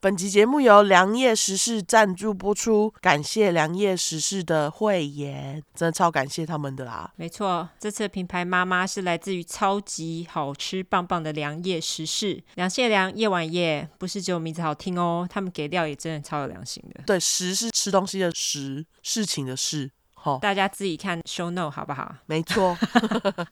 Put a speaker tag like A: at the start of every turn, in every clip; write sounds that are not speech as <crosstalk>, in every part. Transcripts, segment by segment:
A: 本集节目由良夜时事赞助播出，感谢良夜时事的慧妍，真的超感谢他们的啦。
B: 没错，这次的品牌妈妈是来自于超级好吃棒棒的良夜食事，良谢良夜晚夜，不是只有名字好听哦，他们给料也真的超有良心的。
A: 对，食是吃东西的食，事情的事。好、
B: 大家自己看 show no 好不好？
A: 没错，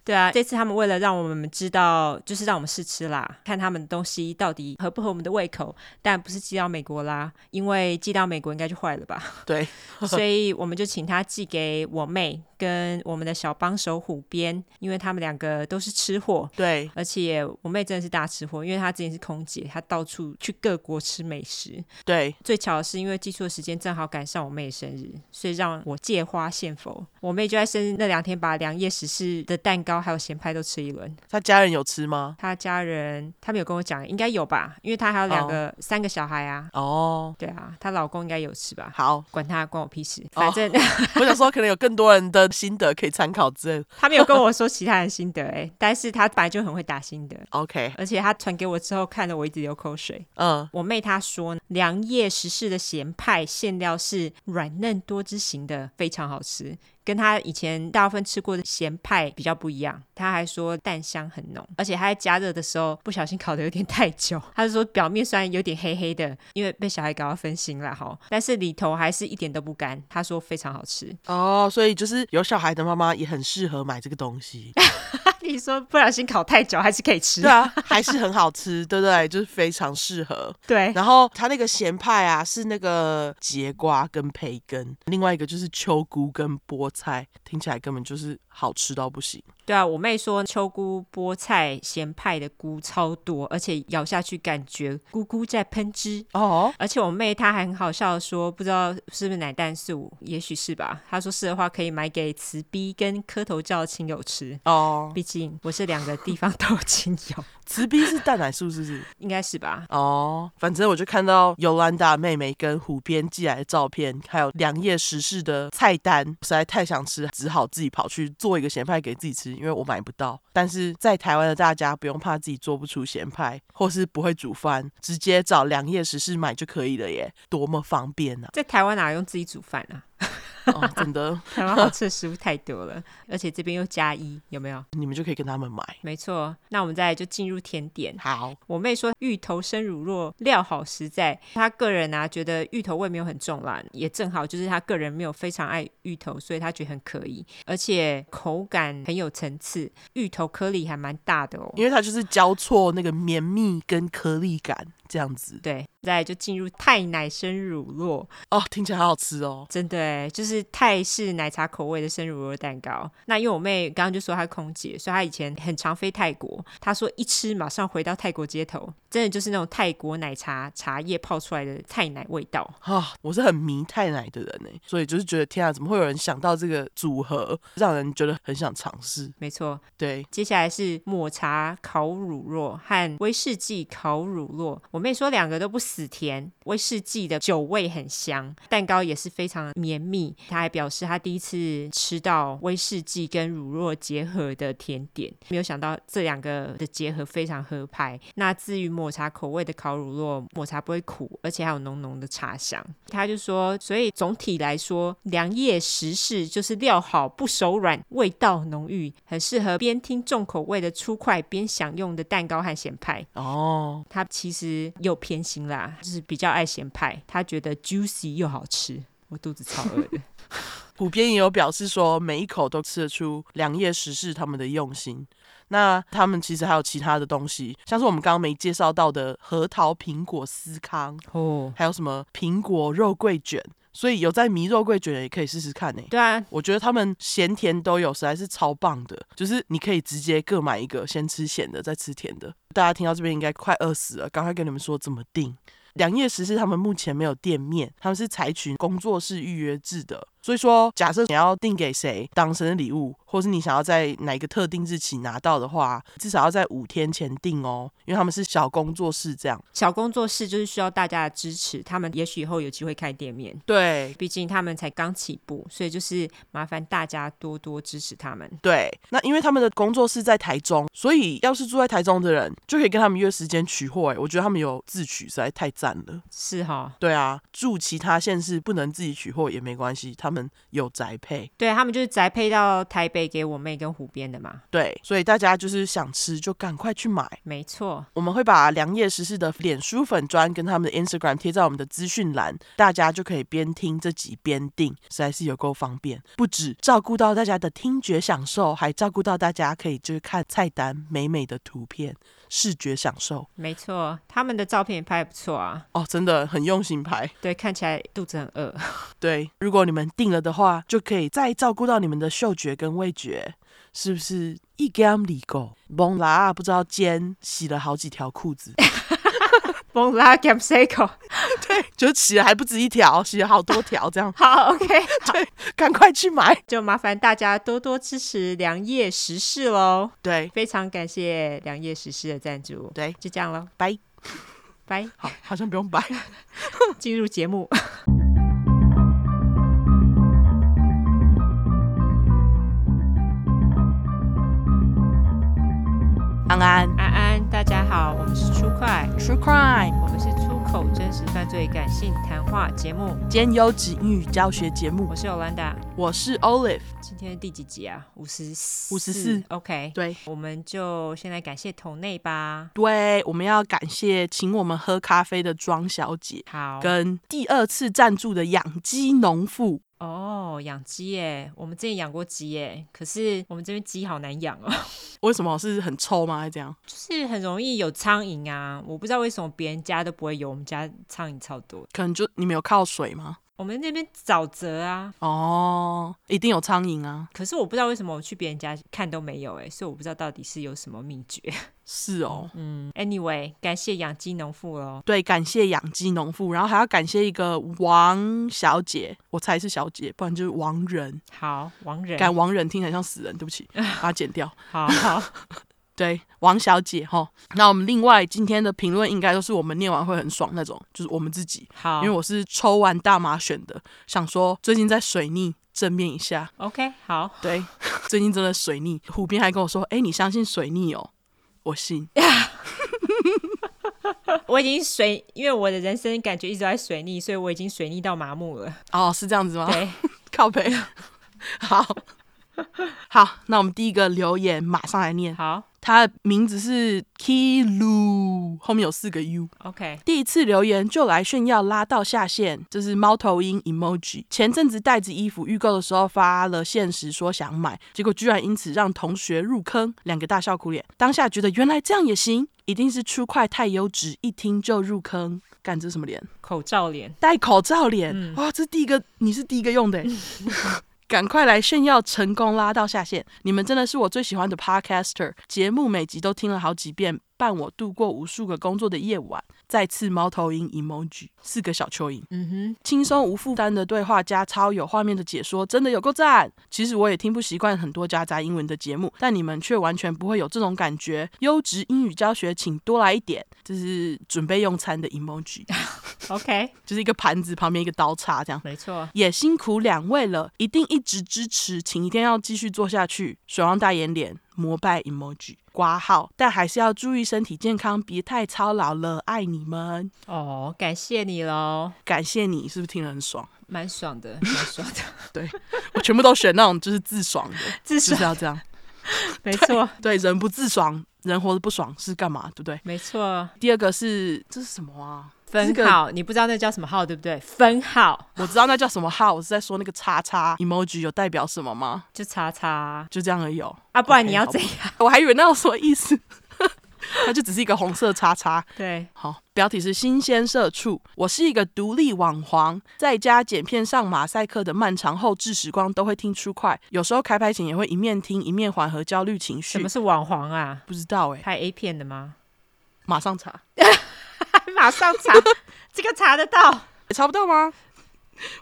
B: 对啊，这次他们为了让我们知道，就是让我们试吃啦，看他们的东西到底合不合我们的胃口，但不是寄到美国啦，因为寄到美国应该就坏了吧。
A: 对，
B: 所以我们就请他寄给我妹跟我们的小帮手虎边，因为他们两个都是吃货，
A: 对，
B: 而且我妹真的是大吃货，因为她之前是空姐，她到处去各国吃美食。
A: 对，
B: 最巧的是，因为寄出的时间正好赶上我妹的生日，所以让我借花献佛。我妹就在生日那两天把良夜食事的蛋糕还有咸派都吃一轮。
A: 他家人有吃吗？
B: 她家人他们有跟我讲，应该有吧，因为她还有两个、三个小孩啊。
A: 哦，
B: 对啊，她老公应该有吃吧？
A: 好，
B: 管他关我屁事，
A: 哦
B: 反正、
A: 我想说可能有更多人的心得可以参考之类的。
B: 他没有跟我说其他人心得哎、但是他本来就很会打心得，
A: OK，
B: 而且他传给我之后，看得我一直流口水。
A: 嗯，
B: 我妹她说，良夜食事的咸派馅料是软嫩多汁型的，非常好吃，跟她以前大部分吃过的咸派比较不一样。她还说蛋香很浓，而且她在加热的时候不小心烤的有点太久，她就说表面虽然有点黑黑的，因为被小孩搞到分心了哈，但是里头还是一点都不干。她说非常好吃。 <laughs>
A: 哦，所以就是有小孩的妈妈也很适合买这个东西。
B: 你说不小心烤太久还是可以吃
A: 对，啊，还是很好吃，对不对？就是非常适合。
B: 对。
A: 然后它那个咸派啊，是那个节瓜跟培根，另外一个就是秋菇跟菠菜，听起来根本就是好吃到不行。
B: 对啊，我妹说秋菇、菠菜、咸派的菇超多，而且咬下去感觉菇菇在喷汁。
A: 哦，
B: 而且我妹她还很好笑的说，不知道是不是奶蛋素，也许是吧。她说是的话，可以买给慈逼跟磕头教的亲友吃。
A: 哦，
B: 毕竟我是两个地方都有亲友，
A: 慈逼是蛋奶素是不是？
B: 应该是吧？
A: 哦，反正我就看到尤兰达妹妹跟湖边寄来的照片，还有良夜食事的菜单，实在太想吃，只好自己跑去做一个咸派给自己吃，因为我买不到。但是在台湾的大家不用怕自己做不出咸派，或是不会煮饭，直接找良夜食事买就可以了耶，多么方便啊！
B: 在台湾哪用自己煮饭啊？
A: 哦，真的，
B: 台湾好吃的食物太多了，而且这边又加一，有没有？
A: 你们就可以跟他们买。
B: 没错。那我们再来就进入甜点。
A: 好，
B: 我妹说芋头生乳酪料好实在，她个人啊觉得芋头味没有很重啦，也正好就是她个人没有非常爱芋头，所以她觉得很可以，而且口感很有层次，芋头颗粒还蛮大的哦。
A: 因为它就是交错那个绵密跟颗粒感这样子。
B: 对，再来就进入泰奶生乳酪，
A: 哦，听起来好好吃哦。
B: 真的耶就是泰式奶茶口味的生乳酪蛋糕。那因为我妹刚刚就说她是空姐，所以她以前很常飞泰国。她说一吃马上回到泰国街头，真的就是那种泰国奶茶茶叶泡出来的泰奶味道。
A: 啊，我是很迷太奶的人呢，所以就是觉得天啊，怎么会有人想到这个组合，让人觉得很想尝试。
B: 没错，
A: 对，
B: 接下来是抹茶烤乳酪和威士忌烤乳酪。我妹说两个都不死甜，威士忌的酒味很香，蛋糕也是非常绵密。她还表示她第一次吃到威士忌跟乳酪结合的甜点，没有想到这两个的结合非常合拍。那至于抹茶口味的烤乳酪，抹茶不会苦，而且还有浓浓的茶香。她就说，所以总体来说，良夜食事就是料好不手软，味道浓郁，很适合边听重口味的粗快边享用的蛋糕和咸派。
A: 哦，
B: 她其实又偏心啦，就是比较爱咸派，她觉得 juicy 又好吃。我肚子超饿的，
A: 虎边也有表示说，每一口都吃得出良夜食事他们的用心。那他们其实还有其他的东西，像是我们刚刚没介绍到的核桃苹果司康，
B: 哦，
A: 还有什么苹果肉桂卷，所以有在迷肉桂卷的也可以试试看呢。欸
B: 对啊，
A: 我觉得他们咸甜都有，实在是超棒的。就是你可以直接各买一个，先吃咸的，再吃甜的。大家听到这边应该快饿死了，赶快跟你们说怎么订。良夜食是他们目前没有店面，他们是采取工作室预约制的。所以说，假设你要订给谁当生日礼物，或是你想要在哪一个特定日期拿到的话，至少要在五天前订哦，因为他们是小工作室这样。
B: 小工作室就是需要大家的支持，他们也许以后有机会开店面，
A: 对，
B: 毕竟他们才刚起步，所以就是麻烦大家多多支持他们。
A: 对，那因为他们的工作室在台中，所以要是住在台中的人，就可以跟他们约时间取货。哎，我觉得他们有自取，实在太赞了。
B: 是哈、
A: 对啊，住其他县市不能自己取货也没关系，他们有宅配。
B: 对他们就是宅配到台北给我妹跟湖边的嘛，
A: 对，所以大家就是想吃就赶快去买。
B: 没错。
A: 我们会把良夜时事的脸书粉砖跟他们的 Instagram 贴在我们的资讯栏，大家就可以边听这集边订，实在是有够方便。不止照顾到大家的听觉享受，还照顾到大家可以就是看菜单美美的图片，视觉享受
B: 没错，他们的照片也拍得不错啊。
A: 哦，真的很用心拍。
B: 对，看起来肚子很饿。 <laughs>
A: 对，如果你们订了的话，就可以再照顾到你们的嗅觉跟味觉，是不是？一 gam 里狗蒙拉不知道煎洗了好几条裤子， <laughs>
B: 蒙拉 g a m s e c o
A: 就洗了还不止一条，洗了好多条这样。
B: 好，OK，好
A: 赶快去买。
B: 就麻烦大家多多支持良夜时事喽。
A: 对，
B: 非常感谢良夜时事的赞助。
A: 对
B: 就这样喽，
A: 拜。
B: 拜。
A: 好，好像不用拜。
B: 进入节目，
A: 安安
B: 安安，大家好，我们是出快，
A: ，True Crime
B: 我们是出口真实犯罪感性谈话节目，
A: 兼优质英语教学节目，
B: 我是 Olanda。
A: 我是 Olive。
B: 今天第几集啊？五十四
A: 54
B: OK，
A: 对
B: 我们就先来感谢头内吧。
A: 对，我们要感谢请我们喝咖啡的庄小姐，
B: 好，
A: 跟第二次赞助的养鸡农妇。
B: 哦，养鸡耶，我们之前养过鸡耶，可是我们这边鸡好难养哦， <laughs>
A: 为什么是很臭吗？还这样？
B: 就是很容易有苍蝇啊，我不知道为什么别人家都不会有，我们家苍蝇超多。
A: 可能就你们有靠水吗？
B: 我们那边沼泽啊，
A: 哦，一定有苍蝇啊。
B: 可是我不知道为什么我去别人家看都没有哎，所以我不知道到底是有什么秘诀。
A: 是哦。
B: 嗯，anyway，感谢养鸡农妇喽。
A: 对，感谢养鸡农妇，然后还要感谢一个王小姐，我猜是小姐，不然就是王人。
B: 好，王人，
A: 赶王人听起来像死人，对不起， <laughs> 把它剪掉。
B: 好好，
A: 对，王小姐哈。那我们另外今天的评论应该都是我们念完会很爽那种，就是我们自己，
B: 好
A: 因为我是抽完大麻选的，想说最近在水逆。正面一下，
B: ，OK，好， <laughs>
A: 对，最近真的水逆。虎斌还跟我说：“哎、你相信水逆哦？”我信。
B: 哎我已经水，因为我的人生感觉一直都在水逆，所以我已经水逆到麻木了。
A: 哦，是这样子吗？
B: 对，
A: 靠
B: <laughs>
A: 背。好，好，那我们第一个留言马上来念，
B: 好
A: 他的名字是 Kilu，后面有四个 U。
B: ，OK，
A: 第一次留言就来炫耀拉到下线，这是猫头鹰 emoji。前阵子袋子衣服预购的时候发了现实说想买，结果居然因此让同学入坑，两个大笑苦脸。当下觉得原来这样也行，一定是出快太优质，一听就入坑。干这什么脸？
B: 口罩脸，
A: 戴口罩脸，哇、这第一个你是第一个用的欸，赶快来炫耀成功拉到下线！你们真的是我最喜欢的 podcaster，节目每集都听了好几遍，伴我度过无数个工作的夜晚。再次猫头鹰 emoji，四个小蚯蚓。
B: 嗯
A: 轻松无负担的对话加超有画面的解说，真的有够赞。其实我也听不习惯很多夹杂英文的节目，但你们却完全不会有这种感觉。优质英语教学，请多来一点。这是准备用餐的 emoji，
B: 哼，OK，
A: 就是一个盘子旁边一个刀叉这样。
B: 没错，
A: 也辛苦两位了，一定一直支持，请一定要继续做下去。水王大眼脸，膜拜 emoji，挂号，但还是要注意身体健康，别太操劳了，爱你们，
B: 哦，感谢你喽，
A: 感谢你，是不是听了很爽？
B: 蛮爽的，蛮爽的，
A: 我全部都选那种就是自爽的，
B: 至
A: 就
B: 少
A: 是要这样。
B: 没错，
A: 对，人不自爽，人活得不爽是干嘛？对不对？
B: 没错，
A: 第二个是这是什么啊？
B: 分
A: 这个
B: 号，你不知道那叫什么号对不对？分号
A: 我知道那叫什么号，我是在说那个叉叉 emoji 有代表什么吗？
B: 就叉叉
A: 就这样而已哦。
B: 啊，不然
A: OK，
B: 你要
A: 好
B: 怎样？ <laughs>
A: 我还以为那有什么意思， <laughs> 它就只是一个红色叉叉。
B: 对，
A: 好，标题是新鲜社畜。我是一个独立网黄，在家剪片上马赛克的漫长后置时光都会听出快，有时候开拍前也会一面听一面缓和焦虑情
B: 什
A: 绪
B: 么。是网黄啊？
A: 不知道哎、
B: 拍 A 片的吗？
A: 马上查。
B: <laughs> 马 <laughs> 上查，这个查得到。
A: 查不到吗？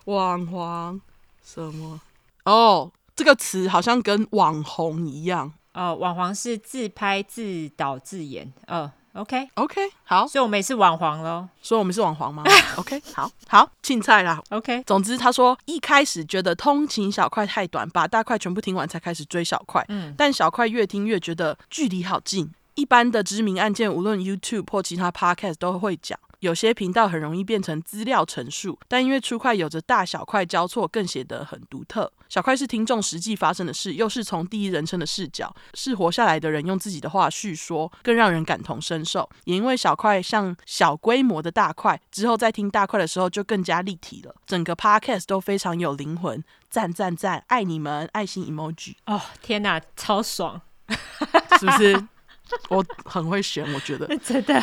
A: 网黄什么？哦，这个词好像跟网红一样。
B: 哦，网黄是自拍、自导、自演。哦，OK，
A: OK，好，
B: 所以我们也是网黄喽。
A: 所以我们是网黄
B: <laughs>
A: 吗？OK，好，好，青菜啦。
B: OK，
A: 总之，他说一开始觉得通勤小块太短，把大块全部听完才开始追小块。
B: 嗯
A: 但小块越听越觉得距离好近。一般的知名案件，无论 YouTube 或其他 Podcast 都会讲。有些频道很容易变成资料陈述，但因为出块有着大小块交错，更显得很独特。小块是听众实际发生的事，又是从第一人称的视角，是活下来的人用自己的话叙说，更让人感同身受。也因为小块像小规模的大块，之后在听大块的时候就更加立体了。整个 Podcast 都非常有灵魂，赞赞赞，爱你们，爱心 emoji。
B: 哦，天哪，超爽，
A: 是不是？我很会选，我觉得
B: <laughs> 真的，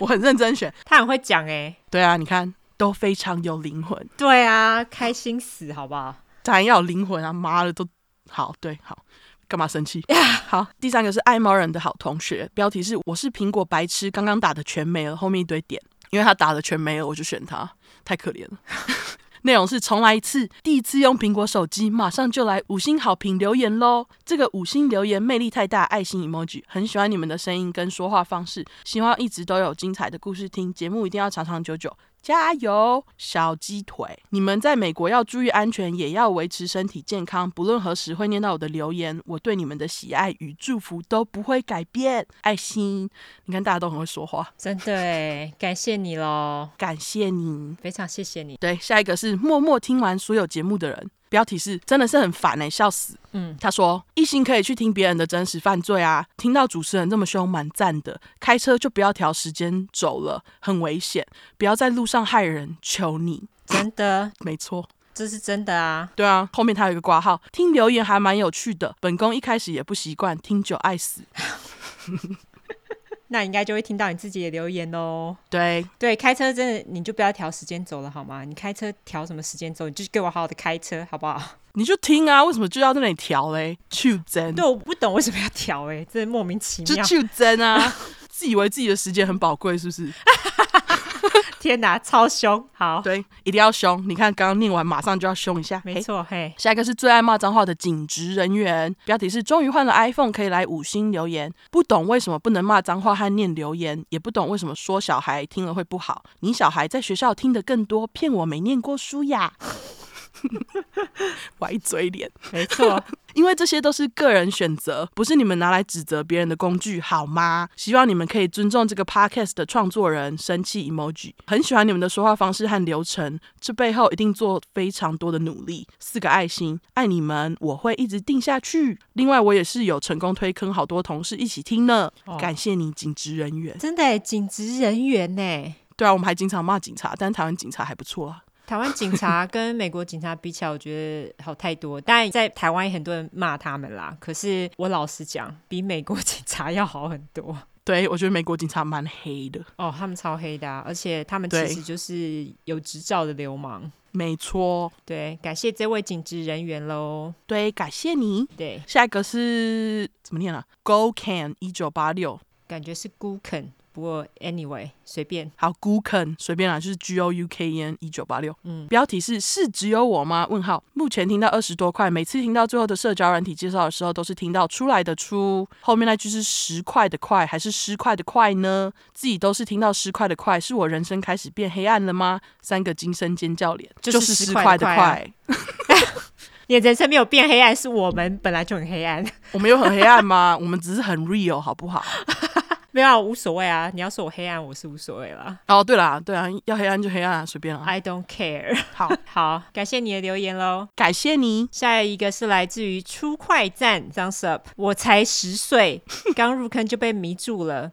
A: 我很认真选。
B: <laughs> 他很会讲哎、
A: 对啊，你看都非常有灵魂，
B: 对啊，开心死，好不好？
A: 当然要有灵魂啊！妈的，都好对好，干嘛生气？好，第三个是爱猫人的好同学，标题是我是苹果白痴，刚刚打的全没了，后面一堆点，因为他打的全没了，我就选他，太可怜了。 <laughs> 内容是重来一次，第一次用苹果手机，马上就来五星好评留言喽！这个五星留言魅力太大，爱心 emoji，很喜欢你们的声音跟说话方式，希望一直都有精彩的故事听，节目一定要长长久久，加油，小鸡腿！你们在美国要注意安全，也要维持身体健康，不论何时会念到我的留言，我对你们的喜爱与祝福都不会改变，爱心！你看大家都很会说话，
B: 真的哎，感谢你喽，
A: 感谢你。
B: 非常谢谢你。
A: 对，下一个是默默听完所有节目的人。标题是真的是很烦哎、笑死。
B: 嗯，
A: 他说一心可以去听别人的真实犯罪啊，听到主持人这么凶，蛮赞的。开车就不要调时间走了，很危险，不要在路上害人，求你。
B: 真的，
A: 没错，
B: 这是真的啊。
A: 对啊，后面他有一个挂号，听留言还蛮有趣的。本宫一开始也不习惯，听久爱死。
B: 那应该就会听到你自己的留言喽。
A: 对，
B: 对，开车真的你就不要调时间走了好吗？你开车调什么时间走？你就给我好好的开车好不好？ <laughs>
A: 你就听啊，为什么就要在那里调嘞？去真，
B: 对，我不懂为什么要调哎、真的莫名其
A: 就
B: <laughs> 妙。
A: 去真啊，自以为自己的时间很宝贵，是不是？
B: 天哪，超凶！好，
A: 对，一定要凶。你看刚刚念完，马上就要凶一下。
B: 没
A: 嘿
B: 错，嘿，
A: 下一个是最爱骂脏话的警职人员，标题是“终于换了 iPhone，可以来五星留言”。不懂为什么不能骂脏话和念留言，也不懂为什么说小孩听了会不好。你小孩在学校听得更多，骗我没念过书呀！ <laughs> 歪嘴脸，
B: 没错，
A: 因为这些都是个人选择，不是你们拿来指责别人的工具，好吗？希望你们可以尊重这个 podcast 的创作人，生气 emoji。很喜欢你们的说话方式和流程，这背后一定做非常多的努力。四个爱心，爱你们，我会一直定下去。另外，我也是有成功推坑好多同事一起听呢，
B: 哦
A: 感谢你，警职人员。
B: <laughs> 真的耶警职人员欸呢？
A: 对啊，我们还经常骂警察，但台湾警察还不错啊。
B: 台湾警察跟美国警察比起来，我觉得好太多。当然，在台湾也很多人骂他们啦，可是我老实讲，比美国警察要好很多。
A: 对，我觉得美国警察蛮黑的，
B: <laughs> 哦，他们超黑的啊、而且他们其
A: 对
B: 实就是有执照的流氓。
A: 没错。
B: 对，感谢这位警职人员喽。
A: 对，感谢你。
B: 对，
A: 下一个是怎么念啊？Go Can 一九八六，
B: 感觉是孤肯，不过 anyway 随便。
A: 好 Gu Can 随便啦，就是 G O U K E N 一九八六。
B: 嗯
A: 标题是是只有我吗？问号。目前听到二十多块，每次听到最后的社交软体介绍的时候，都是听到出来的出，后面那句是十块的块还是十块的块呢？自己都是听到十块的块，是我人生开始变黑暗了吗？三个惊声尖叫脸，
B: 就是
A: 是
B: 10
A: 十
B: 块
A: 块
B: 的
A: 的
B: 块啊
A: 块。
B: 你的人生没有变黑暗，是我们本来就很黑暗。 <laughs>
A: 我们有很黑暗吗？我们只是很 real 好不好？
B: 没有、啊，无所谓啊。你要说我黑暗，我是无所谓啦。
A: 哦，对啦，对啊，要黑暗就黑暗啊，随便啦。
B: I don't care。
A: 好，
B: 好，感谢你的留言喽。
A: 感谢你。
B: 下一个是来自于出快赞 Thumbs Up。我才十
A: <laughs>
B: 岁，刚入坑就被迷住了。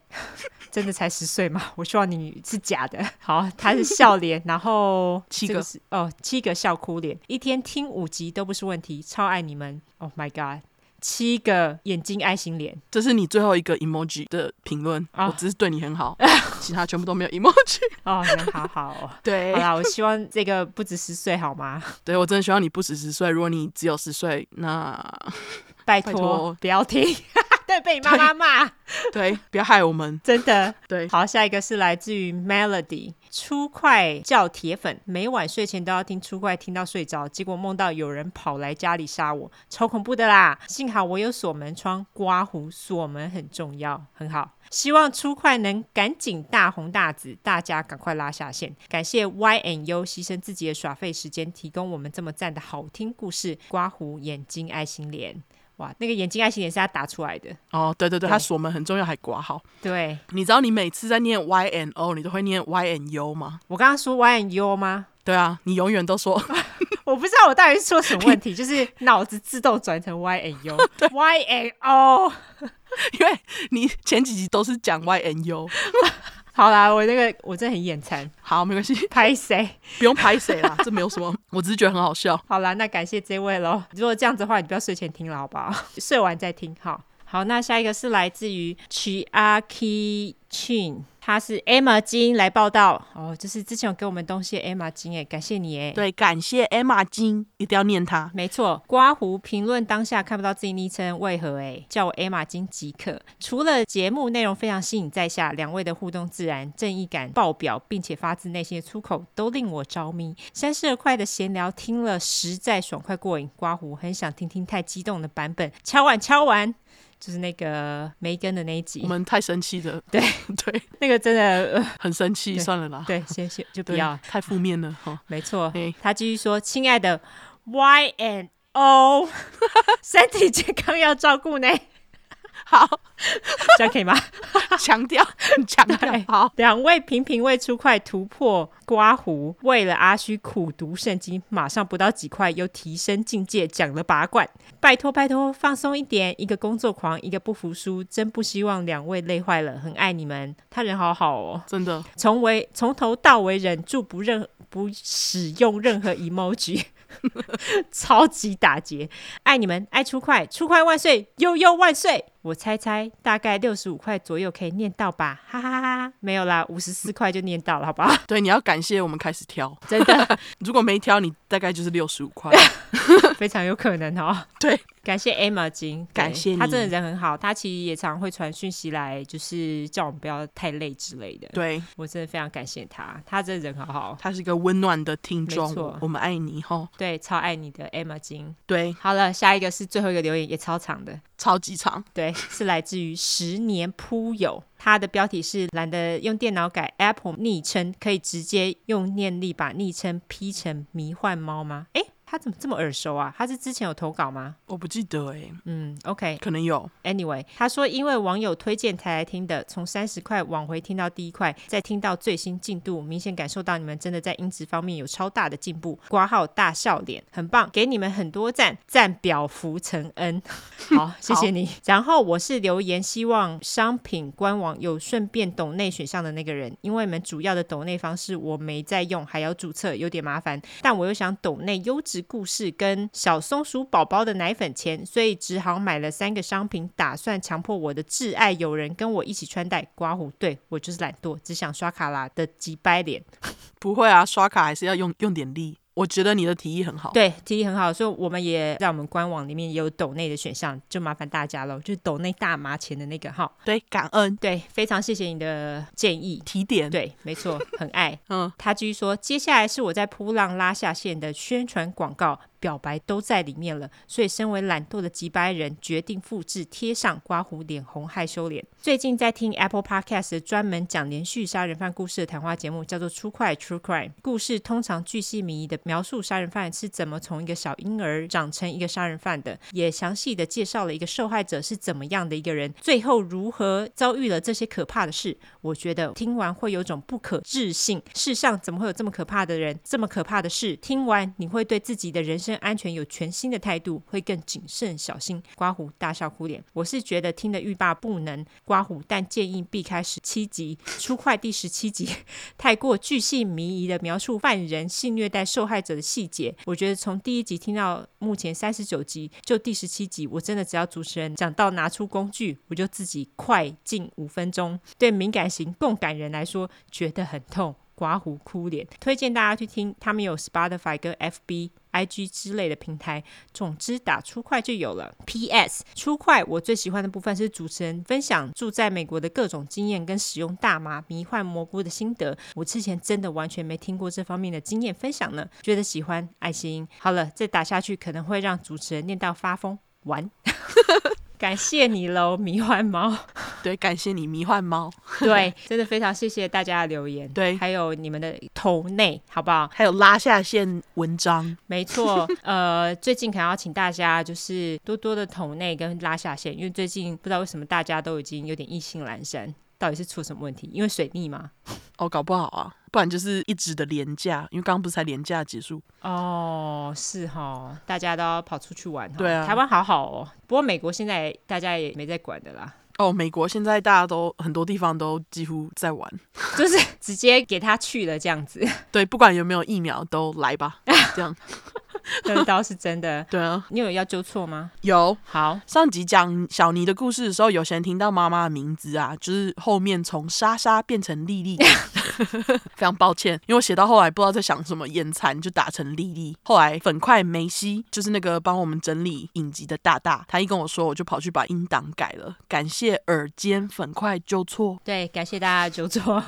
B: 真的才十岁吗？我希望你是
A: <laughs>
B: 假的。好，他是笑脸，然后
A: 七
B: 这
A: 个
B: 是哦，七个笑哭脸，一天听五集都不是问题，超爱你们。Oh my god，七个眼睛爱心脸，
A: 这是你最后一个 emoji 的评论，
B: 啊
A: 我只是对你
C: <laughs>
A: 很好，其他全部都没有 emoji。
B: 哦，好好
A: <laughs>
B: 哦。
A: 对
B: 好啦，我希望这个不止十岁好吗？
A: 对我真的希望你不止十岁，如果你只有十岁，
C: <laughs>
A: 那
B: 拜
A: 拜
B: 托
A: 托，
B: 不要听， <laughs> 对，被你妈妈骂，
A: 对不要害我们。
B: 真的。
A: 对，
B: 好，下一个是来自于 Melody，出快叫铁粉，每晚睡前都要听出快，听到睡着，结果梦到有人跑来家里杀我，超恐怖的啦！幸好我有锁门窗，刮胡锁门很重要，很好。希望出快能赶紧大红大紫，大家赶快拉下线。感谢 Y N U 牺牲自己的耍废时间，提供我们这么赞的好听故事。刮胡眼睛爱心脸，哇，那个眼睛爱心脸是他打出来的，
C: 哦，对对对，
B: 对
C: 它锁门很重要，还挂号。
B: 对
C: 你知道你每次在念 Y N O，你都会念 Y N U 吗？
B: 我刚刚说 Y N U 吗？
C: 对啊，你永远都 <laughs> 说
B: 我不知道我到底是出了什么问题，就是脑子自动转成 Y N U Y N O。
C: 因为你前几集都是讲 Y N U，
B: 好啦，我那个我真的很眼馋，
C: 好，没关 <laughs> 系，
B: 拍谁？
C: 不用拍谁啦，这没有什么，我只是觉得很好笑。
B: 好啦，那感谢这位喽。如果这样子的话，你不要睡前听了，好不好？ <laughs> 睡完再听，好。好，那下一个是来自于 Chiaki Chin，他是 Emma 金来报道哦，就是之前有给我们东西的 Emma 金哎，感谢你哎。
C: 对，感谢 Emma 金，一定要念他。
B: 没错，刮胡评论当下看不到自己昵称，为何、欸？哎，叫我 Emma 金即可。除了节目内容非常吸引在下，两位的互动自然、正义感爆表，并且发自内心的出口，都令我着迷。三十二块的闲聊听了实在爽快过瘾，刮胡很想听听太激动的版本，敲完敲完。就是那个梅根的那一
C: 我
B: 集，
C: 们太生气了，
B: 对
C: <laughs> 对，
B: 那个真的，呃、
C: 很生气，算了啦，
B: <laughs> 对，先先就不
C: 对，
B: 要，
C: 太负面了哈。
B: <laughs> 没错
C: 对，
B: 他继续说：“亲爱的 Y and O，身体健康要照顾呢， <laughs>
C: 好，
B: 这样可以吗？
C: 强 <laughs> 调，强调
B: 对，
C: 好，
B: 两位频频为出块突破刮胡，为了阿虚苦读圣经，马上不到几块又提升境界，讲了拔罐。拜托拜托，放松一点，一个工作狂，一个不服输，真不希望两位累坏了，很爱你们。他人好好哦。”
C: 真的，
B: 从为从头到尾忍住不任不使用任何 emoji，超级打劫！爱你们，爱出快，出快万岁，悠悠万岁！我猜猜大概六十五块左右可以念到吧，哈哈哈哈！没有啦，五十四块就念到了，好不
C: <laughs>
B: 好？
C: 对，你要感谢我们开始挑，
B: 真的
C: 如果没挑，你大概就是六十五块。
B: 非常有可能哦。
C: 对，
B: 感谢 Emma 金，对
C: 感谢你
B: 他真的人很好，他其实也常会传讯息来，就是叫我们不要太累之类的。
C: 对，
B: 我真的非常感谢他，他真的人很好，
C: 他是一个温暖的听众
B: 没错，
C: 我们爱你哈。
B: 对，超爱你的 Emma 金。
C: 对，
B: 好了，下一个是最后一个留言，也超长的，
C: 超级长，
B: 对，是来自于十年铺友，他的标题是懒得用电脑改 Apple 昵称，可以直接用念力把昵称 P 成迷幻猫吗？诶，他怎么这么耳熟啊？他是之前有投稿吗？
C: 我不记得哎、
B: 嗯，OK，
C: 可能有
B: Anyway，他说因为网友推荐才来听的，从三十块往回听到第一块，再听到最新进度，明显感受到你们真的在音质方面有超大的进步。挂号大笑脸，很棒，给你们很多赞，赞表福承恩。好，
C: <laughs>
B: 谢谢你。 <laughs> 然后我是留言，希望商品官网有顺便抖内选项的那个人，因为你们主要的抖内方式我没在用，还要注册，有点麻烦。但我又想抖内优质故事跟小松鼠宝宝的奶粉钱，所以只好买了三个商品，打算强迫我的挚爱友人跟我一起穿戴刮胡。对我就是懒惰，只想刷卡啦的几掰脸。
C: 不会啊，刷卡还是要用用点力。我觉得你的提议很好，
A: 哦
B: 对，提议很好，所以我们也在我们官网里面也有抖内的选项，就麻烦大家喽，就是抖内大麻钱的那个哈。
C: 对，感恩
B: 对，非常谢谢你的建议。
C: 提点，
B: 对，没错，很爱。
C: 嗯，
B: 他继续说，接下来是我在扑浪拉下线的宣传广告表白都在里面了，所以身为懒惰的几百人，决定复制贴上刮胡脸红害羞脸。最近在听 Apple Podcast 的专门讲连续杀人犯故事的谈话节目，叫做《出快 True Crime》。故事通常巨细靡遗的描述杀人犯是怎么从一个小婴儿长成一个杀人犯的，也详细的介绍了一个受害者是怎么样的一个人，最后如何遭遇了这些可怕的事。我觉得听完会有种不可置信，世上怎么会有这么可怕的人，这么可怕的事？听完你会对自己的人身安全有全新的态度，会更谨慎小心。刮胡大笑哭脸，我是觉得听得欲罢不能，刮胡，但建议避开十七集，出快第十七集，太过巨细靡遗的描述犯人性虐待受害者的细节。我觉得从第一集听到目前三十九集，就第十七集，我真的只要主持人讲到拿出工具，我就自己快进五分钟。对敏感型共感人来说，觉得很痛。刮胡哭脸，推荐大家去听，他们有 Spotify 跟 FB。IG 之类的平台，总之打出快就有了。P.S. 出快我最喜欢的部分是主持人分享住在美国的各种经验跟使用大麻迷幻蘑菇的心得，我之前真的完全没听过这方面的经验分享呢，觉得喜欢爱心。好了，再打下去可能会让主持人念到发疯，完。 <laughs> 感谢你喽，迷幻猫。
A: 对，感谢你迷幻猫，
B: 对， <laughs> 真的非常谢谢大家的留言，
A: 对
B: 还有你们的头内，好不好？
A: 还有拉下线文章，
B: 没错，呃，最近可能要请大家就是多多的投内跟拉下线，因为最近不知道为什么大家都已经有点意兴阑珊，到底是出什么问题？因为水逆嘛。
A: 哦，搞不好啊，不然就是一直的廉价，因为刚刚不是才廉价结束，
B: 哦，是哈，大家都要跑出去玩哈。
A: 对啊
B: 台湾好好哦，不过美国现在大家也没在管的啦， <laughs>
A: 哦，美国现在大家都很多地方都几乎在玩，
B: 就是直接给他去了这样子，
A: 对，不管有没有疫苗都来吧，这样，
B: 这倒是真的。
A: 对
B: <laughs>
A: 啊，
B: 你有要纠错吗？
A: 有
B: 好，
A: 上集讲小尼的故事的时候，有些人听到妈妈的名字啊，就是后面从莎莎变成丽丽， <laughs> 非常抱歉，因为我写到后来不知道在想什么，眼馋就打成丽丽。后来粉块梅西，就是那个帮我们整理影集的大大，他一跟我说，我就跑去把音档改了。感谢耳尖粉块纠错，
B: 对，感谢大家的纠错。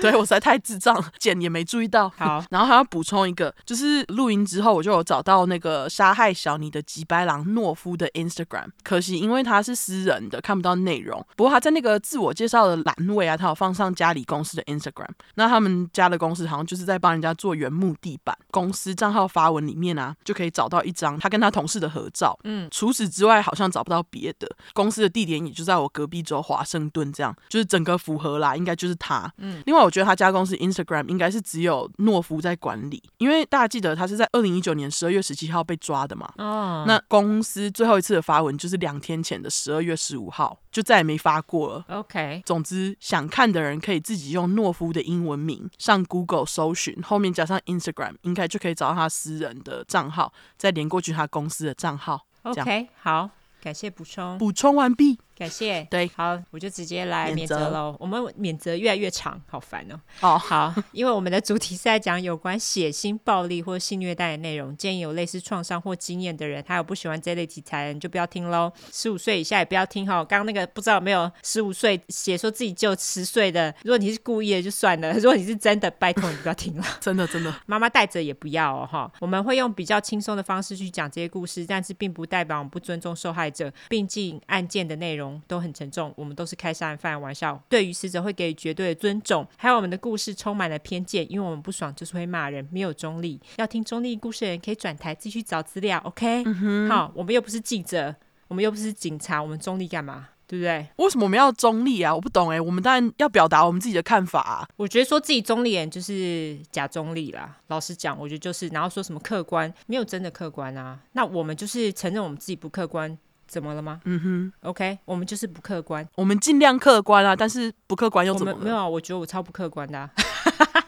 A: 对我实在太智障了，剪也没注意到。
B: 好，
A: <laughs> 然后还要补充一个，就是录音之后我就有找到那个杀害小尼的吉白狼懦夫的 Instagram，可惜因为他是私人的，看不到内容。不过他在那个自我介绍的栏位啊，他有放上家里公司的 Instagram。那他们家的公司好像就是在帮人家做原木地板，公司账号发文里面啊，就可以找到一张他跟他同事的合照。嗯，除此之外好像找不到别的。公司的地点也就在我隔壁州华盛顿，这样就是整个符合啦，应该就是他。另外，我觉得他家公司 Instagram 应该是只有懦夫在管理，因为大家记得他是在二零一九年十二月十七号被抓的嘛。
B: <laughs> 哦，
A: 那公司最后一次的发文就是两天前的十二月十五号，就再也没发过了。
B: OK，
A: 总之，想看的人可以自己用懦夫的英文名上 Google 搜寻，后面加上 Instagram，应该就可以找到他私人的账号，再连过去他公司的账号。这
B: OK，好，感谢补充，
A: 补充完毕。
B: 感谢。
A: 对
B: 好，我就直接来免
A: 免责
B: 责喽。我们免责越来越长，好烦哦。
A: 哦，
B: 好，因为我们的主题是在讲有关血腥、暴力或性虐待的内容，建议有类似创伤或经验的人，还有不喜欢这类题材的人就不要听喽。十五岁以下也不要听哈。刚刚那个不知道有没有十五岁写说自己就十岁的，如果你是故意的就算了，如果你是真的，拜托你不要听了。哦
A: 真的真的，
B: 妈妈带着也不要哦，哈。我们会用比较轻松的方式去讲这些故事，但是并不代表我们不尊重受害者。毕竟案件的内容都很沉重，我们都是开杀人犯的玩笑，对于死者会给予绝对的尊重。还有我们的故事充满了偏见，因为我们不爽就是会骂人，没有中立。要听中立故事的人可以转台继续找资料，OK？、好，我们又不是记者，我们又不是警察，我们中立干嘛？对不对？
A: 为什么我们要中立啊？我不懂哎、我们当然要表达我们自己的看法啊。
B: 我觉得说自己中立人就是假中立啦。老实讲，我觉得就是，然后说什么客观，没有真的客观啊。那我们就是承认我们自己不客观，怎么了吗？嗯哼，OK，我们就是不客观。
A: 我们尽量客观啊，但是不客观又
B: 我
A: 怎么
B: 们没有
A: 了？
B: 啊，我觉得我超不客观的、啊。 <laughs>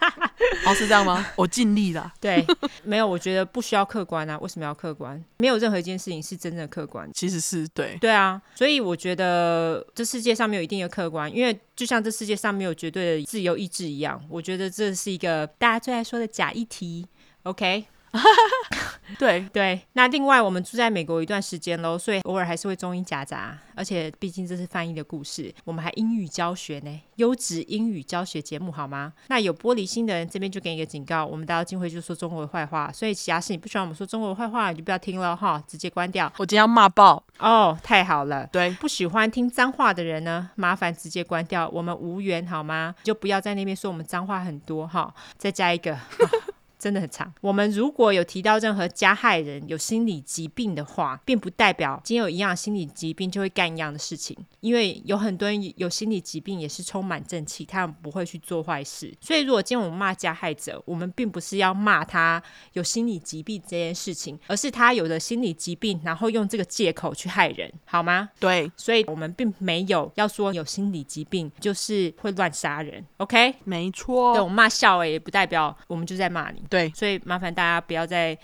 A: 哦，是这样吗？我尽力啦。
B: 对，没有，我觉得不需要客观啊。为什么要客观？没有任何一件事情是真正客观的。
A: 其实是对，
B: 对啊，所以我觉得这世界上没有一定的客观，因为就像这世界上没有绝对的自由意志一样，我觉得这是一个大家最爱说的假议题。OK，
A: 对，
B: 对，那另外我们住在美国一段时间喽，所以偶尔还是会中英夹杂，而且毕竟这是翻译的故事，我们还英语教学呢，优质英语教学节目好吗？那有玻璃心的人这边就给你一个警告，我们大家进会就说中国的坏话，所以假使你不喜欢我们说中国的坏话，你就不要听了哈，直接关掉。
A: 我今天要骂爆，
B: 哦，太好了。
A: 对，
B: 不喜欢听脏话的人呢，麻烦直接关掉，我们无缘好吗？就不要在那边说我们脏话很多哈。再加一个。 <laughs> 真的很长。我们如果有提到任何加害人有心理疾病的话，并不代表今天有一样的心理疾病就会干一样的事情，因为有很多人有心理疾病也是充满正气，他们不会去做坏事。所以，如果今天我们骂加害者，我们并不是要骂他有心理疾病这件事情，而是他有了心理疾病，然后用这个借口去害人，好吗？
A: 对，
B: 所以我们并没有要说有心理疾病就是会乱杀人，OK？
A: 没
B: 对我
A: 错，
B: 们骂笑欸诶、也不代表我们就在骂你。
A: 对
B: 所以麻烦大家不要再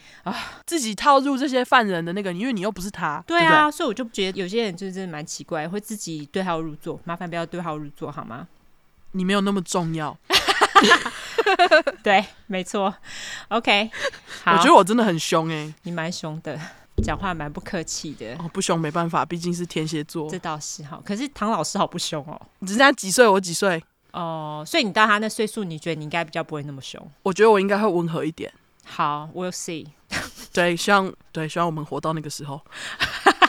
A: 自己套入这些犯人的那个，因为你又不是他，对
B: 对
A: 不
B: 啊，所以我就觉得有些人就是真的蛮奇怪，会自己对号入座。麻烦不要对号入座好吗？
A: 对，你没有那么重要。
B: 对，没错。OK，
A: <laughs>
B: 好，
A: 我觉得我真的很凶哎、
B: 你蛮凶的，讲话蛮不客气的。
A: 哦，不凶没办法，毕竟是天蝎座
B: 这。倒是好，可是唐老师好不凶哦。
A: 人家几岁我几岁，
B: 哦，所以你到他那岁数，你觉得你应该比较不会那么凶。
A: 我觉得我应该会温和一点。
B: 好，We'll see。
A: 对，希望对，希望我们活到那个时
B: <laughs>
A: 候。 <laughs>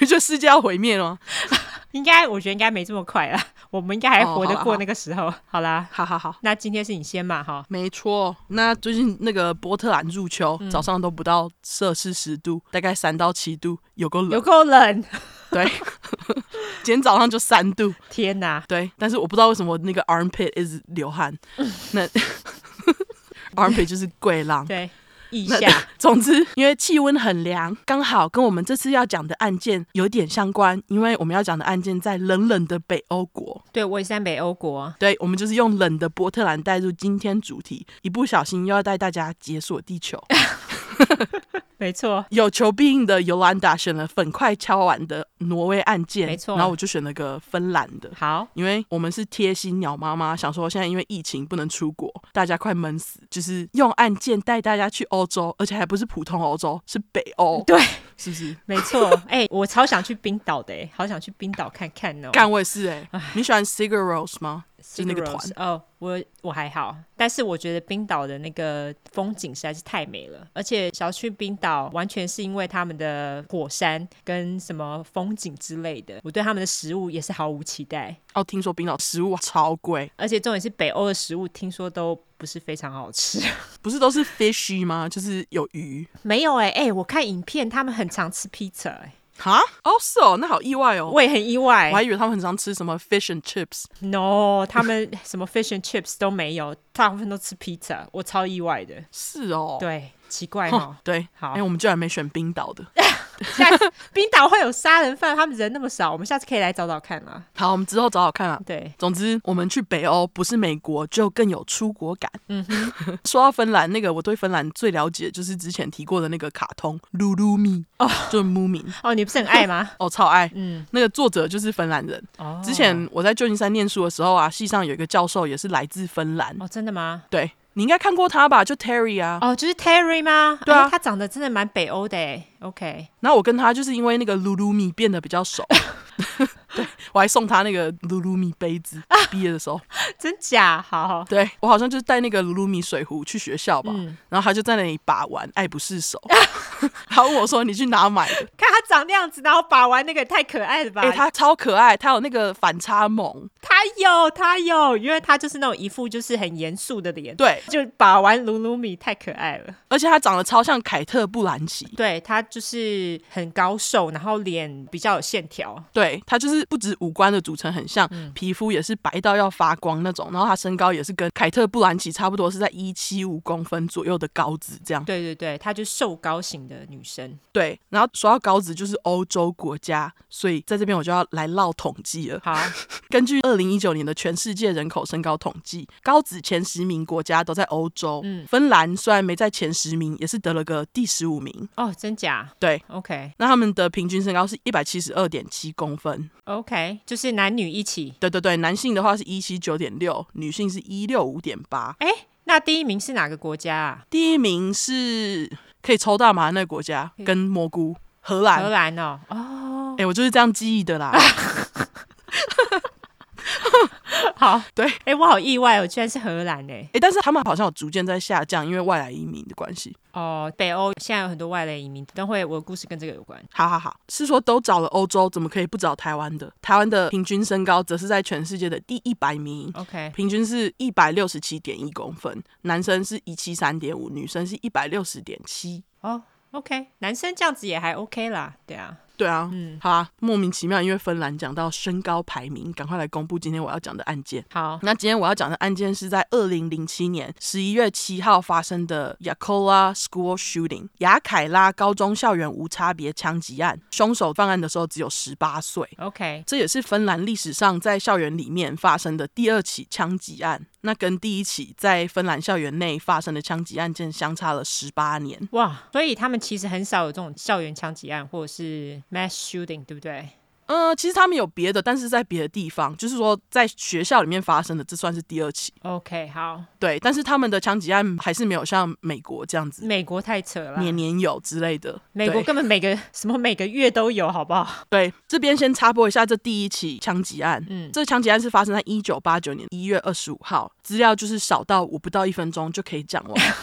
A: 你觉得世界要毁灭了？
B: 应该，我觉得应该没这么快啦。 <laughs> 我们应该还
A: 哦
B: 活得
A: 好啦
B: 过
A: 好
B: 那个时候。 <laughs> 好啦，
A: 好好好，
B: 那今天是你先嘛哈。
A: 没错。那最近那个波特兰入秋，
B: 嗯
A: 早上都不到摄氏十度，大概三到七度，有够
B: 有
A: 冷。
B: 够冷， <laughs>
A: 对，今天早上就三度。
B: 天哪！
A: 对，但是我不知道为什么那个 armpit 一直流汗。
B: 嗯
A: 那 <laughs> armpit 就是贵浪。
B: 对，一
A: 那
B: 下
A: <laughs> 总之，因为气温很凉，刚好跟我们这次要讲的案件有点相关，因为我们要讲的案件在冷冷的北欧国。
B: <laughs> 对我也是在北欧国，
A: 对，我们就是用冷的波特兰带入今天主题，一不小心又要带大家解锁地球。
B: 没错，
A: 有求必应的尤兰达选了粉块敲碗的挪威案件，
B: 没错
A: 然后我就选了个芬兰的。
B: 好，
A: 因为我们是贴心鸟妈妈，想说现在因为疫情不能出国，大家快闷死，就是用案件带大家去欧洲，而且还不是普通欧洲，是北欧，
B: 对，
A: 是不是？
B: 没
A: <laughs>
B: 错。哎、我超想去冰岛的、哎，好想去冰岛看看哦。
A: 干我也是哎、你喜欢 Sigur Rós 吗？
B: 是
A: 是那个团
B: 哦，我我还好，但是我觉得冰岛的那个风景实在是太美了，而且想要去冰岛完全是因为他们的火山跟什么风景之类的，我对他们的食物也是毫无期待，
A: 哦，听说冰岛食物超贵，
B: 而且重点是北欧的食物听说都不是非常好吃。 <laughs>
A: 不是都是 fishy 吗？就是有鱼
B: 没有哎、哎、我看影片他们很常吃披萨、哎，
A: 哈？哦，是哦，那好意外哦。
B: 我也很意
A: <laughs>
B: 外
A: 我还以为他们很常吃什么 fish and chips，
B: ，no，他们什么 fish and chips 都没有，大部分都吃披萨，我超意外的，
A: 是哦，
B: 对，奇怪
A: 哼
B: 哦。
A: 对，
B: 好
A: 哎、我们居然没选冰岛的。
B: <laughs> 下次冰岛会有杀人犯，他们人那么少，我们下次可以来找找看啦。
A: 好，我们之后找找看啊。
B: 对，
A: 总之，我们去北欧不是美国，就更有出国感。嗯， <laughs> 说到芬兰，那个我对芬兰最了解就是之前提过的那个卡通《噜噜咪》，哦，就是牧民，
B: 哦，你不是很
A: <laughs>
B: 爱吗？
A: 哦，超爱。
B: 嗯，
A: 那个作者就是芬兰人。
B: 哦，
A: 之前我在旧金山念书的时候啊，系上有一个教授也是来自芬兰，
B: 哦，真的吗？
A: 对你应该看过他吧，就 Terry 啊。
B: 哦，就是 Terry 吗？
A: 对啊
B: 哎他长得真的蛮北欧的哎。OK，
A: 然后我跟他就是因为那个 Lulu 米变得比较
B: <laughs>
A: 熟，对我还送他那个 Lulu 米杯子，
B: 啊
A: 毕业的时候，
B: 真假？好好，
A: 对我好像就是带那个 Lulu 米水壶去学校吧，然后他就在那里把玩，爱不释手。 <laughs> 他问我说：“你去哪买的
B: 看他长那样子，然后把玩那个也太可爱了？”吧？
A: 哎、他超可爱，他有那个反差萌，
B: 他有他有，因为他就是那种一副就是很严肃的脸，，
A: 对，
B: 就把玩鲁鲁米太可爱了。
A: 而且他长得超像凯特·布兰奇。
B: 对他就是很高瘦，然后脸比较有线条。
A: 对，他就是不止五官的组成很像，皮肤也是白到要发光那种，然后他身高也是跟凯特·布兰奇差不多，是在一七五公分左右的高子这样。
B: 对对对，她就是瘦高型的女生。
A: 对，然后说到高子就是欧洲国家，所以在这边我就要来唠统计了。
B: 好，
A: 根据二零一九年的全世界人口身高统计，高子前十名国家都在欧洲，
B: 嗯
A: 芬兰虽然没在前十名，也是得了个第十五名。
B: 哦，真假
A: 对，
B: ？OK
A: 那他们的平均身高是一百七十二点七公分，
B: OK，就是男女一起。
A: 对对对，男性的话是一七九点六，女性是一六五点八。
B: 哎，那第一名是哪个国家啊？
A: 第一名是可以抽大麻的那个国家，跟蘑菇荷兰。
B: 荷
A: 哎、
B: 兰哦。哦，
A: 我就是这样记忆的啦。
B: <laughs> 好，
A: <laughs> 对
B: 哎，我好意外哦，居然是荷兰哎。
A: 哎、但是他们好像有逐渐在下降，因为外来移民的关系。
B: 哦，北欧现在有很多外来移民，等会我的故事跟这个有关。
A: 好好好，是说都找了欧洲，怎么可以不找台湾的？台湾的平均身高则是在全世界的第一百名，
B: OK，
A: 平均是一百六十七点一公分，男生是一七三点五，女生是一百六十点七。
B: 哦，OK，男生这样子也还 OK 啦，对啊。
A: 对啊，嗯，好啊，莫名其妙，因为芬兰讲到身高排名，赶快来公布今天我要讲的案件。
B: 好，
A: 那今天我要讲的案件是在二零零七年十一月七号发生的 Yakola School Shooting 雅凯拉高中校园无差别枪击案，凶手犯案的时候只有十八岁。
B: OK，
A: 这也是芬兰历史上在校园里面发生的第二起枪击案，那跟第一起在芬兰校园内发生的枪击案件相差了十八年。
B: 哇，所以他们其实很少有这种校园枪击案或者是 mass shooting，对不对？
A: 呃，其实他们有别的，但是在别的地方，就是说在学校里面发生的，这算是第二起。
B: OK，好，
A: 对，但是他们的枪击案还是没有像美国这样子
B: 美国太扯了，
A: 年年有之类的。
B: 美国
A: 对
B: 根本每个什么每个月都有，好不好？
A: 对这边先插播一下这第一起枪击案。
B: 嗯
A: 这枪击案是发生在一九八九年一月二十五号，资料就是少到我不到一分钟就可以讲完。
B: <laughs>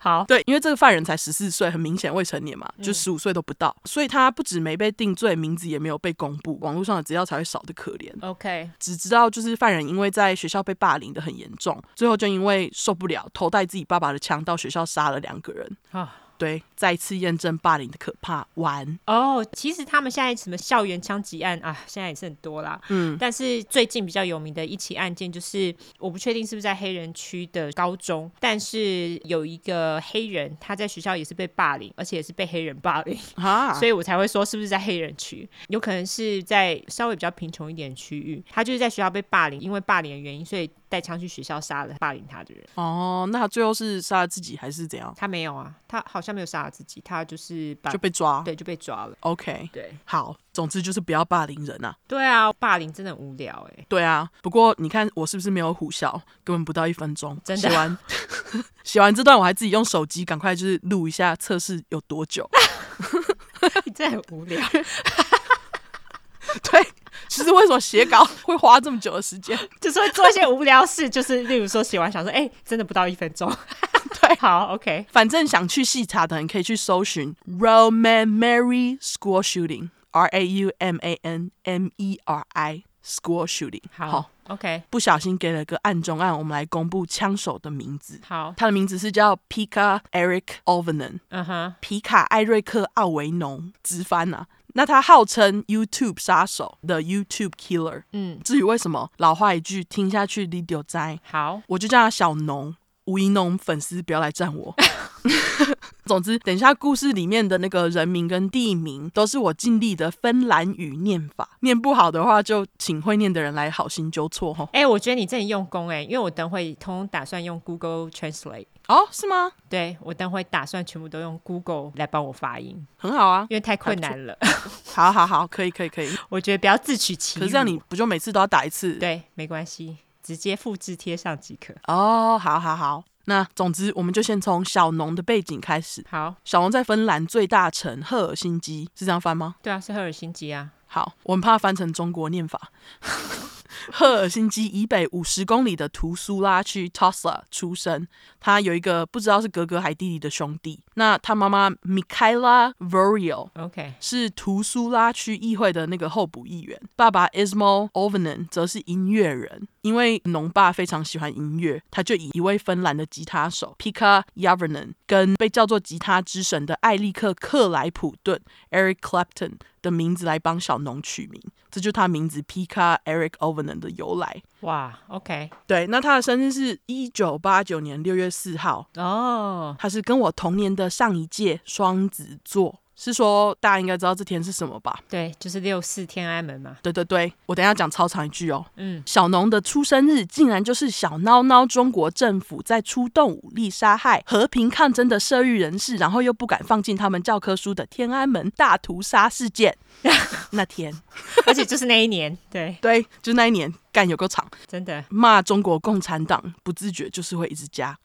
B: 好，
A: 对，因为这个犯人才十四岁，很明显未成年嘛，就十五岁都不到，所以他不止没被定罪，名字也没有被公布，网络上的资料才会少的可怜。啊
B: OK，
A: 只知道就是犯人因为在学校被霸凌的很严重，最后就因为受不了，偷带自己爸爸的枪到学校杀了两个人。
B: 好。
A: 对，再次验证霸凌的可怕。 <laughs> 完，
B: 哦，其实他们现在什么校园枪击案啊，现在也是很多啦。嗯，但是最近比较有名的一起案件就是，我不确定是不是在黑人区的高中，但是有一个黑人他在学校也是被霸凌，而且也是被黑人霸凌，
A: 啊，
B: 所以我才会说是不是在黑人区，有可能是在稍微比较贫穷一点的区域，他就是在学校被霸凌，因为霸凌的原因，所以带枪去学校杀了霸凌他的人。
A: 哦，那他最后是杀了自己还是怎样？啊
B: 他没有啊，他好像没有杀了自己，他就是把
A: 就被抓。
B: 对就被抓了。
A: OK，
B: 对
A: 好，总之就是不要霸凌人啊。
B: 对啊，霸凌真的很无聊哎、
A: 对啊，不过你看我是不是没有虎啸？根本不到一分钟，
B: 真
A: 写
B: 的 <laughs>
A: 完写完这段，我还自己用手机赶快就是录一下，测试有多
B: <laughs>
A: 久。
B: 你 <laughs> 真的很无聊。
A: 对，其实为什么写稿会花这么久的时间？
B: <laughs>
A: <laughs>
B: 就是会做一些无聊事，就是例如说写完想说，哎、真的不到一分 <laughs> 钟。对，好，OK，
A: 反正想去细查的人可以去搜寻 Roman Mary School Shooting R A U M A N M E R I School Shooting。
B: 好 o k
A: 不小心给了个暗中暗，我们来公布枪手的名字。
B: 好，
A: 他的名字是叫 Pika Eric Ovenon，
B: 嗯哼，
A: 皮卡艾瑞克奥维农直翻啊。那他号称 YouTube 杀手的 YouTube Killer。
B: 嗯，
A: 至于为什么，老话一句，听下去你就知。
B: 好，
A: 我就叫他小农。吴一农粉丝不要来赞我。 <laughs> 总之，等一下故事里面的那个人名跟地名都是我尽力的芬兰语念法，念不好的话就请会念的人来好心纠错吼。
B: 哎、我觉得你真的用功哎、因为我等会通通打算用 Google Translate。
A: 哦，是吗？
B: 对，我等会打算全部都用 Google 来帮我发音，
A: 很好啊，
B: 因为太困难了。 <laughs>
A: 好好好，可以可以可以。
B: 我觉得不要自取其
A: 可
B: 辱。
A: 是这样你不就每次都要打一次？
B: 对，没关系，直接复制贴上即可。
A: 哦，好好好。那总之，我们就先从小农的背景开始。
B: 好，
A: 小农在芬兰最大城赫尔辛基，是这样翻吗？
B: 对啊，是赫尔辛基啊。
A: 好，我很怕翻成中国念法。 <laughs> 赫尔辛基以北五十公里的图苏拉区 Tulsa 出生，他有一个不知道是哥哥还弟弟的兄弟。那他妈妈 Mikhaila Voriel
B: OK，
A: 是图苏拉区议会的那个候补议员，爸爸 Ismo Ovenen 则是音乐人，因为农爸非常喜欢音乐，他就以一位芬兰的吉他手 Pika Javonen 跟被叫做吉他之神的艾利克克莱普顿 Eric Clapton 的名字来帮小农取名，这就是他名字 Pika Eric Ovenen 的由来。
B: 哇，OK，
A: 对，那他的生日是一九八九年六月四号，
B: 哦、
A: 他是跟我同年的上一届双子座，是说大家应该知道这天是什么吧？
B: 对，就是六四天安门嘛。 <laughs>
A: 对对对，我等一下讲超长一句哦。
B: 嗯，
A: 小农的出生日竟然就是小孬孬中国政府在出动武力杀害和平抗争的社运人士，然后又不敢放进他们教科书的天安门大屠杀事件那天。
B: 而且就是那一年，对，
A: 对，就是那一年干有够长，
B: 真的，
A: 骂中国共产党，不自觉就是会一直加，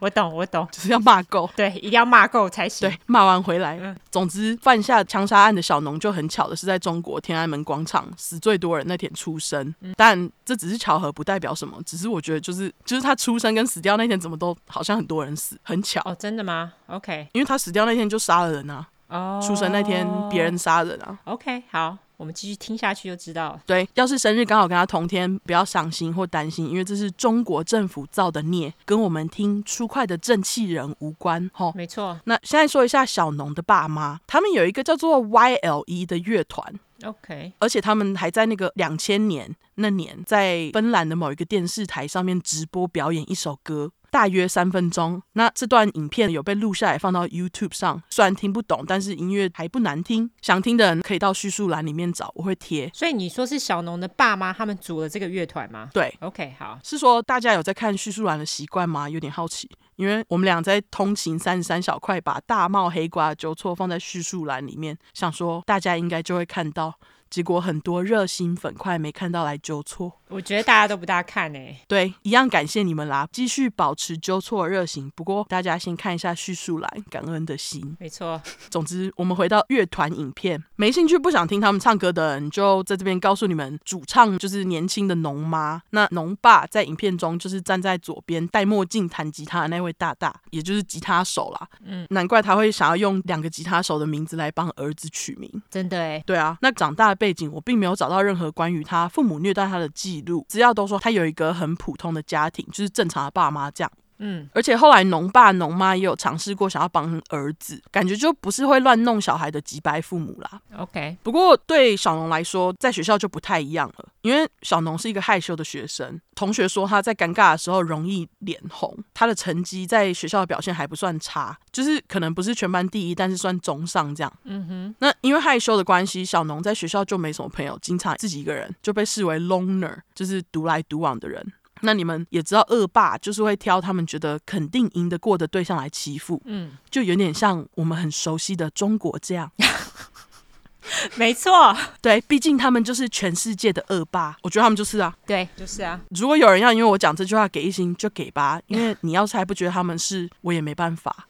B: 我懂，我懂，
A: 就是要骂够。
B: 对，一定要骂够才行。
A: 对，骂完回来。总之，犯下枪杀案的小农就很巧的是在中国天安门广场死最多人那天出生，但这只是巧合，不代表什么。只是我觉得，就是就是他出生跟死掉那天，怎么都好像很多人死，很巧。
B: 哦，真的吗？OK，
A: 因为他死掉那天就杀了人啊，
B: 哦，
A: 出生那天别人杀人啊。
B: OK，好，我们继续听下去就知道了。
A: 对，要是生日刚好跟他同天，不要伤心或担心，因为这是中国政府造的孽，跟我们听出快的正气人无关。吼，
B: 没错
A: 那现在说一下小农的爸妈，他们有一个叫做 YLE 的乐团，
B: ，OK，
A: 而且他们还在那个两千年那年，在芬兰的某一个电视台上面直播表演一首歌，大约三分钟。那这段影片有被录下来放到 YouTube 上，虽然听不懂，但是音乐还不难听。想听的人可以到叙述栏里面找，我会贴。
B: 所以你说是小农的爸妈他们组了这个乐团吗
A: 对，
B: ？OK，好，
A: 是说大家有在看叙述栏的习惯吗？有点好奇。因为我们俩在通勤三十三小快把大帽黑瓜纠错放在叙述栏里面，想说大家应该就会看到，结果很多热心粉块没看到来纠错。
B: 我觉得大家都不大看欸诶、
A: 对，一样感谢你们啦，继续保持纠错的热情。不过大家先看一下叙述栏，感恩的心。
B: 没错，
A: 总之，我们回到乐团影片，没兴趣不想听他们唱歌的人，就在这边告诉你们，主唱就是年轻的农妈，那农爸在影片中就是站在左边戴墨镜弹吉他的那位大大，也就是吉他手啦。嗯，难怪他会想要用两个吉他手的名字来帮儿子取名。
B: <laughs> 真的欸诶、
A: 对啊，那长大的背景我并没有找到任何关于他父母虐待他的记录，资料都说他有一个很普通的家庭，就是正常的爸妈这样。
B: 嗯，
A: 而且后来农爸农妈也有尝试过想要帮儿子，感觉就不是会乱弄小孩的几白父母啦。
B: OK，
A: 不过对小农来说，在学校就不太一样了，因为小农是一个害羞的学生。同学说他在尴尬的时候容易脸红，他的成绩在学校的表现还不算差，就是可能不是全班第一，但是算中上这样。嗯哼。那因为害羞的关系，小农在学校就没什么朋友，经常自己一个人，就被视为 loner，就是独来独往的人。那你们也知道，恶霸就是会挑他们觉得肯定赢得过的对象来欺负，
B: 嗯，
A: 就有点像我们很熟悉的中国这样。
B: 没错，
A: 对，毕竟他们就是全世界的恶霸，我觉得他们就是啊。
B: 对，就是啊，
A: 如果有人要因为我讲这句话给一星，就给吧，因为你要是还不觉得他们是，我也没办法。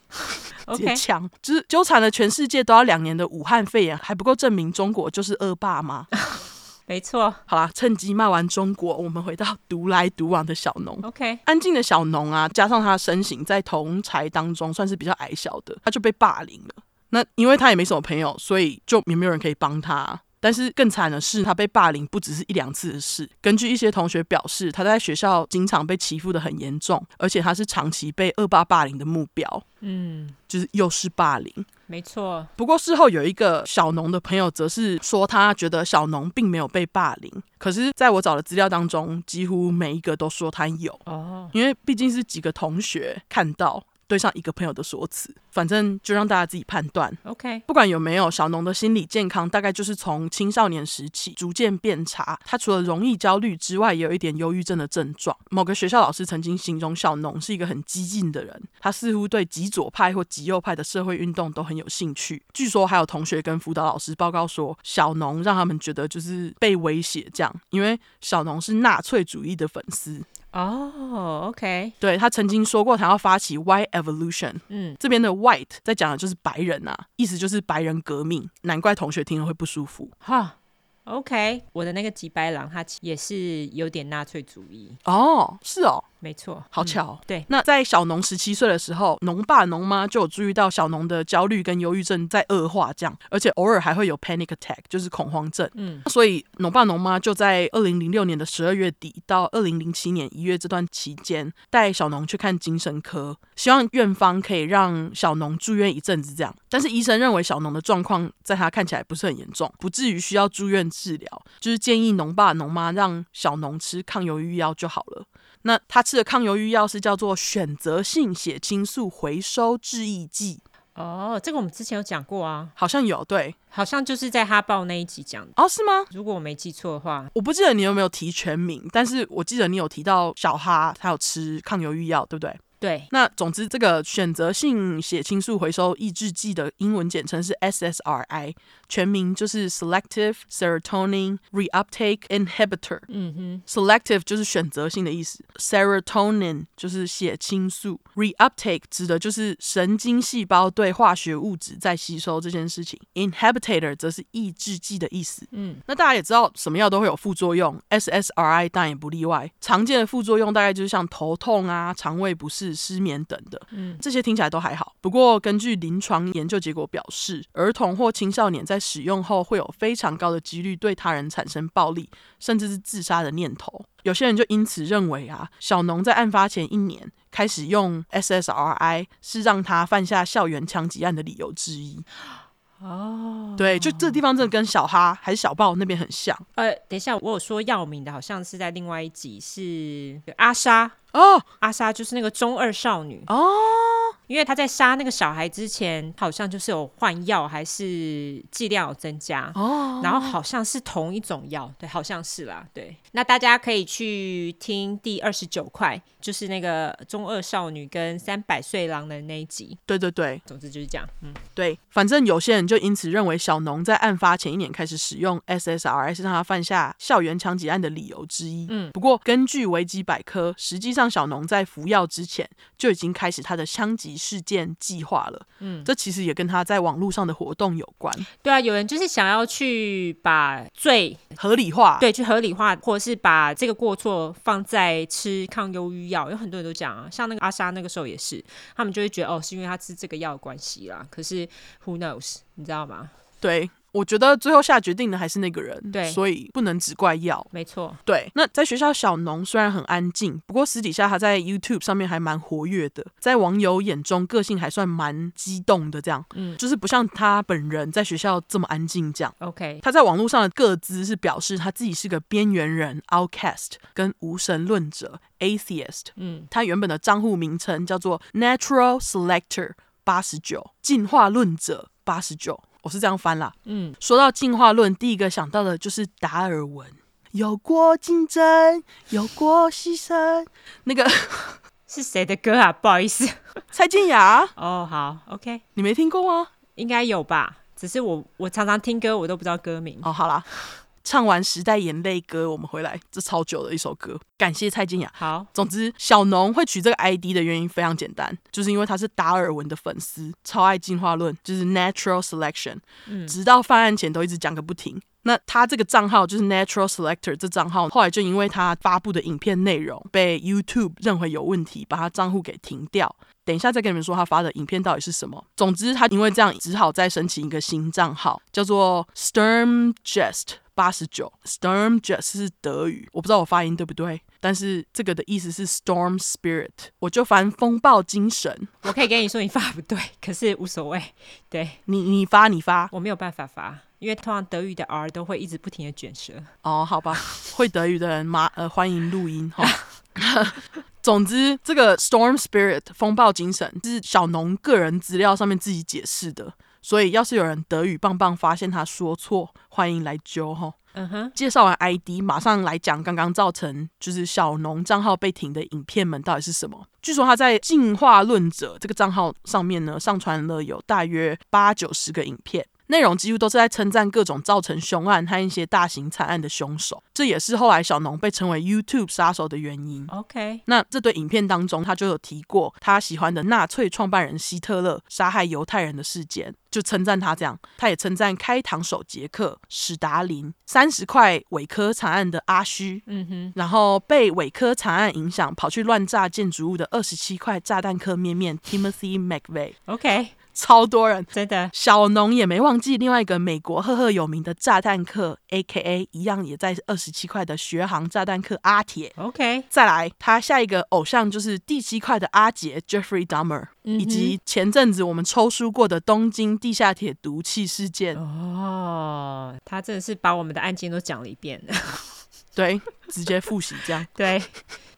B: OK
A: 接枪就是纠缠了全世界都要两年的武汉肺炎，还不够证明中国就是恶霸吗？ <laughs>
B: 没错
A: 好啦，趁机骂完中国，我们回到独来独往的小农。
B: ，OK，
A: 安静的小农啊，加上他的身形在同才当中算是比较矮小的，他就被霸凌了。那因为他也没什么朋友，所以就也没有人可以帮他。但是更惨的是，他被霸凌不只是一两次的事。根据一些同学表示，他在学校经常被欺负的很严重，而且他是长期被恶霸霸凌的目标，
B: 嗯，
A: 就是又是霸凌。
B: 没错，
A: 不过事后有一个小农的朋友，则是说他觉得小农并没有被霸凌，可是在我找的资料当中，几乎每一个都说他有。
B: 哦，
A: 因为毕竟是几个同学看到对上一个朋友的说辞，反正就让大家自己判断。
B: OK，
A: 不管有没有，小农的心理健康大概就是从青少年时期逐渐变差。他除了容易焦虑之外，也有一点忧郁症的症状。某个学校老师曾经形容小农是一个很激进的人，他似乎对极左派或极右派的社会运动都很有兴趣。据说还有同学跟辅导老师报告说，小农让他们觉得就是被威胁这样，因为小农是纳粹主义的粉丝。
B: 哦，OK，
A: 对他曾经说过，他要发起 White Evolution。
B: 嗯，
A: 这边的 White 在讲的就是白人啊，意思就是白人革命。难怪同学听了会不舒服
B: 哈，OK，我的那个吉白狼他也是有点纳粹主义，
A: 哦，是哦，
B: 没错，
A: 好
B: 嗯
A: 巧哦、
B: 对
A: 那在小农十七岁的时候，农爸农妈就有注意到小农的焦虑跟忧郁症在恶化，这样，而且偶尔还会有 panic attack，就是恐慌症。
B: 嗯，
A: 所以农爸农妈就在二零零六年的十二月底到二零零七年一月这段期间，带小农去看精神科，希望院方可以让小农住院一阵子这样。但是医生认为小农的状况在他看起来不是很严重，不至于需要住院治疗，就是建议农爸农妈让小农吃抗忧郁药就好了。那他吃的抗忧郁药是叫做选择性血清素回收治抑剂，
B: 哦，这个我们之前有讲过啊，
A: 好像有对
B: 好像就是在哈报那一集讲的，
A: 哦，是吗？
B: 如果我没记错的话，
A: 我不记得你有没有提全名，但是我记得你有提到小哈他有吃抗忧郁药，对不对？
B: 对，
A: 那总之，这个选择性血清素回收抑制剂的英文简称是 SSRI，全名就是 Selective Serotonin Reuptake Inhibitor。
B: 嗯哼。
A: Selective 就是选择性的意思，serotonin 就是血清素，reuptake 指的就是神经细胞对化学物质在吸收这件事情，inhibitor 则是抑制剂的意思。
B: 嗯，
A: 那大家也知道什么药都会有副作用，SSRI 当然也不例外。常见的副作用大概就是像头痛啊、肠胃不适、失眠等的。这些听起来都还好。不过，根据临床研究结果表示，儿童或青少年在使用后会有非常高的几率对他人产生暴力，甚至是自杀的念头。有些人就因此认为啊，小农在案发前一年开始用 SSRI 是让他犯下校园枪击案的理由之一。哦，对，就这地方真的跟小哈还是小豹那边很像
B: 呃，等一下，我有说药名的，好像是在另外一集是阿莎，
A: 哦
B: 阿莎就是那个中二少女
A: 哦，
B: 因为他在杀那个小孩之前，好像就是有换药，还是剂量有增加哦，然后好像是同一种药，对，好像是啦，对。那大家可以去听第二十九块，就是那个中二少女跟三百岁狼的那一集。
A: 对对对
B: 总之就是这样，嗯，
A: 对，反正有些人就因此认为小农在案发前一年开始使用 SSRI 是让他犯下校园枪击案的理由之一。嗯，不过根据维基百科，实际上小农在服药之前就已经开始他的枪击事件计划了。嗯，这其实也跟他在网络上的活动有关，
B: 对啊，有人就是想要去把罪
A: 合理化。
B: 对，去合理化，或者是把这个过错放在吃抗忧郁药，有很多人都讲啊，像那个阿莎那个时候也是，他们就会觉得哦，是因为他吃这个药的关系啦。可是 who knows，你知道吗？
A: 对我觉得最后下决定的还是那个人，
B: 对
A: 所以不能只怪药。
B: 没错，
A: 对，那在学校，小农虽然很安静，不过私底下他在 YouTube 上面还蛮活跃的，在网友眼中个性还算蛮激动的，这样，嗯，就是不像他本人在学校这么安静这样。
B: OK，
A: 他在网络上的各自是表示他自己是个边缘人 （outcast） 跟无神论者 （atheist）。
B: 嗯，
A: 他原本的账户名称叫做 Natural Selector 八十九，进化论者八十九。我是这样翻啦。
B: 嗯，
A: 说到进化论，第一个想到的就是达尔文。有过竞争，有过牺牲。那个 <laughs>
B: 是谁的歌啊？不好意思，
A: 蔡健雅，
B: 哦，好，OK，
A: 你没听过吗？
B: 应该有吧。只是我我常常听歌，我都不知道歌名。
A: 哦，好啦，唱完《时代眼泪歌》，我们回来，这超久的一首歌，感谢蔡健雅。
B: 好，
A: 总之，小农会取这个 ID 的原因非常简单，就是因为他是达尔文的粉丝，超爱进化论，就是 natural selection，、直到犯案前都一直讲个不停。那他这个账号就是 natural selector 这账号，后来就因为他发布的影片内容被 YouTube 认为有问题，把他账户给停掉。等一下再跟你们说他发的影片到底是什么。总之，他因为这样只好再申请一个新账号，叫做 Sturm Jest 八十九。Sturm Jest 是德语，我不知道我发音对不对，但是这个的意思是 Storm Spirit，我就翻风暴精神。
B: 我可以跟你说你发不对，可是无所谓。对
A: 你你发你发
B: 我没有办法发，因为通常德语的 R 都会一直不停的卷舌。
A: 哦，好吧，会德语的人麻呃欢迎录音哈。总之，这个 Storm Spirit 风暴精神是小农个人资料上面自己解释的，所以要是有人德语棒棒发现他说错，欢迎来揪哈。
B: 嗯哼，
A: 介绍完 ID，马上来讲刚刚造成就是小农账号被停的影片们到底是什么。据说他在进化论者这个账号上面呢，上传了有大约八九十个影片。内容几乎都是在称赞各种造成凶案和一些大型惨案的凶手，这也是后来小农被称为 YouTube 杀手的原因。
B: OK，
A: 那这对影片当中，他就有提过他喜欢的纳粹创办人希特勒杀害犹太人的事件，就称赞他这样。他也称赞开膛手杰克、史达林、三十块伪科惨案的阿虚，
B: 嗯哼，
A: 然后被伪科惨案影响跑去乱炸建筑物的二十七块炸弹客面面 Timothy McVeigh，
B: OK，
A: 超多人。
B: 真的
A: 小农也没忘记另外一个美国赫赫有名的炸弹客，A.K.A. 一样也在二十七块的学航炸弹客阿铁。
B: OK，
A: 再来，他下一个偶像就是第七块的阿杰 Jeffrey Dahmer，、以
B: 嗯
A: 及前阵子我们抽书过的东京地下铁毒气事件。
B: 哦，他真的是把我们的案件都讲了一遍。 <laughs>
A: 对，直接复习这样。
B: 对，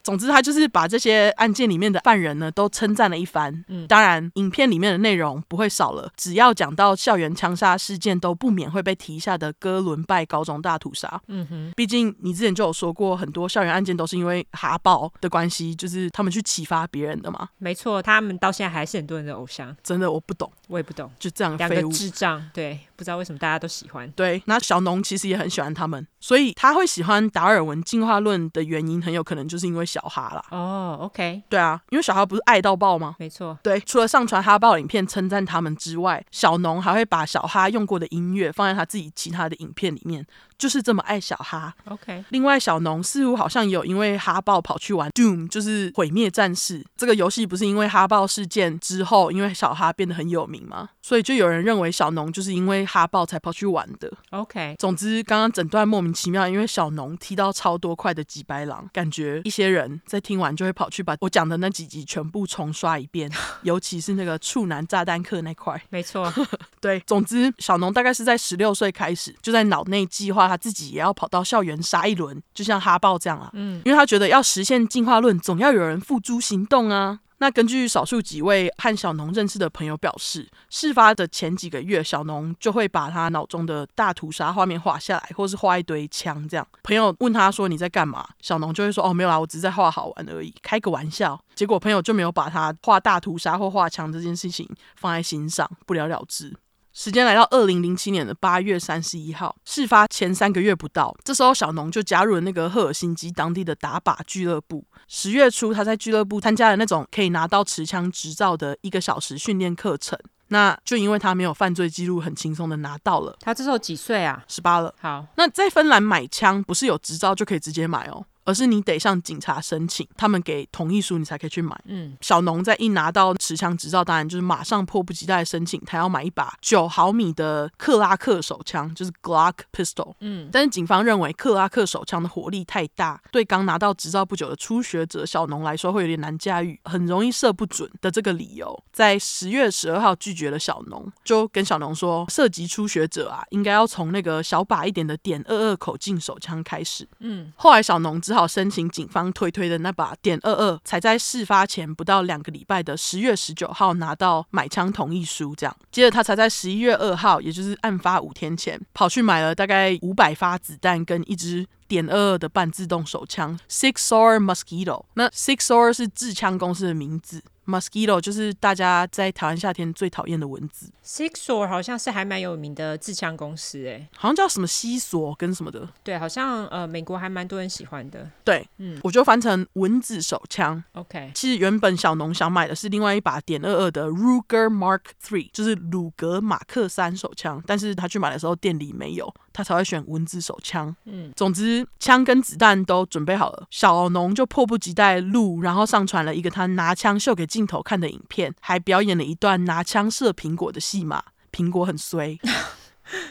A: 总之，他就是把这些案件里面的犯人呢都称赞了一番。
B: 嗯
A: 当然，影片里面的内容不会少了，只要讲到校园枪杀事件，都不免会被提下的哥伦拜高中大屠杀。
B: 嗯哼，
A: 毕竟你之前就有说过，很多校园案件都是因为哈爆的关系，就是他们去启发别人的嘛。
B: 没错，他们到现在还是很多人的偶像，
A: 真的，我不懂，
B: 我也不 <laughs> 懂，
A: 就这样的
B: 两
A: 废
B: 个
A: 物。
B: 智障，对，不知道为什么大家都喜欢。
A: 对，那小农其实也很喜欢他们，所以他会喜欢达尔文进化论的原因，很有可能就是因为小哈啦。
B: 哦，OK，
A: 对啊，因为小哈不是爱到爆吗？
B: 没错，
A: 对，除了上传哈爆影片称赞他们之外，小农还会把小哈用过的音乐放在他自己其他的影片里面，就是这么爱小哈。
B: ，OK，
A: 另外，小农似乎好像也有因为哈爆跑去玩 Doom，就是毁灭战士这个游戏，不是因为哈爆事件之后，因为小哈变得很有名嘛，所以就有人认为小农就是因为哈爆才跑去玩的。
B: OK，
A: 总之，刚刚整段莫名其妙，因为小农踢到超多块的几白狼，感觉一些人在听完就会跑去把我讲的那几集全部重刷一遍，尤其是那个处男炸弹客那块。
B: 没错，
A: 对，总之，小农大概是在十六岁开始就在脑内计划他自己也要跑到校园杀一轮，就像哈豹这样啦。
B: 嗯，
A: 因为他觉得要实现进化论，总要有人付诸行动啊。那根据少数几位和小农认识的朋友表示，事发的前几个月，小农就会把他脑中的大屠杀画面画下来，或是画一堆枪这样。朋友问他说：“你在干嘛？”小农就会说：“哦，没有啦，我只是在画好玩而已，开个玩笑。”结果朋友就没有把他画大屠杀或画枪这件事情放在心上，不了了之。时间来到二零零七年的八月三十一号，事发前三个月不到，这时候小农就加入了那个赫尔辛基当地的打靶俱乐部。十月初，他在俱乐部参加了那种可以拿到持枪执照的一个小时训练课程。那就因为他没有犯罪记录，很轻松的拿到了
B: <laughs> 他这时候几岁啊？
A: 十八了。
B: 好，
A: 那在芬兰买枪不是有执照就可以直接买哦，而是你得向警察申请，他们给同意书你才可以去买。
B: 嗯，
A: 小农在一拿到持枪执照，当然就是马上迫不及待地申请，他要买一把九毫米的克拉克手枪，就是 Glock pistol。
B: 嗯，
A: 但是警方认为克拉克手枪的火力太大，对刚拿到执照不久的初学者小农来说会有点难驾驭，很容易射不准的这个理由，在十月十二号拒绝了小农，就跟小农说，涉及初学者啊，应该要从那个小把一点的点二二口径手枪开始。后来小农只好申请警方推推的那把点二二，才在事发前不到两个礼拜的十月十九号拿到买枪同意书，这样。接着他才在十一月二号，也就是案发五天前，跑去买了大概五百发子弹跟一支。点二二的半自动手枪 Six Sor Mosquito，那 Six Sor 是制枪公司的名字，Mosquito 就是大家在台湾夏天最讨厌的蚊子，
B: Sixor 好像是还蛮有名的自枪公司诶，
A: 好像叫什么西索跟什么的，
B: 对，好像呃美国还蛮多人喜欢的。
A: 对，
B: 嗯
A: 我就翻成蚊子手枪。
B: <laughs> OK，
A: 其实原本小农想买的是另外一把点二二的 Ruger Mark Three，就是鲁格马克三手枪，但是他去买的时候店里没有，他才会选文字手枪。嗯，总之枪跟子弹都准备好了，小农就迫不及待录，然后上传了一个他拿枪秀给镜头看的影片，还表演了一段拿枪射苹果的戏码。苹果很衰，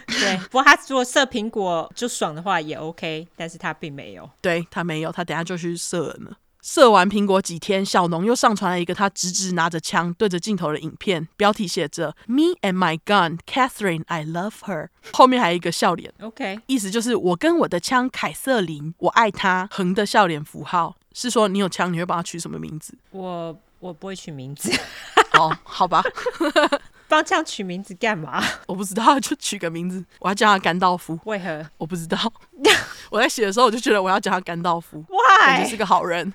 B: 对，不过他如果射苹果就爽的话也 OK，但是他并没有。
A: 对他没有，他等下就去射人了。射完苹果几天，小农又上传了一个他直直拿着枪对着镜头的影片，标题写着 “Me and my gun, Catherine, I love her”，后面还有一个笑脸，
B: OK，
A: 意思就是我跟我的枪凯瑟琳，我爱她，横的笑脸符号是说你有枪你会帮她取什么名字？
B: 我我不会取名字，
A: 哦， <laughs> 好吧，
B: 帮枪取名字干嘛？
A: <laughs> 我不知道，就取个名字，我要叫他甘道夫，
B: <laughs> 为何
A: 我不知道， <laughs> 我在写的时候我就觉得我要叫他甘道夫，感觉是
B: ？Why？OK，、
A: 个好人。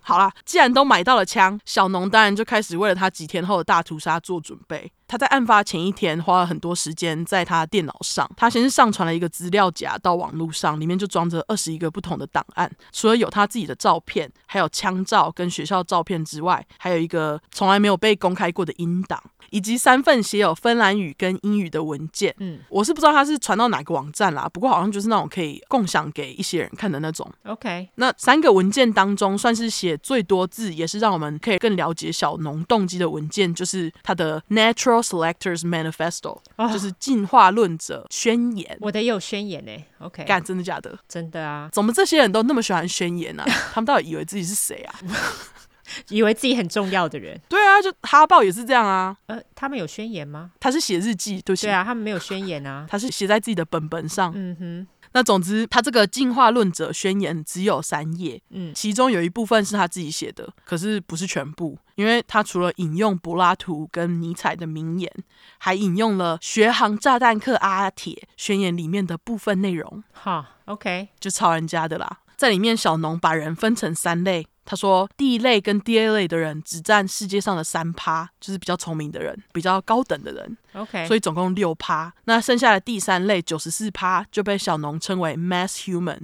A: 好啦，既然都买到了枪，小农当然就开始为了他几天后的大屠杀做准备。他在案发前一天花了很多时间在他电脑上，他先是上传了一个资料夹到网络上，里面就装着二十一个不同的档案，除了有他自己的照片，还有枪照跟学校照片之外，还有一个从来没有被公开过的音档，以及三份写有芬兰语跟英语的文件。
B: 嗯
A: 我是不知道他是传到哪个网站啦，不过好像就是那种可以共享给一些人看的那种。
B: OK，
A: 那三个文件当中，算是写最多字，也是让我们可以更了解小农动机的文件，就是他的 Natural Selectors Manifesto，、
B: 哦
A: 就是进化论者宣言。
B: 我的也有宣言呢。OK，
A: 干，真的假的？
B: 真的啊，
A: 怎么这些人都那么喜欢宣言啊？他们到底以为自己是谁啊？
B: 以为自己很重要的人。
A: 对啊，就哈豹也是这样啊，
B: 呃，他们有宣言吗？
A: 他是写日记，对不起，
B: 对啊，他们没有宣言啊。
A: 他是写在自己的本本上。
B: 嗯哼，
A: 那总之，他这个进化论者宣言只有三页，
B: 嗯
A: 其中有一部分是他自己写的，可是不是全部，因为他除了引用柏拉图跟尼采的名言，还引用了学行炸弹客阿铁宣言里面的部分内容，
B: 好，OK，
A: 就抄人家的啦。在里面，小农把人分成三类，他说第一类跟第二类的人只占世界上的三趴，就是比较聪明的人，比较高等的人。
B: OK，
A: 所
B: 以
A: 以总共六趴。那剩下的第三类九十四趴就被小农称为 mass human，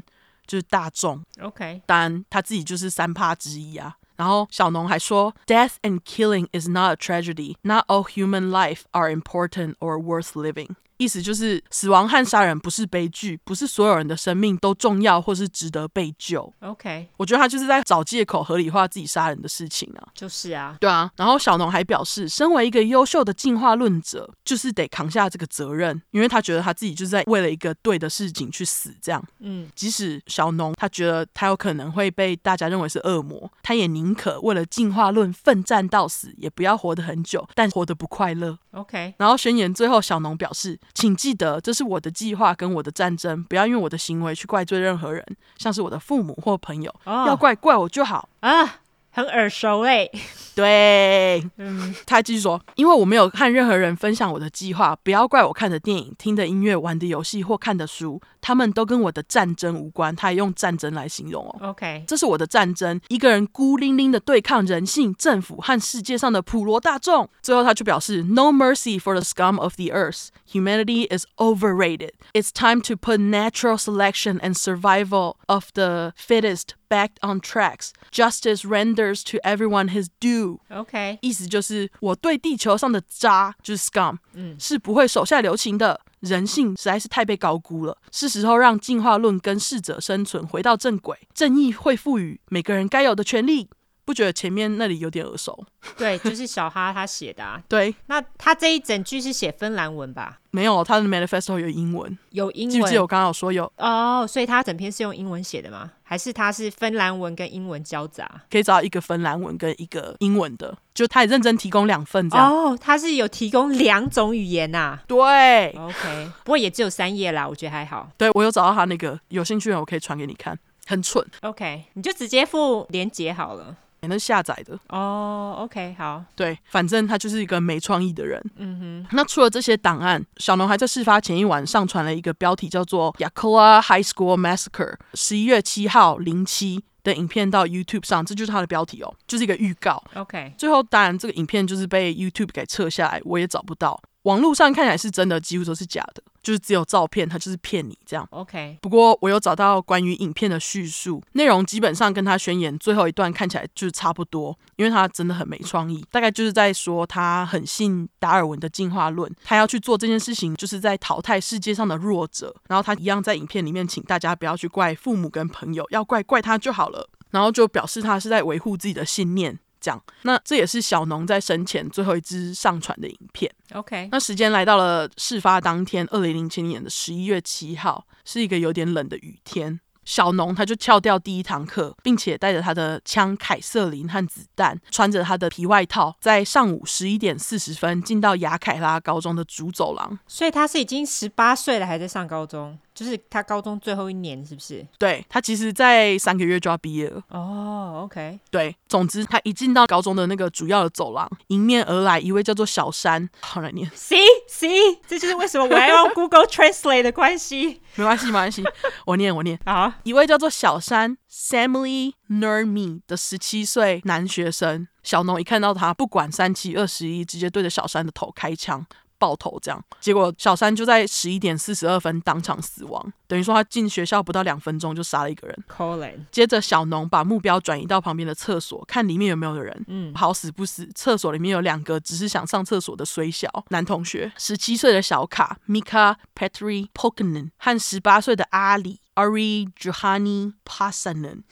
A: 就是大众。
B: OK，
A: 当然他自己就是三趴之一啊。然后小农还说，Death and killing is not a tragedy. Not all human life are important or worth living. 意思就是死亡和杀人不是悲剧，不是所有人的生命都重要或是值得被救。
B: OK，
A: 我觉得他就是在找借口合理化自己杀人的事情啊。
B: 就是啊，
A: 对啊，然后小农还表示，身为一个优秀的进化论者，就是得扛下这个责任，因为他觉得他自己就是在为了一个对的事情去死。这样，
B: 嗯
A: 即使小农他觉得他有可能会被大家认为是恶魔，他也宁可为了进化论奋战到死，也不要活得很久，但活得不快乐。
B: ，OK，
A: 然后宣言最后，小农表示，请记得，这是我的计划跟我的战争，不要因为我的行为去怪罪任何人，像是我的父母或朋友，
B: 哦
A: 要怪怪我就好。
B: 啊，很耳熟哎、
A: 对，
B: 嗯，
A: 他还继续说，因为我没有和任何人分享我的计划，不要怪我看的电影、听的音乐、玩的游戏或看的书，他们都跟我的战争无关。他还用战争来形容哦。
B: OK，
A: 这是我的战争，一个人孤零零的对抗人性、政府和世界上的普罗大众。最后，他就表示：“No mercy for the scum of the earth. Humanity is overrated. It's time to put natural selection and survival of the fittest back on tracks. Justice renders to everyone his due.”
B: OK，
A: 意思就是我对地球上的渣，就是 scum，
B: 嗯
A: 是不会手下留情的。人性实在是太被高估了，是时候让进化论跟适者生存回到正轨，正义会赋予每个人该有的权利。不觉得前面那里有点耳熟？
B: 对，就是小哈他写的啊。
A: 对，
B: 那他这一整句是写芬兰文吧？
A: 没有，他的 manifesto 有英文，
B: 有英
A: 记不
B: 文
A: 记得我刚刚有说有
B: 哦，所以他整篇是用英文写的吗？还是他是芬兰文跟英文交杂？
A: 可以找到一个芬兰文跟一个英文的，就他也认真提供两份这样。
B: 哦，他是有提供两种语言呐、
A: 对，
B: OK，不过也只有三页啦，我觉得还好。
A: 对我有找到他那个，有兴趣的人我可以传给你看，很蠢，
B: OK，你就直接附连接好了。
A: 那是下载的。
B: 哦、o k 好，
A: 对，反正他就是一个没创意的人。嗯哼。那除了这些档案，小农还在事发前一晚上传了一个标题叫做《Yakola High School Massacre》十一月七号零七的影片到 YouTube 上，这就是他的标题哦，就是一个预告。
B: OK，
A: 最后，当然这个影片就是被 YouTube 给撤下来，我也找不到。网络上看起来是真的，几乎都是假的，就是只有照片，他就是骗你这样。
B: OK，
A: 不过我有找到关于影片的叙述，内容基本上跟他宣言最后一段看起来就是差不多，因为他真的很没创意，大概就是在说他很信达尔文的进化论，他要去做这件事情就是在淘汰世界上的弱者，然后他一样在影片里面请大家不要去怪父母跟朋友，要怪怪他就好了，然后就表示他是在维护自己的信念。这样，那这也是小农在生前最后一支上传的影片。
B: OK，
A: 那时间来到了事发当天，二零零七年的十一月七号，是一个有点冷的雨天。小农他就翘掉第一堂课，并且带着他的枪、凯瑟琳和子弹，穿着他的皮外套，在上午十一点四十分进到雅凯拉高中的主走廊。
B: 所以他是已经十八岁了，还在上高中，就是他高中最后一年，是不是？
A: 对他其实，在三个月就要毕业了。
B: 哦、o k
A: 对，总之他一进到高中的那个主要的走廊，迎面而来一位叫做小山，好难念，
B: See, see，这就是为什么我要用 Google Translate 的关系。
A: 没关系，没关系，我念，我念。
B: 好，
A: 一位叫做小山 Samly Nermi 的十七岁男学生。小农一看到他，不管三七二十一，直接对着小山的头开枪，爆头这样。结果小山就在十一点四十二分当场死亡，等于说他进学校不到两分钟就杀了一个人。
B: Colin，
A: 接着，小农把目标转移到旁边的厕所，看里面有没有人。
B: 嗯
A: 好死不死，厕所里面有两个只是想上厕所的虽小男同学，十七岁的小卡 Mika Petri p o k a n e n 和十八岁的阿里 Ari Johani Pasanen，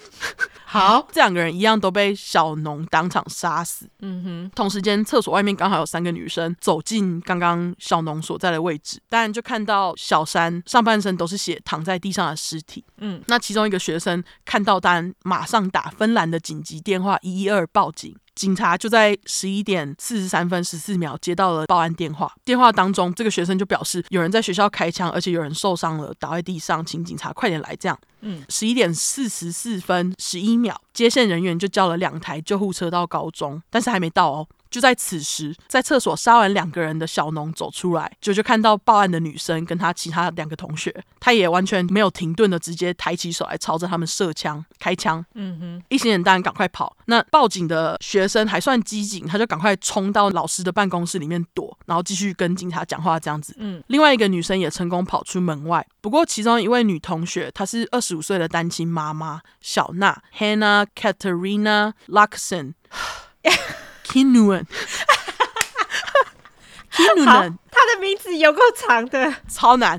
B: 好，
A: 这两个人一样都被小农当场杀死。
B: 嗯哼，
A: 同时间，厕所外面刚好有三个女生走进刚刚小农所在的位置，当然就看到小山上半身都是血，躺在地上的尸体。
B: 嗯，
A: 那其中一个学生看到单，马上打芬兰的紧急电话一一二报警。警察就在十一点四十三分十四秒接到了报案电话，电话当中，这个学生就表示有人在学校开枪，而且有人受伤了，倒在地上，请警察快点来。这样，十一点四十四分十一秒，接线人员就叫了两台救护车到高中，但是还没到哦。就在此时，在厕所杀完两个人的小农走出来，就就看到报案的女生跟她其他两个同学，她也完全没有停顿的直接抬起手来朝着他们射枪开枪。
B: 嗯哼，
A: 一行人当然赶快跑。那报警的学生还算机警，他就赶快冲到老师的办公室里面躲，然后继续跟警察讲话这样子。
B: 嗯，
A: 另外一个女生也成功跑出门外。不过其中一位女同学，她是二十五岁的单亲妈妈小娜 Hannah Katerina <sighs> Luxon
B: <laughs>
A: Kinuan。
B: 好
A: Kinuan，
B: 他的名字有够长的。
A: 超难，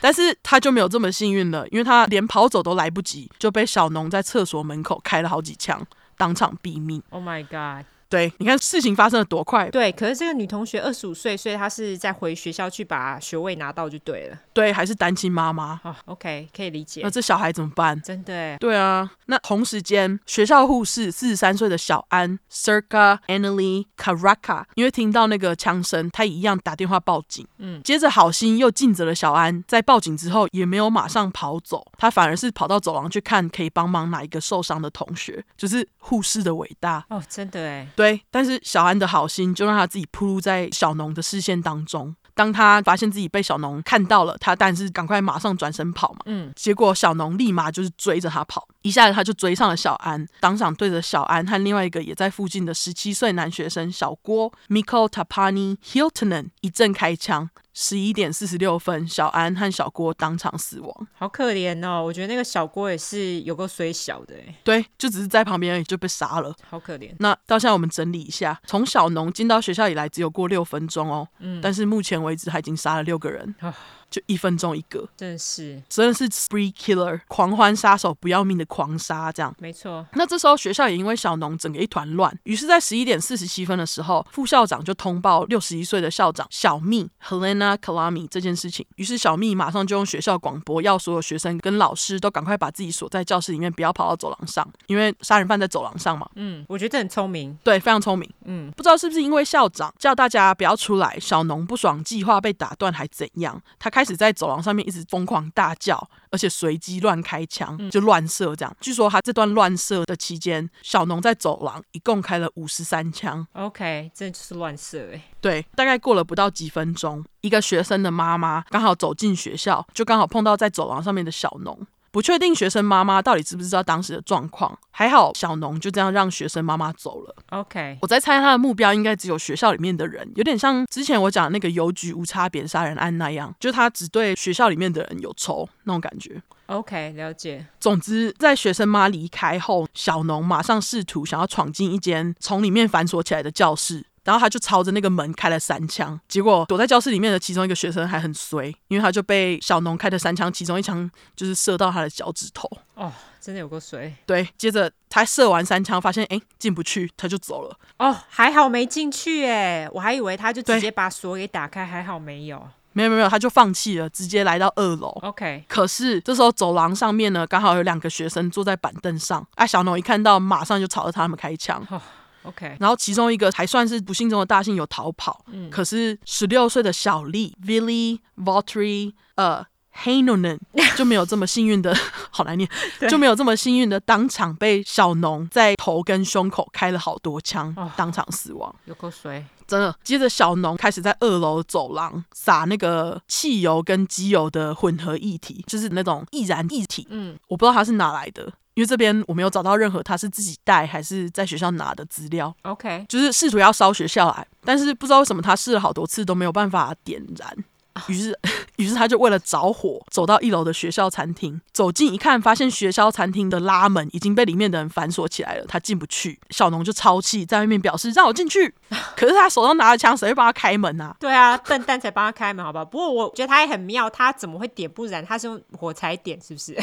A: 但是她就没有这么幸运了，因为她连跑走都来不及，就被小农在厕所门口开了好几枪，当场毙命。
B: Oh my god，
A: 对，你看事情发生的多快，
B: 对，可是这个女同学二十五岁，所以她是在回学校去把学位拿到就对了。
A: 对，还是单亲妈妈，
B: 哦，OK，可以哦理解
A: 那。这小孩怎么办？
B: 真的耶，
A: 对啊，那同时间，学校护士四十三岁的小安 Circa Annalie Caraca，因为听到那个枪声，他一样打电话报警。嗯，接着好心又尽责了小安，在报警之后也没有马上跑走，他反而是跑到走廊去看可以帮忙哪一个受伤的同学，就是护士的伟大。
B: 哦，真的哎，
A: 对，但是小安的好心就让他自己暴露在小农的视线当中。当他发现自己被小农看到了，他但是赶快马上转身跑嘛。
B: 嗯，
A: 结果小农立马就是追着他跑，一下子他就追上了小安，当场对着小安和另外一个也在附近的十七岁男学生小郭 Miko Tapani Hiltonen 一阵开枪。十一点四十六分，小安和小郭当场死亡。
B: 好可怜哦。我觉得那个小郭也是有够虽小的哎，
A: 对，就只是在旁边而已就被杀了。
B: 好可怜。
A: 那到现在我们整理一下，从小农进到学校以来只有过六分钟哦，但是目前为止他已经杀了六个人
B: 啊，
A: 就一分钟一个，
B: 真的是，
A: 真的是 spree killer 狂欢杀手，不要命的狂杀这样。
B: 没错，
A: 那这时候学校也因为小农整个一团乱，于是，在十一点四十七分的时候，副校长就通报六十一岁的校长小蜜 Helena Kalami 这件事情。于是小蜜马上就用学校广播，要所有学生跟老师都赶快把自己锁在教室里面，不要跑到走廊上，因为杀人犯在走廊上嘛。
B: 嗯，我觉得这很聪明，
A: 对，非常聪明。
B: 嗯，
A: 不知道是不是因为校长叫大家不要出来，小农不爽计划被打断还怎样，他开始在走廊上面一直疯狂大叫，而且随机乱开枪，就乱射这样。据说他这段乱射的期间，小农在走廊一共开了五十三枪。
B: OK，这就是乱射哎，
A: 对，大概过了不到几分钟，一个学生的妈妈刚好走进学校，就刚好碰到在走廊上面的小农。不确定学生妈妈到底知不知道当时的状况，还好小农就这样让学生妈妈走了。
B: OK，
A: 我在猜他的目标应该只有学校里面的人，有点像之前我讲的那个邮局无差别杀人案那样，就他只对学校里面的人有仇那种感觉。
B: OK，了解。
A: 总之，在学生妈离开后，小农马上试图想要闯进一间从里面反锁起来的教室，然后他就朝着那个门开了三枪。结果躲在教室里面的其中一个学生还很衰，因为他就被小农开的三枪，其中一枪就是射到他的脚趾头。
B: 哦，真的有够水
A: 对，接着他射完三枪，发现诶进不去，他就走了。
B: 哦，还好没进去哎，我还以为他就
A: 对
B: 直接把锁给打开，还好没有。
A: 没有没有没有，他就放弃了，直接来到二楼。
B: OK，
A: 可是这时候走廊上面呢，刚好有两个学生坐在板凳上。啊，小农一看到，马上就朝着他们开枪。
B: OK，
A: 然后其中一个还算是不幸中的大幸，有逃跑。可是十六岁的小丽 Villy Valtry 呃 Hanonen 就没有这么幸运的，好难念，就没有这么幸运的当场被小农在头跟胸口开了好多枪
B: 哦，
A: 当场死亡。
B: 有够水
A: 真的。接着小农开始在二楼走廊撒那个汽油跟机油的混合液体，就是那种易燃液体。
B: 嗯，
A: 我不知道它是哪来的。因为这边我没有找到任何他是自己带还是在学校拿的资料，
B: OK，
A: 就是试图要烧学校来，但是不知道为什么他试了好多次都没有办法点燃，于是 <laughs> 于是他就为了着火走到一楼的学校餐厅，走近一看，发现学校餐厅的拉门已经被里面的人反锁起来了，他进不去。小农就超气，在外面表示让我进去， <laughs> 可是他手上拿着枪，谁会帮他开门啊？
B: 对啊，笨蛋才帮他开门，好不好？不过我觉得他也很妙，他怎么会点不燃？他是用火柴点，是不是？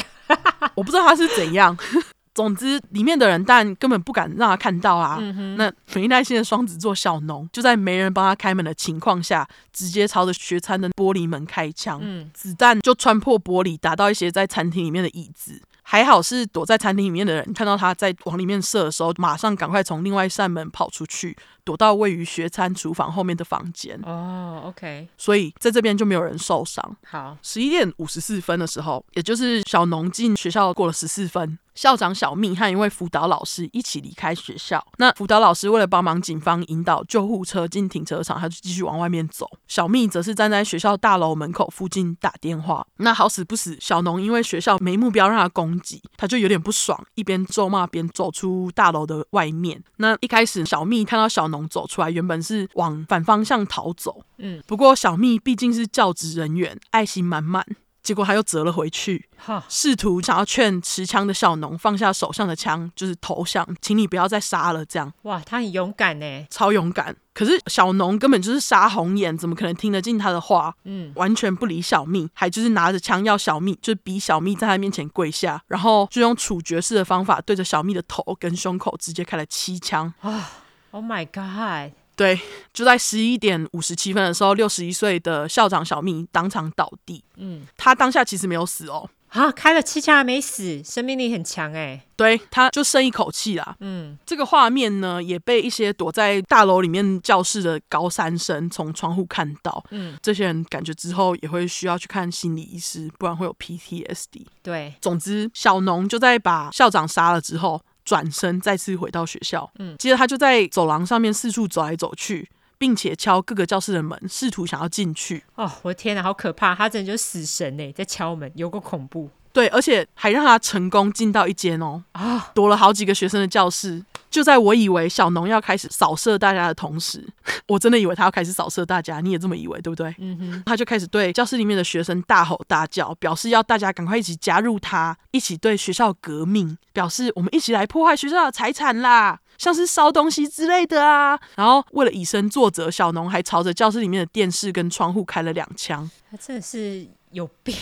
A: 我不知道他是怎样。 <laughs> 总之，里面的人但根本不敢让他看到啊。那没耐心的双子座小农就在没人帮他开门的情况下，直接朝着学餐的玻璃门开枪，子弹就穿破玻璃，打到一些在餐厅里面的椅子。还好是躲在餐厅里面的人看到他在往里面射的时候，马上赶快从另外一扇门跑出去，躲到位于学餐厨房后面的房间。
B: 哦，OK，
A: 所以在这边就没有人受伤。
B: 好，
A: 十一点五十四分的时候，也就是小农进学校过了十四分，校长小蜜和一位辅导老师一起离开学校。那辅导老师为了帮忙警方引导救护车进停车场，他就继续往外面走。小蜜则是站在学校大楼门口附近打电话。那好死不死，小农因为学校没目标让他攻击，他就有点不爽，一边咒骂边走出大楼的外面。那一开始，小蜜看到小农走出来，原本是往反方向逃走，不过小蜜毕竟是教职人员，爱心满满，结果他又折了回去，
B: 哈，
A: 试图想要劝持枪的小农放下手上的枪，就是投降，请你不要再杀了，这样
B: 哇，他很勇敢欸呢。
A: 超勇敢。可是小农根本就是杀红眼，怎么可能听得进他的话？
B: 嗯，
A: 完全不理小蜜，还就是拿着枪要小蜜，就是逼小蜜在他面前跪下，然后就用处决式的方法对着小蜜的头跟胸口直接开了七枪。
B: 啊， Oh my god！
A: 对，就在十一点五十七分的时候，六十一岁的校长小蜜当场倒地。
B: 嗯，
A: 他当下其实没有死哦，
B: 啊，开了七枪还没死，生命力很强哎、
A: 对，他就剩一口气啦。
B: 嗯，
A: 这个画面呢，也被一些躲在大楼里面教室的高三生从窗户看到。
B: 嗯，
A: 这些人感觉之后也会需要去看心理医师，不然会有 PTSD。
B: 对，
A: 总之，小农就在把校长杀了之后，转身再次回到学校。
B: 嗯
A: 接着他就在走廊上面四处走来走去，并且敲各个教室的门，试图想要进去。
B: 哦，我的天哪，好可怕！他真的就是死神哎、在敲门，有够恐怖
A: 对，而且还让他成功进到一间哦，
B: 啊！
A: 躲了好几个学生的教室。就在我以为小农要开始扫射大家的同时，我真的以为他要开始扫射大家，你也这么以为对不对？
B: 嗯哼，
A: 他就开始对教室里面的学生大吼大叫，表示要大家赶快一起加入他，一起对学校革命，表示我们一起来破坏学校的财产啦，像是烧东西之类的啊。然后为了以身作则，小农还朝着教室里面的电视跟窗户开了两枪。
B: 他真的是有病。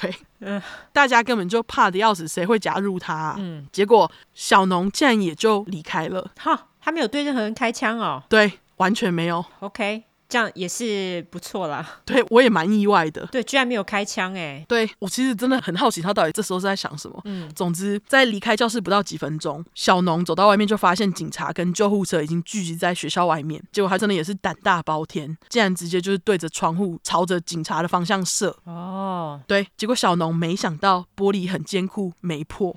A: 对
B: 嗯，
A: 大家根本就怕的要死，谁会加入他、啊？
B: 嗯，
A: 结果小农竟然也就离开了，
B: 哈，他没有对任何人开枪哦。
A: 对，完全没有。
B: OK，这样也是不错啦。
A: 对我也蛮意外的。
B: 对，居然没有开枪哎、
A: 对我其实真的很好奇，他到底这时候是在想什么。
B: 嗯
A: 总之，在离开教室不到几分钟，小农走到外面就发现警察跟救护车已经聚集在学校外面。结果他真的也是胆大包天，竟然直接就是对着窗户朝着警察的方向射。
B: 哦，
A: 对，结果小农没想到玻璃很坚固，没
B: <laughs>
A: 破，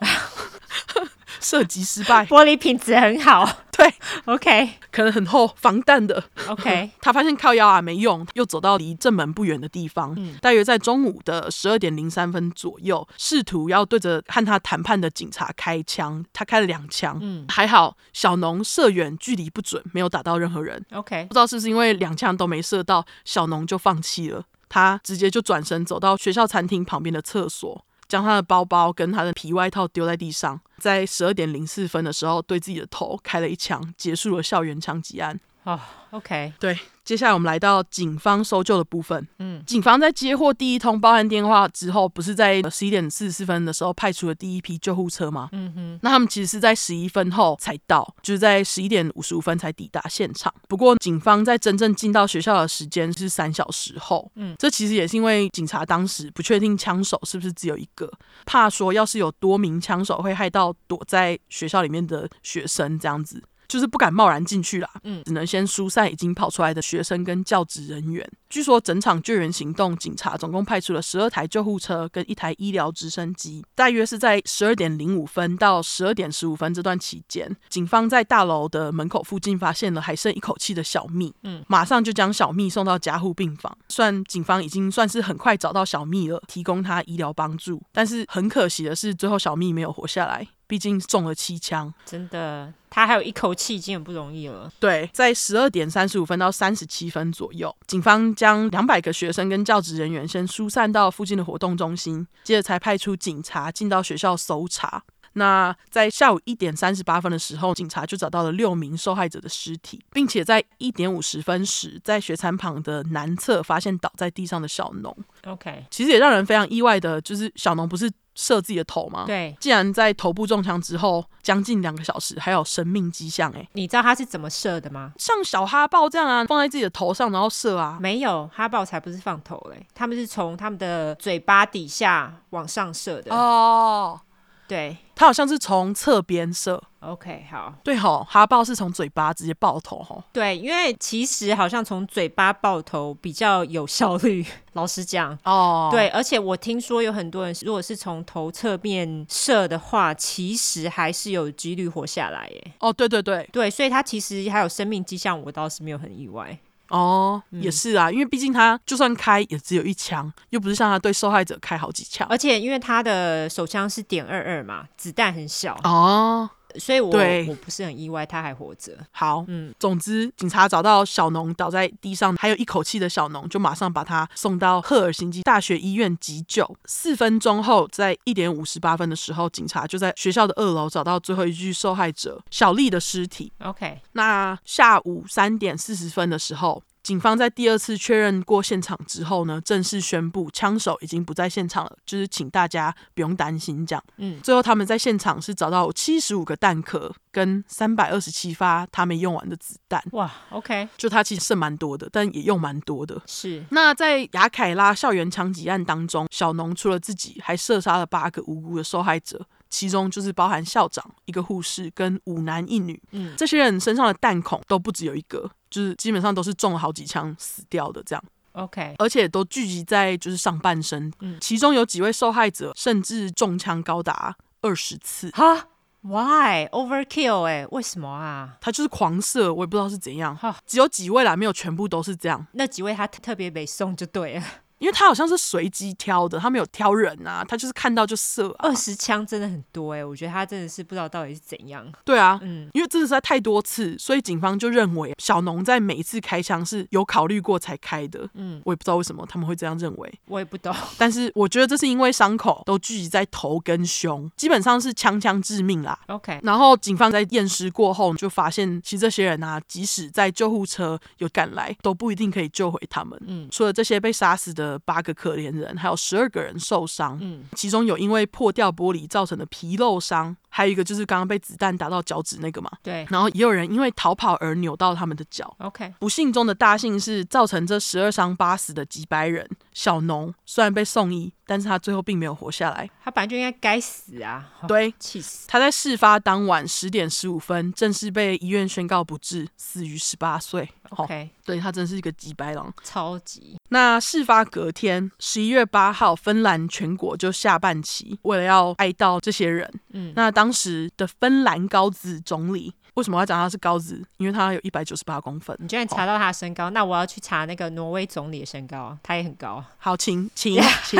A: 射击失败。
B: 玻璃品质很好。
A: <laughs> 对，
B: OK
A: 可能很厚，防弹的。 <laughs>
B: OK，
A: 他发现靠腰啊没用，又走到离正门不远的地方，
B: 嗯
A: 大约在中午的十二点零三分左右，试图要对着和他谈判的警察开枪，他开了两枪，
B: 嗯
A: 还好小农射远距离不准，没有打到任何人。
B: OK，
A: 不知道是不是因为两枪都没射到，小农就放弃了，他直接就转身走到学校餐厅旁边的厕所。将他的包包跟他的皮外套丢在地上，在十二点零四分的时候，对自己的头开了一枪，结束了校园枪击案。
B: 哦，OK，
A: 对，接下来我们来到警方搜救的部分。
B: 嗯
A: 警方在接获第一通报案电话之后，不是在十一点四十四分的时候派出了第一批救护车吗？
B: 嗯哼，
A: 那他们其实是在十一分后才到，就是在十一点五十五分才抵达现场。不过，警方在真正进到学校的时间是三小时后。
B: 嗯，
A: 这其实也是因为警察当时不确定枪手是不是只有一个，怕说要是有多名枪手会害到躲在学校里面的学生，这样子就是不敢贸然进去啦。
B: 嗯
A: 只能先疏散已经跑出来的学生跟教职人员。据说整场救援行动，警察总共派出了十二台救护车跟一台医疗直升机，大约是在十二点零五分到十二点十五分这段期间，警方在大楼的门口附近发现了还剩一口气的小蜜，
B: 嗯，
A: 马上就将小蜜送到加护病房。虽然警方已经算是很快找到小蜜了，提供她医疗帮助，但是很可惜的是，最后小蜜没有活下来，毕竟中了七枪。
B: 真的，他还有一口气已经很不容易了。
A: 对，在十二点三十五分到三十七分左右，警方将两百个学生跟教职人员先疏散到附近的活动中心，接着才派出警察进到学校搜查。那在下午一点三十八分的时候，警察就找到了六名受害者的尸体，并且在一点五十分时，在学餐旁的南侧发现倒在地上的小农。
B: OK，
A: 其实也让人非常意外的，就是小农不是射自己的头吗？，
B: 对，
A: 竟然在头部中枪之后，将近两个小时还有生命迹象、欸，
B: 你知道他是怎么射的吗？
A: 像小哈豹这样啊，放在自己的头上然后射啊。
B: 没有，哈豹才不是放头嘞，他们是从他们的嘴巴底下往上射的。
A: 哦，
B: 对
A: 他好像是从侧边射，
B: ，OK，好，
A: 对吼，哈豹是从嘴巴直接爆头吼。
B: 对，因为其实好像从嘴巴爆头比较有效率，老实讲。
A: 哦，
B: 对，而且我听说有很多人，如果是从头侧面射的话，其实还是有几率活下来耶。
A: 哦，对对对，
B: 对，所以他其实还有生命迹象，我倒是没有很意外。
A: 哦，也是啊，因为毕竟他就算开也只有一枪，又不是像他对受害者开好几枪。
B: 而且因为他的手枪是点二二嘛，子弹很小，
A: 哦，
B: 所以我
A: 对
B: 我不是很意外他还活着。
A: 好，
B: 嗯
A: 总之，警察找到小农倒在地上，还有一口气的小农，就马上把他送到赫尔辛基大学医院急救。四分钟后，在一点五十八分的时候，警察就在学校的二楼找到最后一具受害者小丽的尸体。 <laughs>
B: ，OK，
A: 那下午三点四十分的时候。警方在第二次确认过现场之后呢，正式宣布枪手已经不在现场了，就是请大家不用担心这样。
B: 嗯
A: 最后他们在现场是找到七十五个弹壳跟三百二十七发他没用完的子弹，
B: 哇，OK，
A: 就他其实剩蛮多的，但也用蛮多的。
B: 是
A: 那在雅凯拉校园枪击案当中，小农除了自己，还射杀了八个无辜的受害者，其中就是包含校长、一个护士跟五男一女。
B: 嗯
A: 这些人身上的弹孔都不只有一个，就是基本上都是中了好几枪死掉的这样，
B: OK，
A: 而且都聚集在就是上半身。
B: 嗯
A: 其中有几位受害者甚至中枪高达二十次。
B: 哈，Why overkill？哎、为什么啊？
A: 他就是狂射，我也不知道是怎样
B: 哈，
A: 只有几位啦，没有全部都是这样。
B: 那几位他特特别被送就对了，
A: 因为他好像是随机挑的，他没有挑人啊，他就是看到就射啊。
B: 二十枪真的很多哎、我觉得他真的是不知道到底是怎样。
A: 对啊，
B: 嗯
A: 因为真的实在太多次，所以警方就认为小农在每一次开枪是有考虑过才开的。
B: 嗯，
A: 我也不知道为什么他们会这样认为，
B: 我也不懂。
A: 但是我觉得这是因为伤口都聚集在头跟胸，基本上是枪枪致命啦。
B: OK，
A: 然后警方在验尸过后，就发现其实这些人啊，即使在救护车有赶来，都不一定可以救回他们。
B: 嗯
A: 除了这些被杀死的八个可怜人，还有十二个人受伤，
B: 嗯
A: 其中有因为破掉玻璃造成的皮肉伤，还有一个就是刚刚被子弹打到脚趾那个嘛。
B: 对
A: 然后也有人因为逃跑而扭到他们的脚。
B: ，OK，
A: 不幸中的大幸是，造成这十二伤八死的几百人，小农虽然被送医，但是他最后并没有活下来。
B: 他本来就应该该死啊， <laughs> 哦
A: 对，
B: 气死。
A: 他在事发当晚十点十五分正式被医院宣告不治，死于十八岁。好
B: OK，、
A: 对他真是一个鸡白狼。
B: 超级
A: 那事发隔天，十一月八号，芬兰全国就下半旗，为了要哀悼这些人。
B: 嗯
A: 那当时的芬兰高子总理，为什么要讲他是高子？因为他有一百九十八公分。
B: 你居然查到他的身高，那我要去查那个挪威总理的身高，啊他也很高。
A: 好，请请请。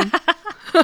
A: <laughs>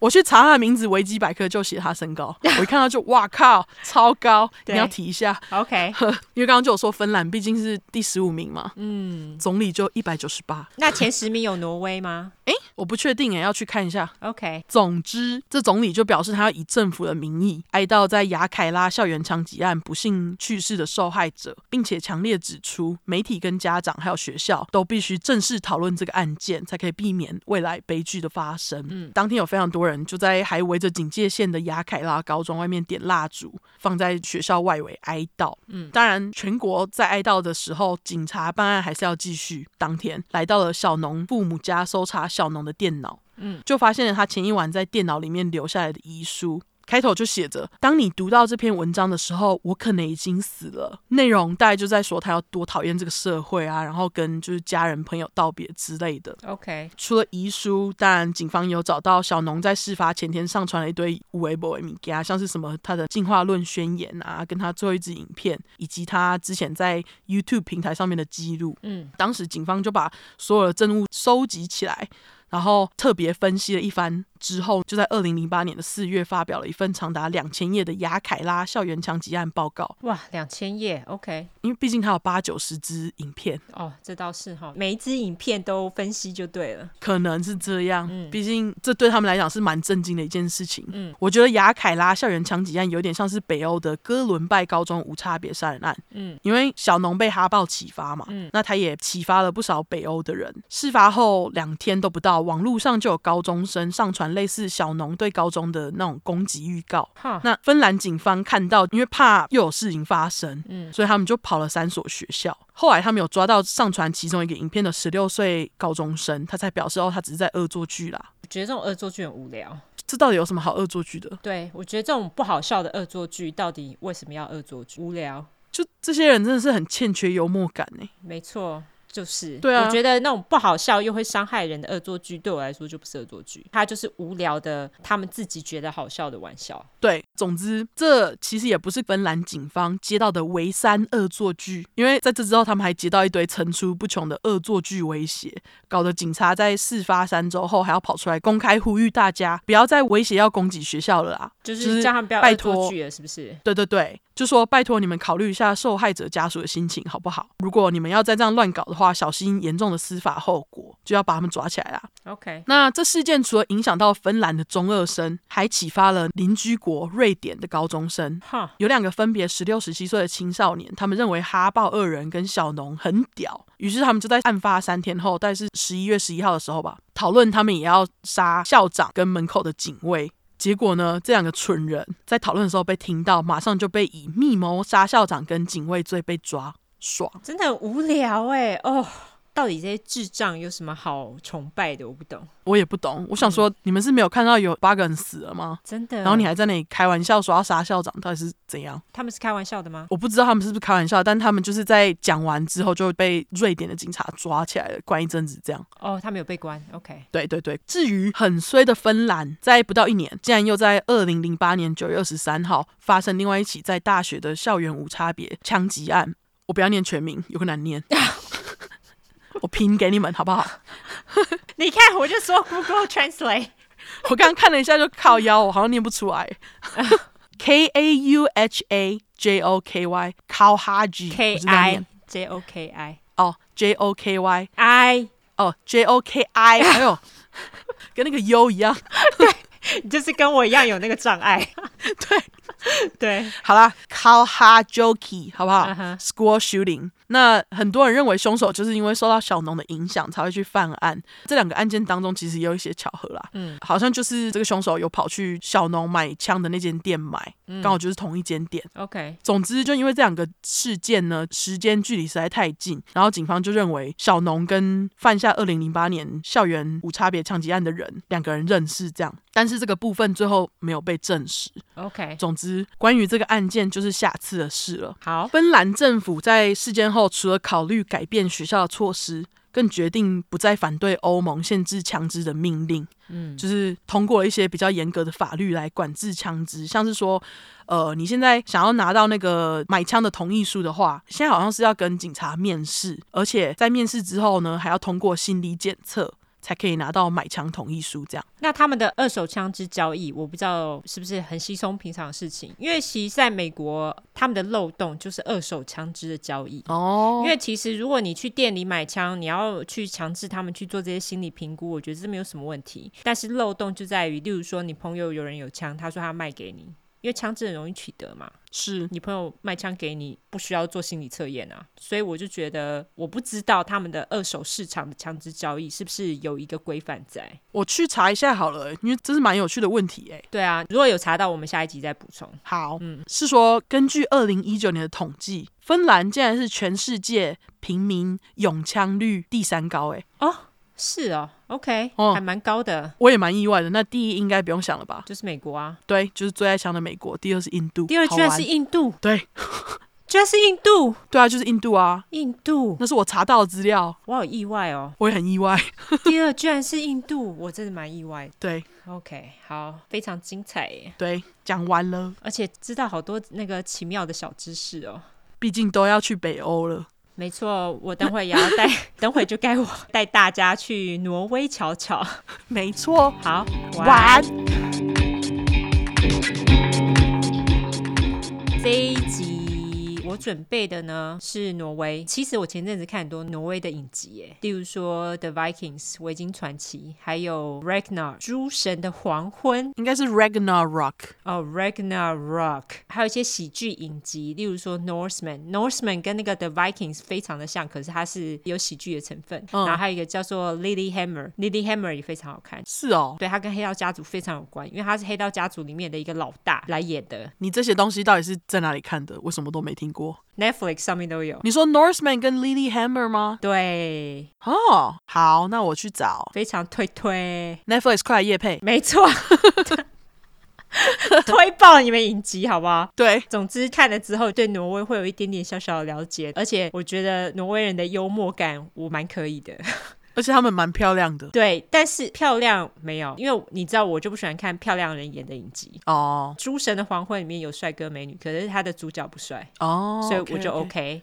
A: 我去查他的名字，维基百科就写他身高，我一看到就哇靠，超高！
B: 对
A: 你要提一下，
B: <laughs> OK，
A: 因为刚刚就有说芬兰毕竟是第十五名嘛，
B: 嗯，
A: 总理就一百九十八。
B: 那前十名有挪威吗
A: 诶，我不确定诶，要去看一下。
B: ？OK，
A: 总之，这总理就表示他要以政府的名义哀悼在雅凯拉校园枪击案不幸去世的受害者，并且强烈指出，媒体跟家长还有学校都必须正式讨论这个案件，才可以避免未来悲剧的发生。嗯，当天有非常多人就在还围着警戒线的雅凯拉高中外面点蜡烛，放在学校外围哀悼。嗯，当然，全国在哀悼的时候，警察办案还是要继续。当天来到了小农父母家搜查小农的电脑。就发现了他前一晚在电脑里面留下来的遗书。开头就写着：“当你读到这篇文章的时候，我可能已经死了。”内容大概就在说他要多讨厌这个社会啊，然后跟就是家人朋友道别之类的。
B: OK，
A: 除了遗书，当然警方有找到小农在事发前天上传了一堆无为不为米给他，像是什么他的进化论宣言啊，跟他最后一支影片，以及他之前在 YouTube 平台上面的记录。
B: 嗯，
A: 当时警方就把所有的证物收集起来，然后特别分析了一番之后，就在二零零八年的四月发表了一份长达两千页的雅凯拉校园枪击案报告。
B: 哇，两千页，OK，
A: 因为毕竟它有八九十支影片，
B: 哦，这倒是哈，每一支影片都分析就对了。
A: 可能是这样。
B: 嗯
A: 毕竟这对他们来讲是蛮震惊的一件事情。
B: 嗯
A: 我觉得雅凯拉校园枪击案有点像是北欧的哥伦拜高中无差别杀人案，
B: 嗯
A: 因为小农被哈爆启发嘛，
B: 嗯
A: 那他也启发了不少北欧的人。事发后两天都不到，网络上就有高中生上传类似小农对高中的那种攻击预告。
B: 哈，
A: 那芬兰警方看到，因为怕又有事情发生，
B: 嗯
A: 所以他们就跑了三所学校。后来他们有抓到上传其中一个影片的十六岁高中生，他才表示哦，他只是在恶作剧啦。
B: 我觉得这种恶作剧很无聊。
A: 这到底有什么好恶作剧的？
B: 对，我觉得这种不好笑的恶作剧，到底为什么要恶作剧？无聊，
A: 就这些人真的是很欠缺幽默感欸呢、
B: 没错，就是。
A: 对啊
B: 我觉得那种不好笑又会伤害人的恶作剧，对我来说就不是恶作剧，它就是无聊的，他们自己觉得好笑的玩笑。
A: 对，总之这其实也不是芬兰警方接到的唯三恶作剧，因为在这之后他们还接到一堆层出不穷的恶作剧威胁，搞得警察在事发三周后还要跑出来公开呼吁大家不要再威胁要攻击学校了啦。
B: 就
A: 就是
B: 是叫他们不要
A: 拜
B: 恶作
A: 托
B: 剧了，是不是？
A: 对对对，就说拜托你们考虑一下受害者家属的心情好不好？如果你们要再这样乱搞的话，小心严重的司法后果，就要把他们抓起来啦。
B: OK，
A: 那这事件除了影响到芬兰的中二生，还启发了邻居国瑞典的高中生。
B: 哈，
A: 有两个分别十六、十七岁的青少年，他们认为哈豹二人跟小农很屌，于是他们就在案发三天后，但是十一月十一号的时候吧，讨论他们也要杀校长跟门口的警卫。结果呢，这两个蠢人在讨论的时候被听到，马上就被以密谋杀校长跟警卫罪被抓，爽！
B: 真的很无聊哎、哦，到底这些智障有什么好崇拜的？我不懂，
A: 我也不懂，我想说，你们是没有看到有八个人死了吗？
B: 真的。
A: 然后你还在那里开玩笑说要杀校长，到底是怎样？
B: 他们是开玩笑的吗？
A: 我不知道他们是不是开玩笑，但他们就是在讲完之后就被瑞典的警察抓起来了，关一阵子这样。
B: 哦，他们有被关。OK，
A: 对对对，至于很衰的芬兰，在不到一年，竟然又在二零零八年九月二十三号发生另外一起在大学的校园无差别枪击案。我不要念全名，有个难念，我拼给你们好不好？
B: 你看我就说 Google Translate，
A: 我刚刚看了一下就靠腰，我好像念不出来。K A U H A J O K Y k a h a j i
B: <laughs> K
A: 我是在
B: I
A: 念
B: J O K I
A: 哦，J O K Y
B: I，
A: 哦，J O K
B: <laughs>
A: I，哎呦，跟那个 U 一样。
B: 你就是跟我一样有那个障碍。对对，
A: 好啦 k a l h a j o k i 好不好、
B: 嗯哼
A: s c h o o l shooting。那很多人认为凶手就是因为受到小农的影响才会去犯案。这两个案件当中，其实也有一些巧合啦。
B: 嗯，
A: 好像就是这个凶手有跑去小农买枪的那间店买，
B: 嗯
A: 刚好就是同一间店。
B: OK，
A: 总之，就因为这两个事件呢，时间距离实在太近，然后警方就认为小农跟犯下二零零八年校园无差别枪击案的人两个人认识，这样。但是这个部分最后没有被证实。
B: OK，
A: 总之，关于这个案件就是下次的事了。
B: 好，
A: 芬兰政府在事件后，除了考虑改变学校的措施，更决定不再反对欧盟限制枪支的命令。
B: 嗯，
A: 就是通过一些比较严格的法律来管制枪支，像是说，呃，你现在想要拿到那个买枪的同意书的话，现在好像是要跟警察面试，而且在面试之后呢，还要通过心理检测才可以拿到买枪同意书。这样，
B: 那他们的二手枪支交易，我不知道是不是很稀松平常的事情，因为其实在美国，他们的漏洞就是二手枪支的交易。
A: 哦
B: 因为其实如果你去店里买枪，你要去强制他们去做这些心理评估，我觉得这没有什么问题。但是漏洞就在于，例如说你朋友有人有枪，他说他卖给你，因为枪支很容易取得嘛，
A: 是
B: 你朋友卖枪给你不需要做心理测验啊，所以我就觉得我不知道他们的二手市场的枪支交易是不是有一个规范在。
A: 我去查一下好了、因为这是蛮有趣的问题哎、
B: 对啊，如果有查到，我们下一集再补充。
A: 好，
B: 嗯
A: 是说根据二零一九年的统计，芬兰竟然是全世界平民拥枪率第三高哎、
B: 是哦，OK，
A: 哦
B: 还蛮高的，
A: 我也蛮意外的。那第一应该不用想了吧？
B: 就是美国啊。
A: 对，就是最爱枪的美国，第二是印度，
B: 第二
A: 好
B: 居然
A: 玩
B: 是印度，
A: 对
B: 居然是印度，
A: 对啊，就是印度啊，
B: 印度，
A: 那是我查到的资料，
B: 我好意外
A: <laughs>
B: 哦。
A: 我也很意外。
B: 第二居然是印度，我真的蛮意外的。
A: 对
B: OK，好，非常精彩耶，
A: 对，讲完了，
B: 而且知道好多那个奇妙的小知识哦。
A: 毕竟都要去北欧了。
B: 没错，我等会也要带，等会就该我带大家去挪威瞧瞧。
A: 没错，
B: 好，晚安。
A: 晚安。
B: 这一集我准备的呢是挪威。其实我前阵子看很多挪威的影集，耶，例如说《The Vikings》维京传奇，还有《Ragnar》诸神的黄昏，
A: 应该是 Ragnarok，
B: 哦，《Ragnarok》，还有一些喜剧影集，例如说《Norseman》，《Norseman》跟那个《The Vikings》非常的像，可是它是有喜剧的成分。
A: 嗯
B: 然后还有一个叫做《Lilyhammer》，《Lilyhammer》也非常好看。
A: 是哦。
B: 对，它跟黑道家族非常有关，因为它是黑道家族里面的一个老大来演的
A: 你这些东西到底是在哪里看的？我什么都没听过。
B: ，Netflix 上面都有。
A: 你说 Norseman 跟 Lilyhammer 吗？
B: 对，
A: 哦，好，那我去找
B: 非常推推，
A: Netflix 快来夜配。
B: 没错， <laughs> 推爆你们影集好不好？
A: 对，
B: 总之看了之后，对挪威会有一点点小小的了解，而且我觉得挪威人的幽默感我蛮可以的。
A: 而且他们蛮漂亮的
B: 对，但是漂亮没有，因为你知道我就不喜欢看漂亮人演的影集。
A: 哦
B: 《诸神的黄昏》里面有帅哥美女，可是他的主角不帅，
A: 哦，
B: 所以我就
A: OK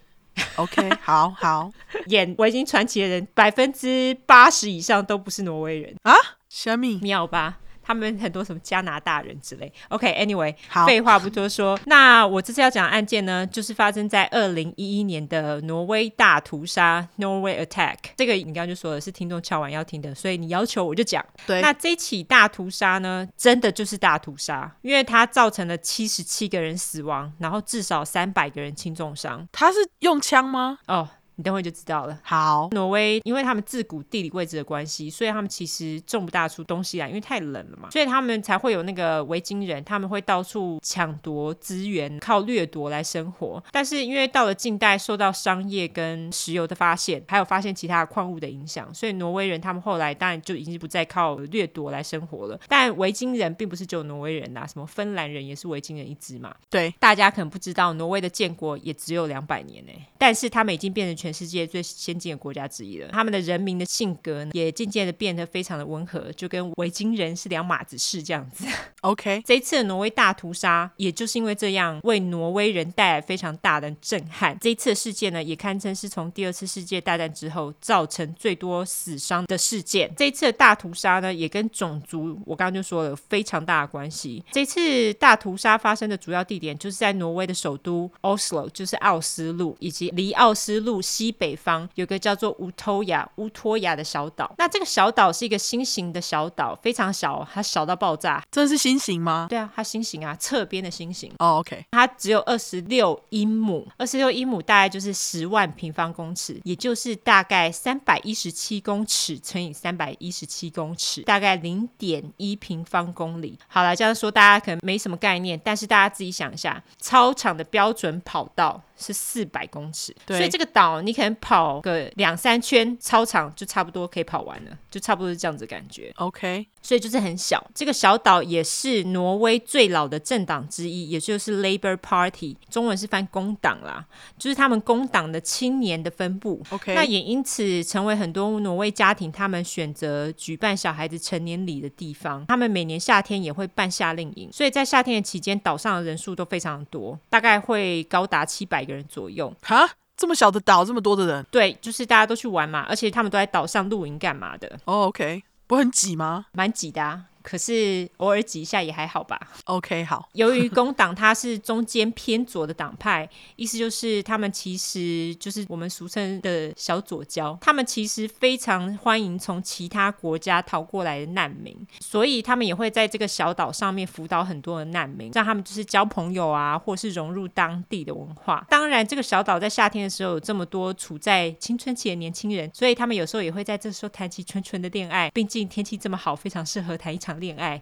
B: OK。
A: OK，好好
B: 演《维京传奇》的人，百分之八十以上都不是挪威人， <laughs>
A: 啊，虾米
B: 妙吧？他们很多什么加拿大人之类。OK，Anyway，、
A: 好
B: 废话不多说，那我这次要讲的案件呢，就是发生在二零一一年的挪威大屠杀 （Norway Attack）。这个你刚刚就说了是听众敲完要听的，所以你要求我就讲。
A: 对，
B: 那这起大屠杀呢，真的就是大屠杀，因为它造成了七十七个人死亡，然后至少三百个人轻重伤。
A: 他是用枪吗？
B: 哦，你等会就知道了。
A: 好，
B: 挪威，因为他们自古地理位置的关系，所以他们其实种不大出东西来，啊因为太冷了嘛，所以他们才会有那个维京人，他们会到处抢夺资源，靠掠夺来生活。但是因为到了近代，受到商业跟石油的发现，还有发现其他的矿物的影响，所以挪威人他们后来当然就已经不再靠掠夺来生活了。但维京人并不是只有挪威人啊呐、什么芬兰人也是维京人一支嘛，
A: 对，
B: 大家可能不知道，挪威的建国也只有两百年呢，欸但是他们已经变成全世界最先进的国家之一了。他们的人民的性格呢也渐渐的变得非常的温和，就跟维京人是两码子事这样子。
A: OK，
B: 这一次的挪威大屠杀，也就是因为这样，为挪威人带来非常大的震撼。这一次的事件呢，也堪称是从第二次世界大战之后造成最多死伤的事件。这一次的大屠杀呢，也跟种族，我刚刚就说了，有非常大的关系。这次大屠杀发生的主要地点就是在挪威的首都 Oslo，就是奥斯陆，以及离奥斯陆西北方有个叫做乌托亚乌托亚的小岛。那这个小岛是一个新型的小岛，非常小，它小到爆炸，
A: 这是新型吗？
B: 对啊，它心形啊，侧边的心形，
A: 哦，OK，
B: 它只有二十六英亩，二十六英亩大概就是十万平方公尺，也就是大概三百一十七公尺乘以三百一十七公尺，大概零点一平方公里。好了，这样说大家可能没什么概念，但是大家自己想一下，操场的标准跑道。是四百公尺，
A: 对
B: 所以这个岛你可能跑个两三圈，操场就差不多可以跑完了，就差不多是这样子的感觉。
A: OK，
B: 所以就是很小。这个小岛也是挪威最老的政党之一，也就是 Labour Party，中文是翻工党啦，就是他们工党的青年的分布。
A: OK
B: 那也因此成为很多挪威家庭他们选择举办小孩子成年礼的地方。他们每年夏天也会办夏令营，所以在夏天的期间，岛上的人数都非常多，大概会高达七百个人左右。
A: 哈，这么小的岛，这么多的人，
B: 对，就是大家都去玩嘛，而且他们都在岛上露营干嘛的，
A: 哦，OK，不会很挤吗
B: 蛮挤的、啊。可是偶尔挤一下也还好吧。
A: ？OK，好，
B: 由于工党它是中间偏左的党派， <laughs> 意思就是他们其实就是我们俗称的小左交，他们其实非常欢迎从其他国家逃过来的难民，所以他们也会在这个小岛上面辅导很多的难民，让他们就是交朋友啊，或是融入当地的文化。当然，这个小岛在夏天的时候有这么多处在青春期的年轻人，所以他们有时候也会在这时候谈起纯纯的恋爱，毕竟天气这么好，非常适合谈一场恋爱。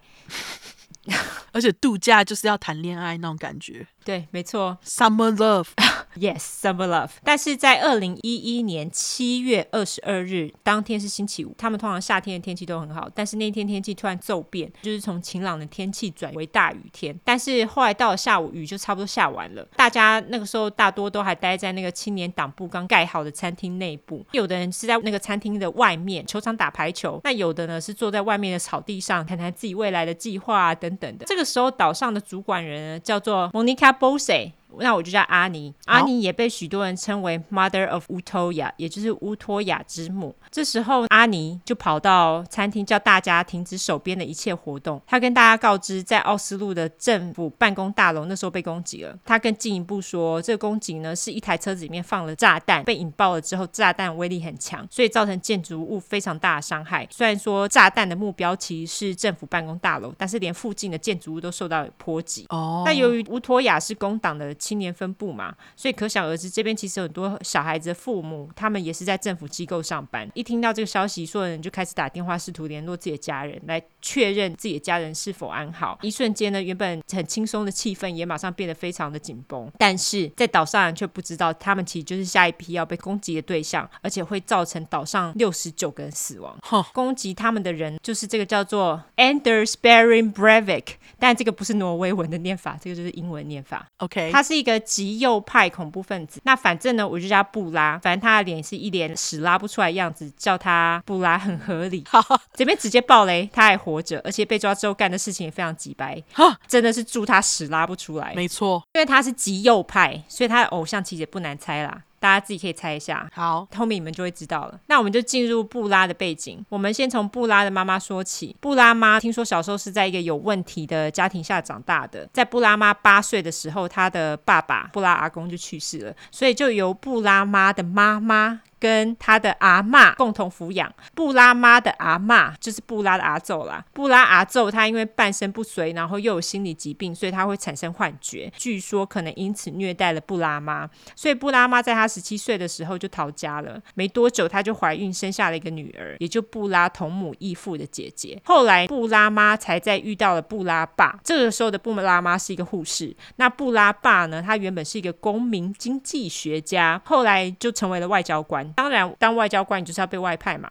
A: 而且度假就是要谈恋爱那种感觉
B: 对，没错，
A: ，Summer Love，
B: Yes, summer love。但是在二零一一年七月二十二日，当天是星期五，他们通常夏天的天气都很好，但是那天天气突然骤变，就是从晴朗的天气转为大雨天。但是后来到了下午，雨就差不多下完了，大家那个时候大多都还待在那个青年党部刚盖好的餐厅内部，有的人是在那个餐厅的外面球场打排球，那有的呢是坐在外面的草地上谈谈自己未来的计划啊等等的。这个时候，岛上的主管人呢叫做 Monica Bose。那我就叫阿尼，阿尼也被许多人称为 Mother of Utoya，也就是乌托亚之母。这时候，阿尼就跑到餐厅，叫大家停止手边的一切活动。他跟大家告知，在奥斯陆的政府办公大楼那时候被攻击了。他更进一步说，这个攻击呢是一台车子里面放了炸弹，被引爆了之后，炸弹威力很强，所以造成建筑物非常大的伤害。虽然说炸弹的目标其实是政府办公大楼，但是连附近的建筑物都受到波及。
A: 哦，
B: 但由于乌托亚是工党的青年分部嘛，所以可想而知，这边其实有很多小孩子的父母，他们也是在政府机构上班。一听到这个消息，所有人就开始打电话试图联络自己的家人，来确认自己的家人是否安好。一瞬间呢，原本很轻松的气氛也马上变得非常的紧绷。但是在岛上人却不知道，他们其实就是下一批要被攻击的对象，而且会造成岛上六十九个人死亡。攻击他们的人就是这个叫做 Anders Bering Breivik，但这个不是挪威文的念法，这个就是英文念法。
A: OK，
B: 他是一个极右派恐怖分子。那反正呢，我就叫他布拉，反正他的脸是一脸屎拉不出来的样子，叫他布拉很合理。这边直接爆雷，他还活着，而且被抓之后干的事情也非常几白，真的是祝他屎拉不出来。
A: <laughs> 没错，
B: 因为他是极右派，所以他的偶像其实也不难猜啦。大家自己可以猜一下，
A: 好，
B: 后面你们就会知道了。那我们就进入布拉的背景，我们先从布拉的妈妈说起。布拉妈听说小时候是在一个有问题的家庭下长大的，在布拉妈八岁的时候，她的爸爸布拉阿公就去世了，所以就由布拉妈的妈妈。跟她的阿嬷共同抚养布拉妈的阿嬷，就是布拉的阿奏啦。布拉阿奏她因为半身不遂，然后又有心理疾病，所以她会产生幻觉，据说可能因此虐待了布拉妈。所以布拉妈在她十七岁的时候就逃家了，没多久她就怀孕生下了一个女儿，也就布拉同母异父的姐姐。后来布拉妈才在遇到了布拉爸，这个时候的布拉妈是一个护士，那布拉爸呢，他原本是一个公民经济学家，后来就成为了外交官。当然，当外交官你就是要被外派嘛。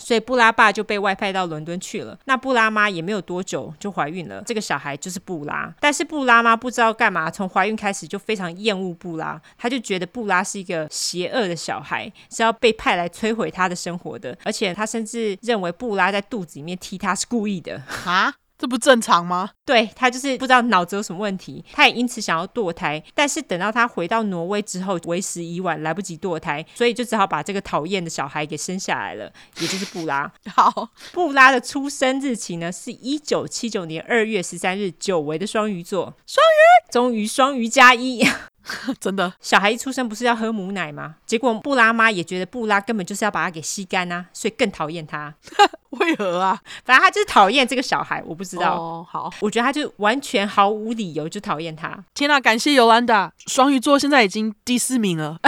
B: 所以布拉爸就被外派到伦敦去了。那布拉妈也没有多久就怀孕了，这个小孩就是布拉。但是布拉妈不知道干嘛，从怀孕开始就非常厌恶布拉，她就觉得布拉是一个邪恶的小孩，是要被派来摧毁她的生活的。而且她甚至认为布拉在肚子里面踢她是故意的。 <laughs>
A: 啊，这不正常吗？
B: 对她就是不知道脑子有什么问题，她也因此想要堕胎，但是等到她回到挪威之后，为时已晚，来不及堕胎，所以就只好把这个讨厌的小孩给生下来了，也就是布拉。
A: <laughs> 好，
B: 布拉的出生日期呢是一九七九年二月十三日，久违的双鱼座，双鱼，终于双鱼加一。 <laughs>
A: 真的
B: 小孩一出生不是要喝母奶吗？结果布拉妈也觉得布拉根本就是要把他给吸干啊，所以更讨厌他。
A: 为何啊？
B: 反正他就是讨厌这个小孩，我不知道。
A: 哦，好，
B: 我觉得他就完全毫无理由就讨厌他，
A: 天呐、感谢尤兰达，双鱼座现在已经第四名了。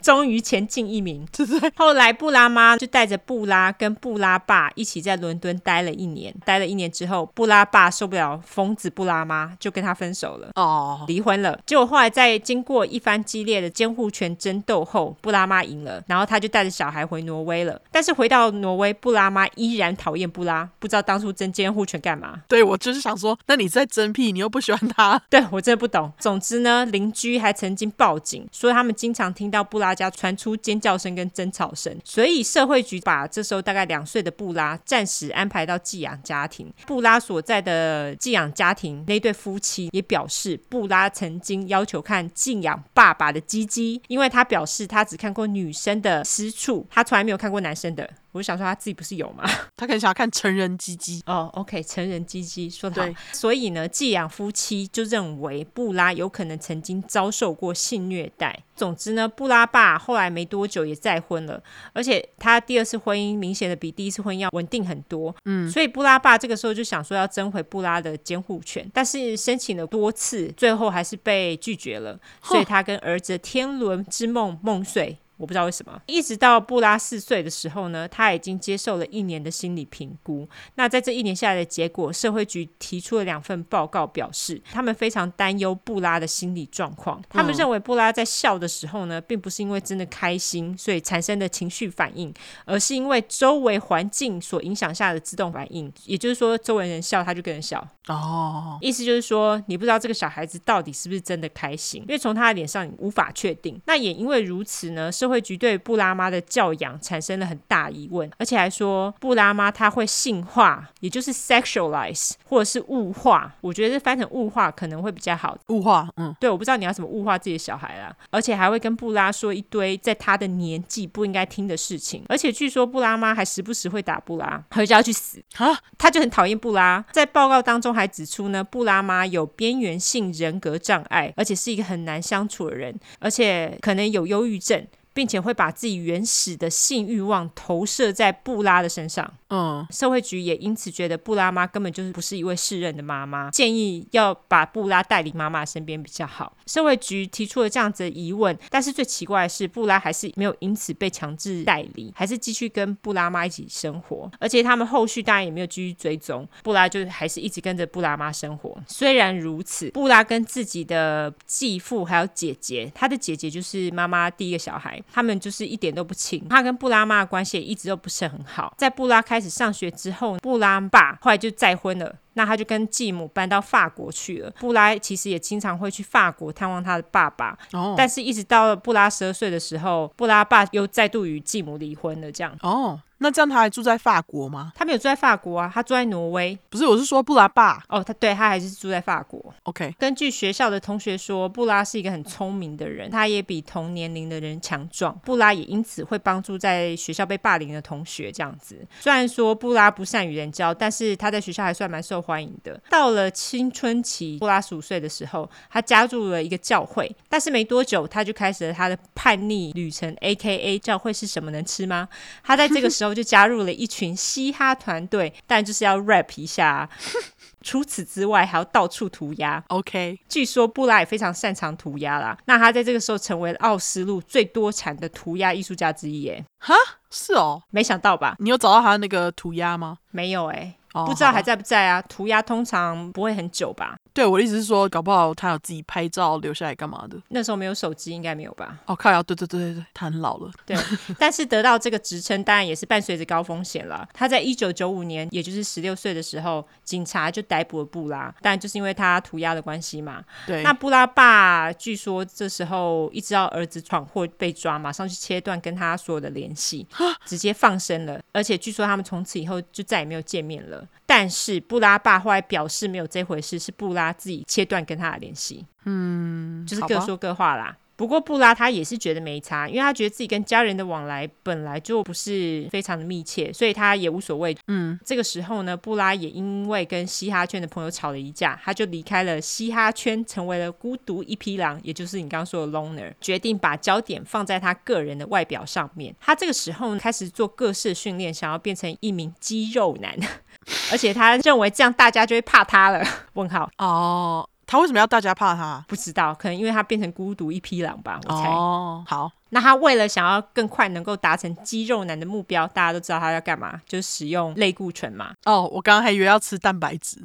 B: 终于前进一名。 <laughs> 后来布拉妈就带着布拉跟布拉爸一起在伦敦待了一年。待了一年之后，布拉爸受不了疯子布拉妈，就跟他分手了。
A: <laughs> 哦，
B: 离婚了。结果后来在经过一番激烈的监护权争斗后，布拉妈赢了，然后他就带着小孩回挪威了。但是回到挪威，布拉妈依然讨厌布拉，不知道当初争监护权干嘛。
A: 对我就是想说，那你在真屁，你又不喜欢他，
B: <laughs> 对我真的不懂。总之呢，邻居还曾经报警说他们经常听到布拉家传出尖叫声跟争吵声，所以社会局把这时候大概两岁的布拉暂时安排到寄养家庭。布拉所在的寄养家庭那对夫妻也表示，布拉曾经要求看寄养爸爸的鸡鸡，因为他表示他只看过女生的私处，他从来没有看过男生的。我就想说他自己不是有吗？
A: <laughs> 他可能想要看成人鸡鸡。
B: 哦，OK，成人鸡鸡说的好
A: 对。
B: 所以呢，寄养夫妻就认为布拉有可能曾经遭受过性虐待。总之呢，布拉爸后来没多久也再婚了，而且他第二次婚姻明显的比第一次婚姻要稳定很多。嗯，所以布拉爸这个时候就想说要争回布拉的监护权，但是申请了多次，最后还是被拒绝了。所以他跟儿子的天伦之梦梦碎。我不知道为什么，一直到布拉四岁的时候呢，他已经接受了一年的心理评估。那在这一年下来的结果，社会局提出了两份报告，表示他们非常担忧布拉的心理状况。他们认为布拉在笑的时候呢，并不是因为真的开心，所以产生的情绪反应，而是因为周围环境所影响下的自动反应。也就是说，周围人笑，他就跟着笑。
A: 哦，
B: 意思就是说，你不知道这个小孩子到底是不是真的开心，因为从他的脸上你无法确定。那也因为如此呢，社会局对布拉妈的教养产生了很大疑问，而且还说布拉妈她会性化，也就是 sexualize 或者是物化。我觉得翻成物化可能会比较好。
A: 物化，嗯，
B: 对，我不知道你要怎么物化自己的小孩啦，而且还会跟布拉说一堆在他的年纪不应该听的事情，而且据说布拉妈还时不时会打布拉，回家去死。
A: 啊，
B: 他就很讨厌布拉。在报告当中还指出呢，布拉妈有边缘性人格障碍，而且是一个很难相处的人，而且可能有忧郁症。并且会把自己原始的性欲望投射在布拉的身上，
A: 嗯，
B: 社会局也因此觉得布拉妈根本就是不是一位适任的妈妈，建议要把布拉带离妈妈身边比较好。社会局提出了这样子的疑问，但是最奇怪的是，布拉还是没有因此被强制带离，还是继续跟布拉妈一起生活，而且他们后续当然也没有继续追踪，布拉就还是一直跟着布拉妈生活。虽然如此，布拉跟自己的继父还有姐姐，她的姐姐就是妈妈第一个小孩，他们就是一点都不亲。她跟布拉妈的关系也一直都不是很好。在布拉开始上学之后，布拉爸后来就再婚了。那他就跟继母搬到法国去了。布拉其实也经常会去法国探望他的爸爸，
A: 哦，
B: 但是一直到布拉十二岁的时候，布拉爸又再度与继母离婚了。这样，
A: 哦，那这样他还住在法国吗？
B: 他没有住在法国啊，他住在挪威。
A: 不是，我是说布拉爸。
B: 哦，他对他还是住在法国。
A: OK，
B: 根据学校的同学说，布拉是一个很聪明的人，他也比同年龄的人强壮。布拉也因此会帮助在学校被霸凌的同学这样子。虽然说布拉不善与人交，但是他在学校还算蛮受欢迎的。到了青春期，布拉十五岁的时候，他加入了一个教会，但是没多久他就开始了他的叛逆旅程，A.K.A. 教会是什么能吃吗？他在这个时候就加入了一群嘻哈团队，但就是要 rap 一下啊、 <laughs> 除此之外，还要到处涂鸦。
A: OK，
B: 据说布拉也非常擅长涂鸦啦，那他在这个时候成为了奥斯陆最多产的涂鸦艺术家之一耶。
A: 哈，是哦，
B: 没想到吧？
A: 你有找到他那个涂鸦吗？
B: 没有哎，
A: 哦，
B: 不知道
A: 好吧
B: 还在不在啊？涂鸦通常不会很久吧？
A: 对我的意思是说，搞不好他有自己拍照留下来干嘛的。
B: 那时候没有手机，应该没有吧？ <laughs>
A: 哦，靠呀，对对对对对，他很老了。
B: 对，但是得到这个职称当然也是伴随着高风险了。他在一九九五年，也就是十六岁的时候，警察就逮捕了布拉，但就是因为他涂鸦的关系嘛，
A: 对，
B: 那布拉爸据说这时候一知道儿子闯祸被抓，马上去切断跟他所有的联系，直接放生了。而且据说他们从此以后就再也没有见面了。但是布拉爸后来表示没有这回事，是布拉自己切断跟他的联系。嗯，就是
A: 好
B: 各
A: 吧
B: 说各话啦。不过布拉他也是觉得没差，因为他觉得自己跟家人的往来本来就不是非常的密切，所以他也无所谓，
A: 嗯
B: 这个时候呢，布拉也因为跟嘻哈圈的朋友吵了一架，他就离开了嘻哈圈，成为了孤独一匹狼，也就是你刚刚说的 loner，决定把焦点放在他个人的外表上面。他这个时候开始做各式训练，想要变成一名肌肉男， <laughs> 而且他认为这样大家就会怕他了。 <laughs> 问号
A: 哦，他为什么要大家怕他？
B: 不知道，可能因为他变成孤独一匹狼吧，我猜。
A: 哦，好，
B: 那他为了想要更快能够达成肌肉男的目标，大家都知道他要干嘛，就是使用类固醇嘛。
A: 哦，我刚刚还以为要吃蛋白质。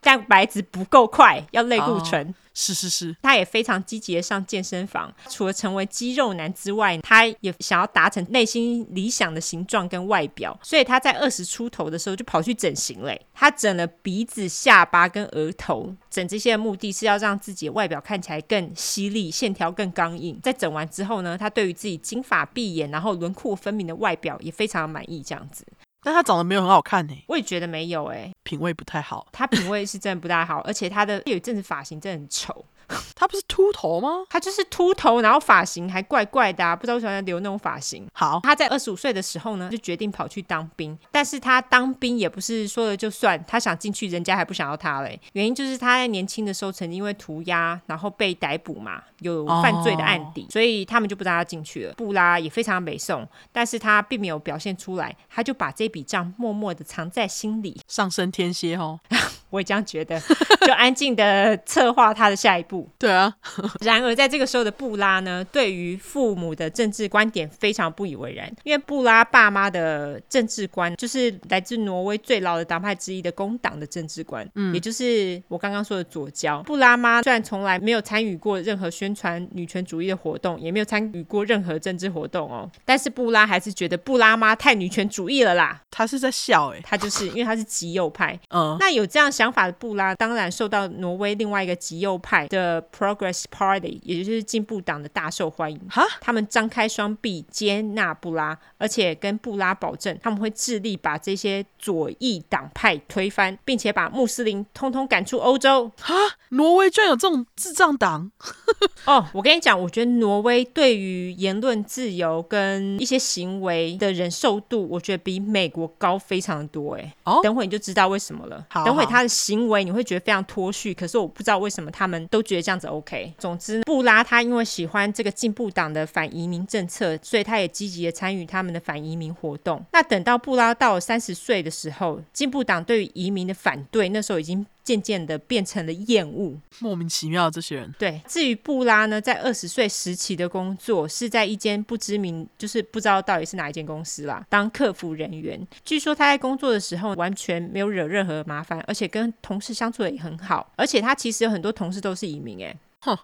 B: 蛋白质不够快，要类固醇。
A: 是是是，
B: 他也非常积极的上健身房，除了成为肌肉男之外，他也想要达成内心理想的形状跟外表，所以他在二十出头的时候就跑去整形嘞。他整了鼻子、下巴跟额头，整这些的目的是要让自己的外表看起来更犀利，线条更刚硬。在整完之后呢，他对于自己金发碧眼，然后轮廓分明的外表也非常满意。这样子，
A: 但他长得没有很好看呢、
B: 我也觉得没有诶、欸
A: 品味不太好。
B: 他品味是真的不大好，而且他的有一阵子发型真的很丑。
A: 他不是秃头吗？
B: 他就是秃头，然后发型还怪怪的、啊，不知道为什么要留那种发型。
A: 好，
B: 他在二十五岁的时候呢，就决定跑去当兵。但是他当兵也不是说了就算，他想进去，人家还不想要他嘞。原因就是他在年轻的时候曾经因为涂鸦，然后被逮捕嘛，有犯罪的案底，所以他们就不让他进去了。布拉也非常北宋，但是他并没有表现出来，他就把这笔账默默的藏在心里。
A: 上升天蝎哦。
B: 我也这样觉得， <laughs> 就安静的策划他的下一步。
A: 对啊，
B: 然而，在这个时候的布拉呢，对于父母的政治观点非常不以为然，因为布拉爸妈的政治观就是来自挪威最老的党派之一的工党的政治观，嗯，也就是我刚刚说的左交。布拉妈虽然从来没有参与过任何宣传女权主义的活动，也没有参与过任何政治活动哦，但是布拉还是觉得布拉妈太女权主义了啦，
A: 他是在笑哎、
B: 她就是因为她是极右派，
A: 嗯，
B: <laughs> 那有这样想法的布拉，当然受到挪威另外一个极右派的 Progress Party，也就是进步党的大受欢迎。
A: 哈，
B: 他们张开双臂接纳布拉，而且跟布拉保证，他们会致力把这些左翼党派推翻，并且把穆斯林通通赶出欧洲。
A: 挪威居然有这种智障党，
B: 哦，我跟你讲，我觉得挪威对于言论自由跟一些行为的忍受度，我觉得比美国高非常多。哎，
A: 哦
B: 等会你就知道为什么了。
A: 好
B: 等会
A: 好
B: 他的行为你会觉得非常脱序，可是我不知道为什么他们都觉得这样子 OK。总之，布拉他因为喜欢这个进步党的反移民政策，所以他也积极的参与他们的反移民活动。那等到布拉到了三十岁的时候，进步党对于移民的反对，那时候已经渐渐的变成了厌恶。
A: 莫名其妙的这些人。
B: 对，至于布拉呢，在二十岁时期的工作是在一间不知名，就是不知道到底是哪一间公司啦，当客服人员。据说他在工作的时候完全没有惹任何麻烦，而且跟同事相处的也很好。而且他其实有很多同事都是移民、欸，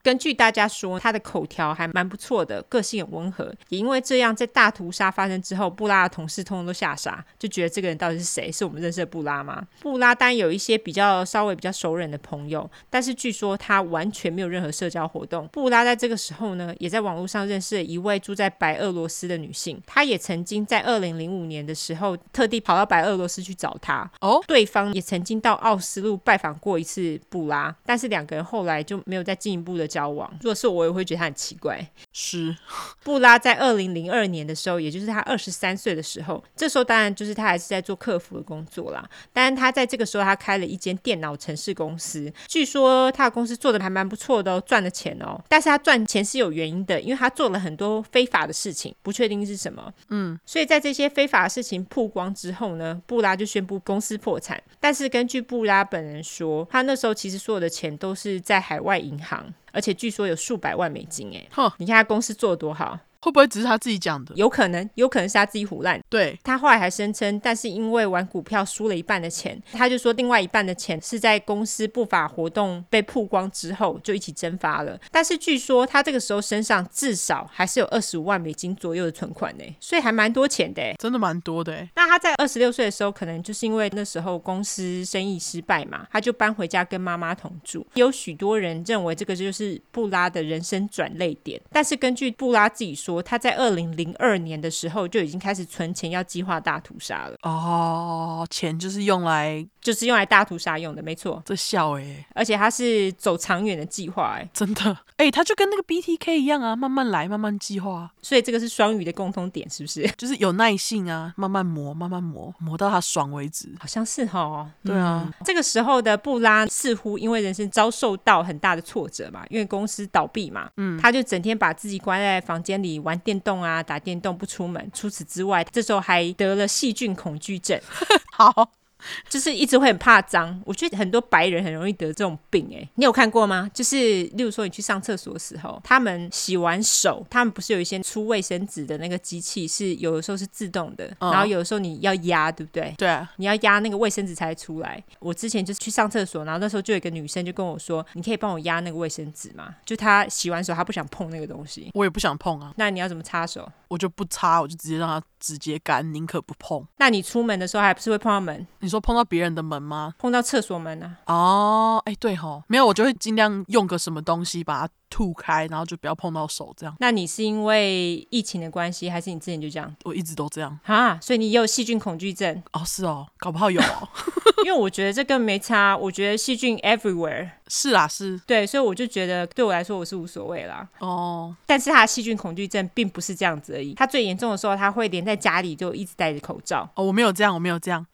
B: 根据大家说，他的口条还蛮不错的，个性很温和。也因为这样，在大屠杀发生之后，布拉的同事通通都吓傻，就觉得这个人到底是谁？是我们认识的布拉吗？布拉当然有一些比较稍微比较熟人的朋友，但是据说他完全没有任何社交活动。布拉在这个时候呢，也在网络上认识了一位住在白俄罗斯的女性，她也曾经在二零零五年的时候特地跑到白俄罗斯去找他。
A: 哦，
B: 对方也曾经到奥斯陆拜访过一次布拉，但是两个人后来就没有再进一步的交往。如果是我，也会觉得他很奇怪。
A: 是
B: 布拉在二零零二年的时候，也就是他二十三岁的时候，这时候当然就是他还是在做客服的工作啦。但是他在这个时候，他开了一间电脑城市公司，据说他的公司做的还蛮不错的哦，赚了钱哦。但是他赚钱是有原因的，因为他做了很多非法的事情，不确定是什么。所以在这些非法的事情曝光之后呢，布拉就宣布公司破产。但是根据布拉本人说，他那时候其实所有的钱都是在海外银行，而且据说有数百万美金。哎
A: 哼，
B: 你看他公司做得多好，
A: 会不会只是他自己讲的？
B: 有可能，有可能是他自己胡乱。
A: 对，
B: 他后来还声称，但是因为玩股票输了一半的钱，他就说另外一半的钱是在公司不法活动被曝光之后就一起蒸发了。但是据说他这个时候身上至少还是有二十五万美金左右的存款呢，所以还蛮多钱的诶。
A: 真的蛮多的欸
B: 那他在二十六岁的时候，可能就是因为那时候公司生意失败嘛，他就搬回家跟妈妈同住。有许多人认为这个就是布拉的人生转泪点，但是根据布拉自己说，他在二零零二年的时候就已经开始存钱要计划大屠杀了，
A: 哦，钱就是用来
B: 就是用来大屠杀用的，没错。
A: 这笑诶，
B: 而且他是走长远的计划，哎，
A: 真的诶，他就跟那个 BTK 一样啊，慢慢来，慢慢计划啊，
B: 所以这个是双鱼的共通点，是不是？
A: 就是有耐性啊，慢慢磨，慢慢磨，磨到他爽为止。
B: 好像是哈，
A: 对啊，
B: 这个时候的布拉似乎因为人生遭受到很大的挫折嘛，因为公司倒闭嘛，嗯，他就整天把自己关在房间里玩电动啊，打电动不出门。除此之外，这时候还得了细菌恐惧症， <laughs>
A: 好，
B: 就是一直会很怕脏。我觉得很多白人很容易得这种病、欸，你有看过吗？就是例如说你去上厕所的时候，他们洗完手，他们不是有一些出卫生纸的那个机器是有的时候是自动的，
A: 嗯
B: 然后有的时候你要压，对不对？
A: 对啊，
B: 你要压那个卫生纸才出来。我之前就是去上厕所，然后那时候就有一个女生就跟我说：“你可以帮我压那个卫生纸吗？”就她洗完手，她不想碰那个东西。
A: 我也不想碰啊，
B: 那你要怎么擦手？
A: 我就不擦，我就直接让它直接干，宁可不碰。
B: 那你出门的时候还不是会碰到门，
A: 你说碰到别人的门吗？
B: 碰到厕所门啊？
A: 哦，哎，对吼，没有，我就会尽量用个什么东西把它吐开，然后就不要碰到手，这样。
B: 那你是因为疫情的关系，还是你之前就这样？
A: 我一直都这样。
B: 啊，所以你也有细菌恐惧症？
A: 哦，是哦，搞不好有哦。 <laughs>
B: 因为我觉得这更没差，我觉得细菌 everywhere，
A: 是啦，是
B: 对，所以我就觉得对我来说我是无所谓啦。
A: 哦，
B: 但是他的细菌恐惧症并不是这样子而已，他最严重的时候，他会连在家里就一直戴着口罩。
A: 哦，我没有这样，我没有这样。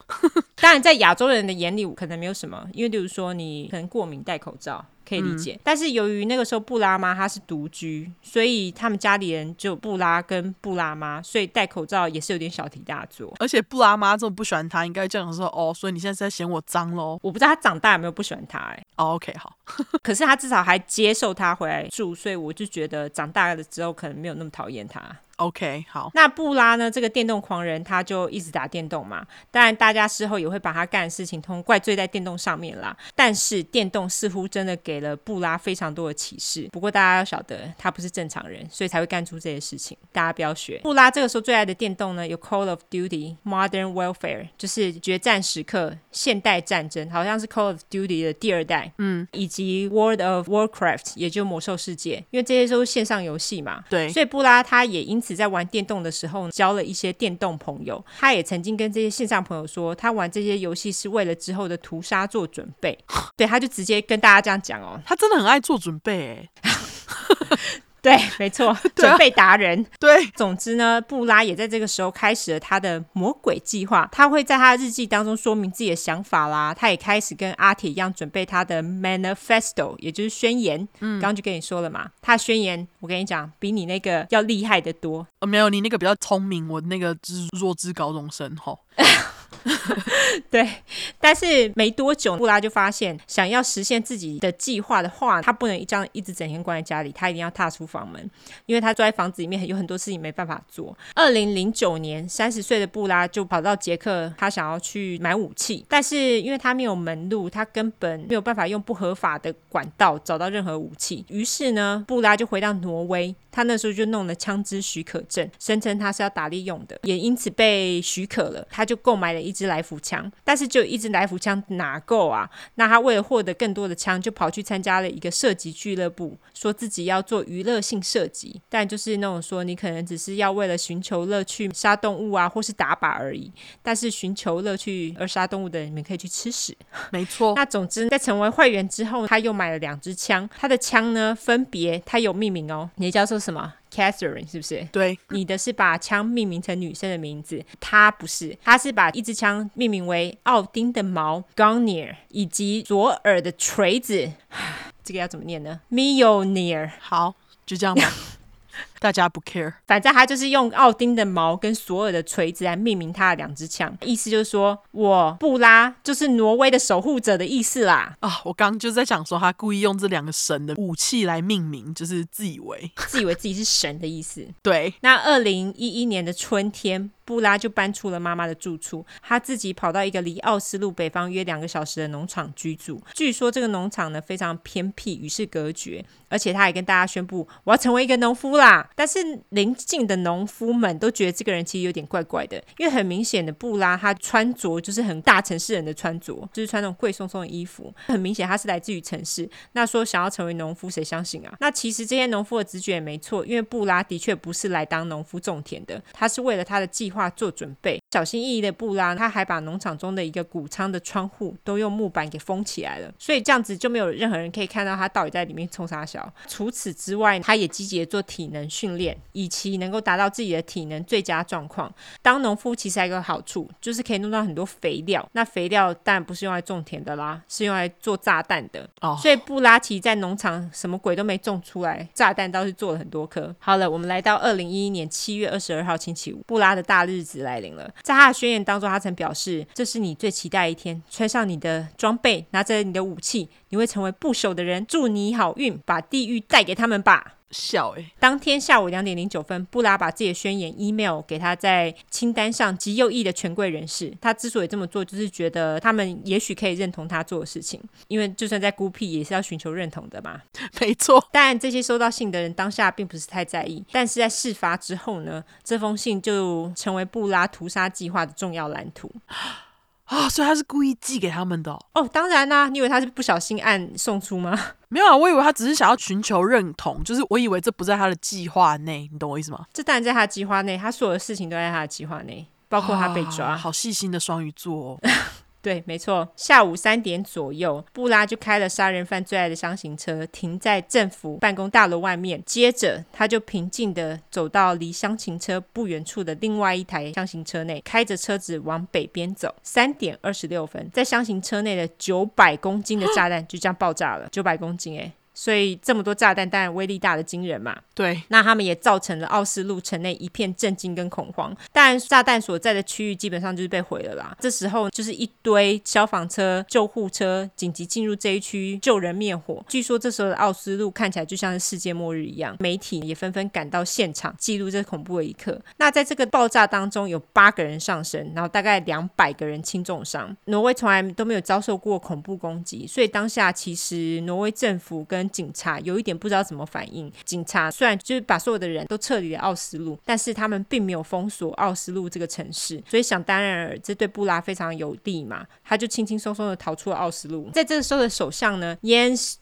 B: 当然，在亚洲人的眼里，可能没有什么，因为例如说你可能过敏戴口罩。可以理解，但是由于那个时候布拉妈她是独居，所以他们家里人就布拉跟布拉妈，所以戴口罩也是有点小题大做。
A: 而且布拉妈这么不喜欢他，应该这样说哦，所以你现在是在嫌我脏喽？
B: 我不知道他长大有没有不喜欢他、欸， <laughs>
A: 哦，OK，好，
B: 可是他至少还接受他回来住，所以我就觉得长大了之后可能没有那么讨厌他。
A: ，OK，好，
B: 那布拉呢？这个电动狂人，他就一直打电动嘛。当然，大家事后也会把他干的事情通怪罪在电动上面啦。但是，电动似乎真的给了布拉非常多的启示。不过，大家要晓得，他不是正常人，所以才会干出这些事情。大家不要学。布拉这个时候最爱的电动呢，有 Call of Duty、Modern Warfare，就是决战时刻、现代战争，好像是 Call of Duty 的第二代。以及 World of Warcraft，也就魔兽世界，因为这些都是线上游戏嘛。
A: 对
B: 所以布拉他也因此在玩电动的时候交了一些电动朋友。他也曾经跟这些线上朋友说，他玩这些游戏是为了之后的屠杀做准
A: <laughs>
B: 备。对，他就直接跟大家这样讲哦。
A: 他真的很爱做准备欸诶。
B: 对，没错，
A: <laughs> 对啊
B: 准备达人。
A: 对，
B: 总之呢，布拉也在这个时候开始了他的魔鬼计划。他会在他的日记当中说明自己的想法啦。他也开始跟阿铁一样准备他的 manifesto，也就是宣言。嗯，刚刚就跟你说了嘛，他的宣言我跟你讲，比你那个要厉害的多。 <laughs>
A: 呃没有你那个比较聪明，我那个就是弱智高中生吼。
B: 对，但是没多久，布拉就发现，想要实现自己的计划的话，他不能这样一直整天关在家里，他一定要踏出房门，因为他坐在房子里面有很多事情没办法做。二零零九年，三十岁的布拉就跑到捷克，他想要去买武器，但是因为他没有门路，他根本没有办法用不合法的管道找到任何武器。于是呢，布拉就回到挪威，他那时候就弄了枪支许可证，声称他是要打猎用的，也因此被许可了。他就购买了一支来福枪，但是就一支来福枪哪够啊？那他为了获得更多的枪，就跑去参加了一个射击俱乐部，说自己要做娱乐性射击，但就是那种说你可能只是要为了寻求乐趣杀动物啊，或是打靶而已。但是寻求乐趣而杀动物的人，你们可以去吃屎。
A: 没错，
B: 那总之，在成为会员之后，他又买了两支枪，他的枪呢，分别他有命名哦，你的叫做什么？Catherine 是不是？
A: 对，
B: 你的是把枪命名成女生的名字，他不是，他是把一支枪命名为奥丁的矛 （Gunner） 以及左耳的锤子， <sighs> 这个要怎么念呢 m i o n e r
A: 好，就这样
B: <laughs>
A: 吧。大家不 care，
B: 反正他就是用奥丁的矛跟索尔的锤子来命名他的两支枪，意思就是说我布拉就是挪威的守护者的意思啦。
A: 啊！我刚刚就在讲说，他故意用这两个神的武器来命名，就是自以为
B: 自以为自己是神的意思。
A: 对。
B: <laughs> 那二零一一年的春天，布拉就搬出了妈妈的住处，他自己跑到一个离奥斯陆北方约两个小时的农场居住。据说这个农场呢非常偏僻，与世隔绝，而且他还跟大家宣布我要成为一个农夫啦。 <laughs> 但是邻近的农夫们都觉得这个人其实有点怪怪的，因为很明显的布拉他穿着就是很大城市人的穿着，就是穿那种贵松松的衣服，很明显他是来自于城市，那说想要成为农夫，谁相信啊？那其实这些农夫的直觉也没错，因为布拉的确不是来当农夫种田的，他是为了他的计划做准备。小心翼翼的布拉，他还把农场中的一个谷仓的窗户都用木板给封起来了，所以这样子就没有任何人可以看到他到底在里面冲啥小。除此之外，他也积极地做体能训练，以期能够达到自己的体能最佳状况。当农夫其实还有一个好处，就是可以弄到很多肥料。那肥料当然不是用来种田的啦，是用来做炸弹的。
A: 哦
B: 所以布拉奇在农场什么鬼都没种出来，炸弹倒是做了很多颗。好了，我们来到二零一一年七月二十二号星期五，布拉的大日子来临了。在他的宣言当中，他曾表示：“这是你最期待的一天，穿上你的装备，拿着你的武器，你会成为不朽的人。祝你好运，把地狱带给他们吧。”
A: 笑欸诶、
B: 当天下午两点零九分，布拉把自己的宣言 email 给他在清单上极右翼的权贵人士。他之所以这么做，就是觉得他们也许可以认同他做的事情，因为就算在孤僻，也是要寻求认同的嘛。
A: 没错，
B: 但这些收到信的人当下并不是太在意，但是在事发之后呢，这封信就成为布拉屠杀计划的重要蓝图。
A: 啊、所以他是故意寄给他们的哦、
B: 哦，当然啦、你以为他是不小心按送出吗？ <laughs>
A: 没有啊，我以为他只是想要寻求认同，就是我以为这不在他的计划内，你懂我意思吗？
B: 这当然在他的计划内，他所有的事情都在他的计划内，包括他被抓。
A: 啊好细心的双鱼座、
B: <laughs>
A: 哦，
B: 对，没错。下午三点左右，布拉就开了杀人犯最爱的箱型车，停在政府办公大楼外面。接着，他就平静地走到离箱型车不远处的另外一台箱型车内，开着车子往北边走。三点二十六分，在箱型车内的九百公斤的炸弹就这样爆炸了，九百公斤诶、哎所以这么多炸弹，当然威力大的惊人嘛。
A: 对，
B: 那他们也造成了奥斯陆城内一片震惊跟恐慌。当然，炸弹所在的区域基本上就是被毁了啦。这时候就是一堆消防车、救护车紧急进入这一区救人灭火。据说这时候的奥斯陆看起来就像是世界末日一样，媒体也纷纷赶到现场记录这恐怖的一刻。那在这个爆炸当中，有八个人上身，然后大概两百个人轻重伤。挪威从来都没有遭受过恐怖攻击，所以当下其实挪威政府跟警察有一点不知道怎么反应。警察虽然就是把所有的人都撤离了奥斯陆，但是他们并没有封锁奥斯陆这个城市，所以想当然尔，这对布拉非常有利嘛，他就轻轻松松的逃出了奥斯陆。在这个时候的首相呢，Jens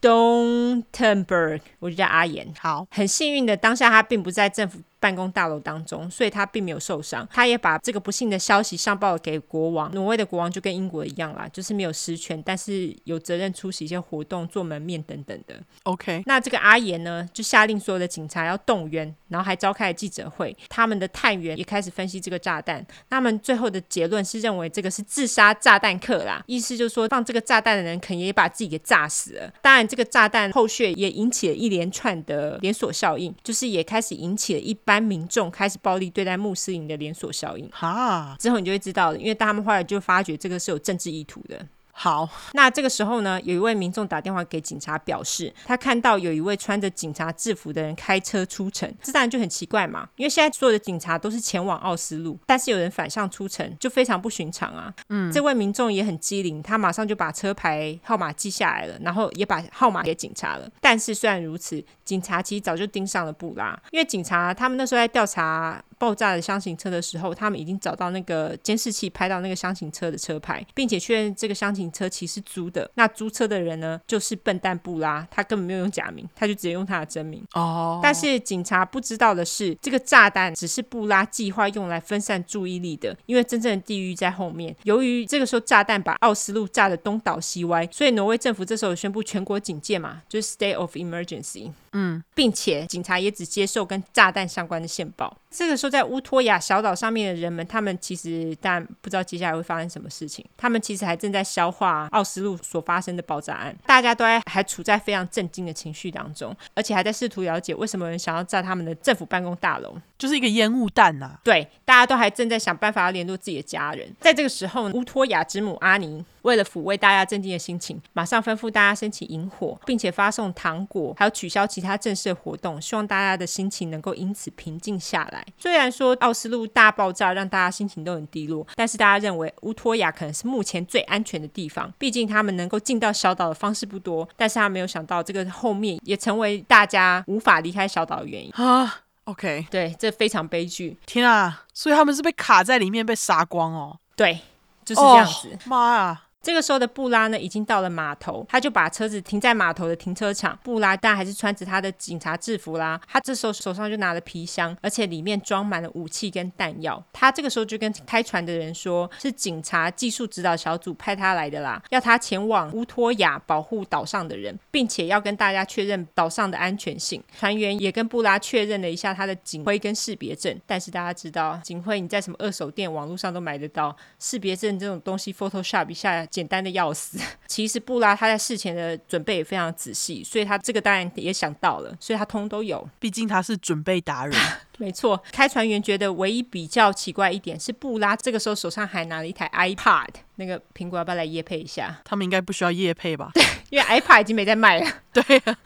B: Stoltenberg，我就叫阿岩，
A: 好，
B: 很幸运的，当下他并不在政府办公大楼当中，所以他并没有受伤。他也把这个不幸的消息上报给国王。挪威的国王就跟英国一样啦，就是没有实权，但是有责任出席一些活动、做门面等等的。
A: ，OK，
B: 那这个阿爷呢，就下令所有的警察要动员，然后还召开了记者会。他们的探员也开始分析这个炸弹。他们最后的结论是认为这个是自杀炸弹客啦，意思就是说放这个炸弹的人肯定也把自己给炸死了。当然，这个炸弹后续也引起了一连串的连锁效应，就是也开始引起了一般。般民众开始暴力对待穆斯林的连锁效应。
C: 哈，
B: 之后你就会知道了，因为他们后来就发觉这个是有政治意图的。
C: 好，
B: 那这个时候呢，有一位民众打电话给警察，表示他看到有一位穿着警察制服的人开车出城，这当然就很奇怪嘛，因为现在所有的警察都是前往奥斯陆，但是有人反向出城，就非常不寻常啊。嗯，这位民众也很机灵，他马上就把车牌号码记下来了，然后也把号码给警察了。但是虽然如此，警察其实早就盯上了布拉，因为警察他们那时候在调查爆炸的箱型车的时候，他们已经找到那个监视器拍到那个箱型车的车牌，并且确认这个箱型车其实租的。那租车的人呢，就是笨蛋布拉，他根本没有用假名，他就直接用他的真名。
C: 哦，
B: 但是警察不知道的是，这个炸弹只是布拉计划用来分散注意力的，因为真正的地狱在后面。由于这个时候炸弹把奥斯陆炸得东倒西歪，所以挪威政府这时候宣布全国警戒嘛，就是 state of emergency。嗯，并且警察也只接受跟炸弹相关的线报。这个时候，在乌托亚小岛上面的人们，他们其实但不知道接下来会发生什么事情，他们其实还正在消化奥斯陆所发生的爆炸案，大家都在还处在非常震惊的情绪当中，而且还在试图了解为什么有人想要炸他们的政府办公大楼。
C: 就是一个烟雾弹
A: 啊
C: 呐、
B: 对，大家都还正在想办法联络自己的家人。在这个时候，乌托雅之母阿尼为了抚慰大家震惊的心情，马上吩咐大家申请引火，并且发送糖果，还有取消其他正式的活动，希望大家的心情能够因此平静下来。虽然说奥斯陆大爆炸让大家心情都很低落，但是大家认为乌托雅可能是目前最安全的地方，毕竟他们能够进到小岛的方式不多。但是他没有想到，这个后面也成为大家无法离开小岛的原因。
C: 啊。OK，
B: 对，这非常悲剧。
C: 天啊！所以他们是被卡在里面，被杀光哦。
B: 对，就是
C: 哦
B: 这样子。
C: 妈呀！
B: 这个时候的布拉呢，已经到了码头，他就把车子停在码头的停车场。布拉但还是穿着他的警察制服啦，他这时候手上就拿了皮箱，而且里面装满了武器跟弹药。他这个时候就跟开船的人说，是警察技术指导小组派他来的啦，要他前往乌托亚保护岛上的人，并且要跟大家确认岛上的安全性。船员也跟布拉确认了一下他的警徽跟识别证，但是大家知道，警徽你在什么二手店、网络上都买得到，识别证这种东西，Photoshop 一下简单的要死。 <laughs> 其实布拉他在事前的准备也非常仔细，所以他这个当然也想到了，所以他通都有。
C: 毕竟他是准备达 <laughs> 人，
B: 没错，开船员觉得唯一比较奇怪一点是布拉这个时候手上还拿了一台 iPad，那个苹果要不要来夜配一下？
C: 他们应该不需要业配吧？
B: 因为 iPad 已经没在卖了。
C: <laughs> 对啊，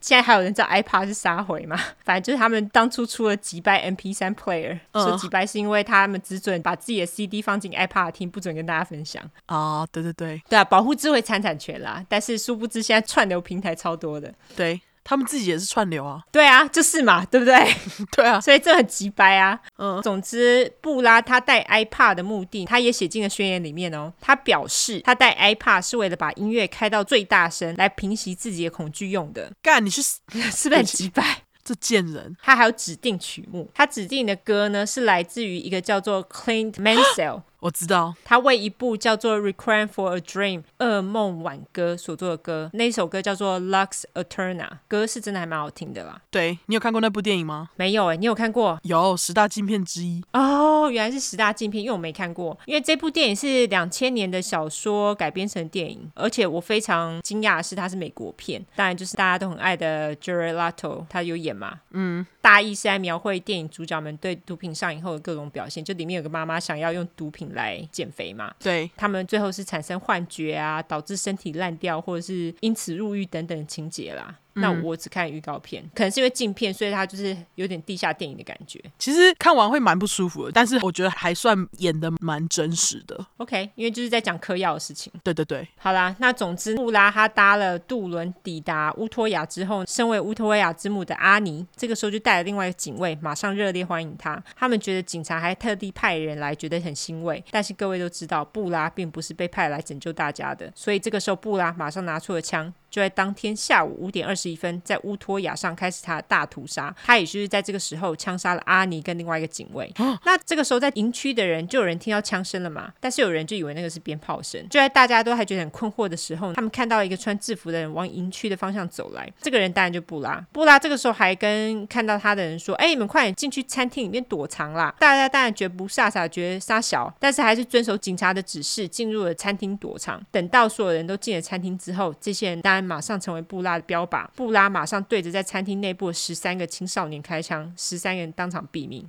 B: 现在还有人知道 iPad 是杀回吗？ <laughs> 反正就是他们当初出了几百 MP3 player，、
C: 嗯
B: 说几百是因为他们只准把自己的 CD 放进 iPad 听，不准跟大家分享。
C: 啊，对对对
B: 对啊，保护智慧财产权啦。但是殊不知现在串流平台超多的。
C: 对，他们自己也是串流啊。 <laughs>
B: 对啊，就是嘛，对不对？ <laughs>
C: 对啊，
B: 所以这很急掰啊。
C: 嗯
B: 总之，布拉他带 iPad 的目的，他也写进了宣言里面哦。他表示，他带 iPad 是为了把音乐开到最大声，来平息自己的恐惧用的，
C: 干你去死 <laughs>
B: 是不是很急掰？
C: 这贱人！
B: 他还有指定曲目，他指定的歌呢是来自于一个叫做 Clint Mansell，
C: 我知道，
B: 他为一部叫做《Requiem for a Dream》噩梦挽歌所做的歌，那一首歌叫做《Lux Eterna》，歌是真的还蛮好听的啦。
C: 对你有看过那部电影吗？
B: 没有哎、你有看过？
C: 有十大禁片之一。
B: 哦，原来是十大禁片，因为我没看过。因为这部电影是两千年的小说改编成电影，而且我非常惊讶的是它是美国片，当然就是大家都很爱的 Jared Leto，他有演嘛。嗯，大意是在描绘电影主角们对毒品上瘾后的各种表现，就里面有个妈妈想要用毒品来减肥嘛，
C: 对，
B: 他们最后是产生幻觉啊，导致身体烂掉，或者是因此入狱等等情节啦。那我只看预告片，可能是因为禁片，所以它就是有点地下电影的感觉。
C: 其实看完会蛮不舒服的，但是我觉得还算演的蛮真实的。
B: OK，因为就是在讲嗑药的事情。
C: 对对对，
B: 好啦，那总之，布拉他搭了渡轮抵达乌托亚之后，身为乌托亚之母的阿尼，这个时候就带了另外一个警卫，马上热烈欢迎他。他们觉得警察还特地派人来，觉得很欣慰。但是各位都知道，布拉并不是被派来拯救大家的，所以这个时候布拉马上拿出了枪。就在当天下午五点二十一分，在乌托亚上开始他的大屠杀。他也就是在这个时候枪杀了阿尼跟另外一个警卫。那这个时候在营区的人就有人听到枪声了嘛，但是有人就以为那个是鞭炮声。就在大家都还觉得很困惑的时候，他们看到一个穿制服的人往营区的方向走来。这个人当然就布拉，布拉这个时候还跟看到他的人说：“哎、你们快点进去餐厅里面躲藏啦！”大家当然绝不傻傻，觉得傻小，但是还是遵守警察的指示进入了餐厅躲藏。等到所有人都进了餐厅之后，这些人当然班马上成为布拉的标靶，布拉马上对着在餐厅内部十三个青少年开枪，十三人当场毙命。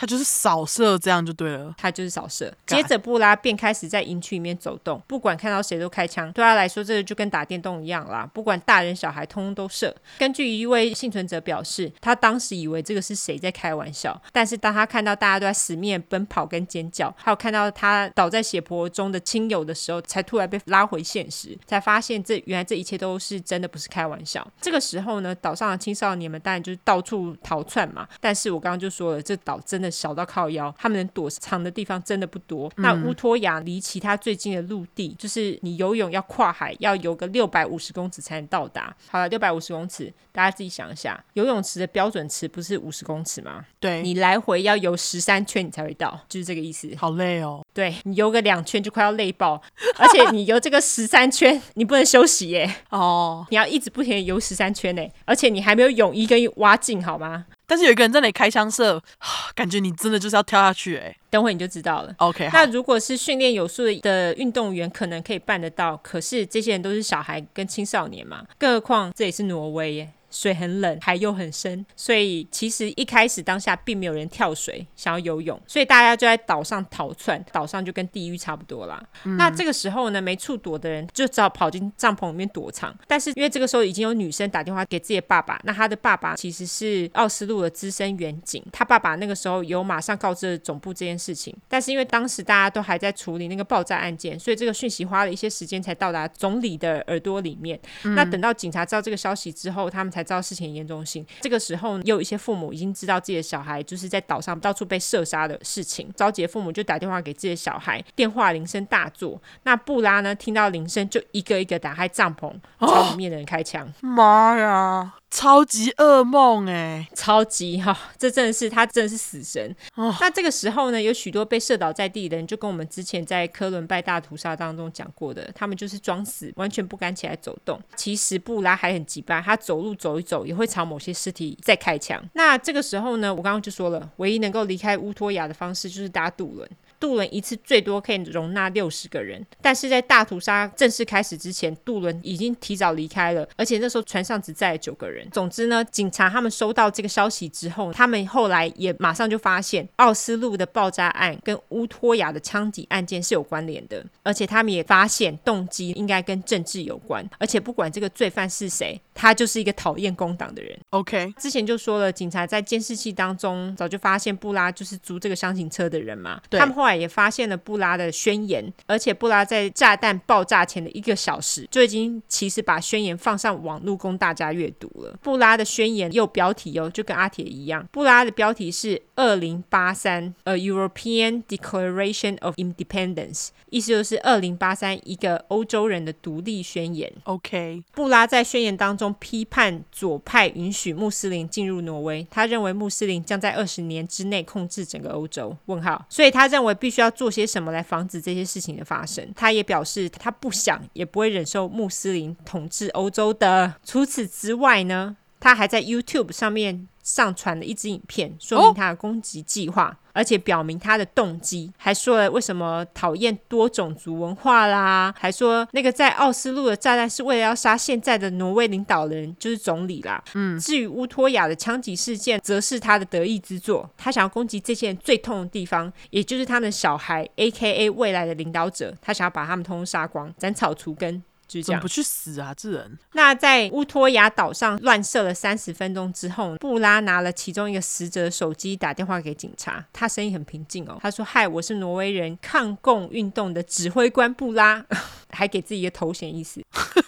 A: 他就是扫射，这样就对了。
B: 他就是扫射。
A: 干
B: 接着布拉便开始在营区里面走动，不管看到谁都开枪。对他来说，这个就跟打电动一样啦，不管大人小孩，通通都射。根据一位幸存者表示，他当时以为这个是谁在开玩笑，但是当他看到大家都在死命地奔跑跟尖叫，还有看到他倒在血泊中的亲友的时候，才突然被拉回现实，才发现这原来这一切都是真的，不是开玩笑。这个时候呢，岛上的青少年们当然就是到处逃窜嘛。但是我刚刚就说了，这岛真的小到靠腰，他们能躲藏的地方真的不多。那乌托亚离其他最近的陆地，就是你游泳要跨海，要游个六百五十公尺才能到达。好了，六百五十公尺，大家自己想一下，游泳池的标准池不是五十公尺吗？
A: 对，
B: 你来回要游十三圈你才会到，就是这个意思。
A: 好累哦。
B: 对你游个两圈就快要累爆， <laughs> 而且你游这个十三圈，你不能休息耶，
A: 哦，
B: 你要一直不停的游十三圈呢，而且你还没有泳衣跟蛙镜好吗？
A: 但是有一个人在那里开枪射， <sighs> 感觉你真的就是要跳下去哎、
B: 等会你就知道了。
A: OK，好
B: 那，如果是训练有素的运动员，可能可以办得到，可是这些人都是小孩跟青少年嘛，更何况这也是挪威耶。水很冷，海又很深，所以其实一开始当下并没有人跳水想要游泳，所以大家就在岛上逃窜，岛上就跟地狱差不多啦。那这个时候呢，没处躲的人就只好跑进帐篷里面躲藏。但是因为这个时候已经有女生打电话给自己的爸爸，那他的爸爸其实是奥斯陆的资深远警，他爸爸那个时候有马上告知了总部这件事情。但是因为当时大家都还在处理那个爆炸案件，所以这个讯息花了一些时间才到达总理的耳朵里面。那等到警察知道这个消息之后，他们才知道事情的严重性。这个时候，也有一些父母已经知道自己的小孩就是在岛上到处被射杀的事情，着急的父母就打电话给自己的小孩，电话铃声大作。那布拉呢，听到铃声就一个一个打开帐篷，朝里面的人开枪，
A: 妈呀，超级噩梦哎、
B: 超级哈、这真的是他真的是死神。
A: 哦
B: 那这个时候呢，有许多被射倒在地的人，就跟我们之前在科伦拜大屠杀当中讲过的，他们就是装死，完全不敢起来走动。其实布拉还很急巴，他走路走一走也会朝某些尸体再开枪。那这个时候呢，我刚刚就说了，唯一能够离开乌托亚的方式就是搭渡轮。渡轮一次最多可以容纳六十个人，但是在大屠杀正式开始之前，渡轮已经提早离开了，而且那时候船上只载了九个人。总之呢，警察他们收到这个消息之后，他们后来也马上就发现奥斯陆的爆炸案跟乌托亚的枪击案件是有关联的，而且他们也发现动机应该跟政治有关，而且不管这个罪犯是谁，他就是一个讨厌工党的人。
A: o k
B: 之前就说了，警察在监视器当中早就发现布拉就是租这个箱型车的人嘛。
A: 对
B: 他们后来也发现了布拉的宣言，而且布拉在炸弹爆炸前的一个小时就已经其实把宣言放上网路供大家阅读了。布拉的宣言也有标题哦，就跟阿铁一样，布拉的标题是“二零八三 A European Declaration of Independence”，意思就是二零八三一个欧洲人的独立宣言。
A: OK，
B: 布拉在宣言当中批判左派允许穆斯林进入挪威，他认为穆斯林将在二十年之内控制整个欧洲。问号，所以他认为必须要做些什么来防止这些事情的发生。他也表示他不想也不会忍受穆斯林统治欧洲的。除此之外呢，他还在 YouTube 上面上传了一支影片，说明他的攻击计划，而且表明他的动机，还说了为什么讨厌多种族文化啦，还说那个在奥斯陆的炸弹是为了要杀现在的挪威领导人，就是总理啦。嗯，至于乌托亚的枪击事件，则是他的得意之作。他想要攻击这些人最痛的地方，也就是他们的小孩，A K A 未来的领导者，他想要把他们通通杀光，斩草除根。就是这
A: 怎
B: 样
A: 么不。去死啊？这人 <laughs>
B: 那在乌托亚岛上乱射了三十分钟之后，布拉拿了其中一个死者的手机打电话给警察，他声音很平静哦，他说：“嗨，我是挪威人抗共运动的指挥官布拉， <laughs> 还给自己一个头衔意思。”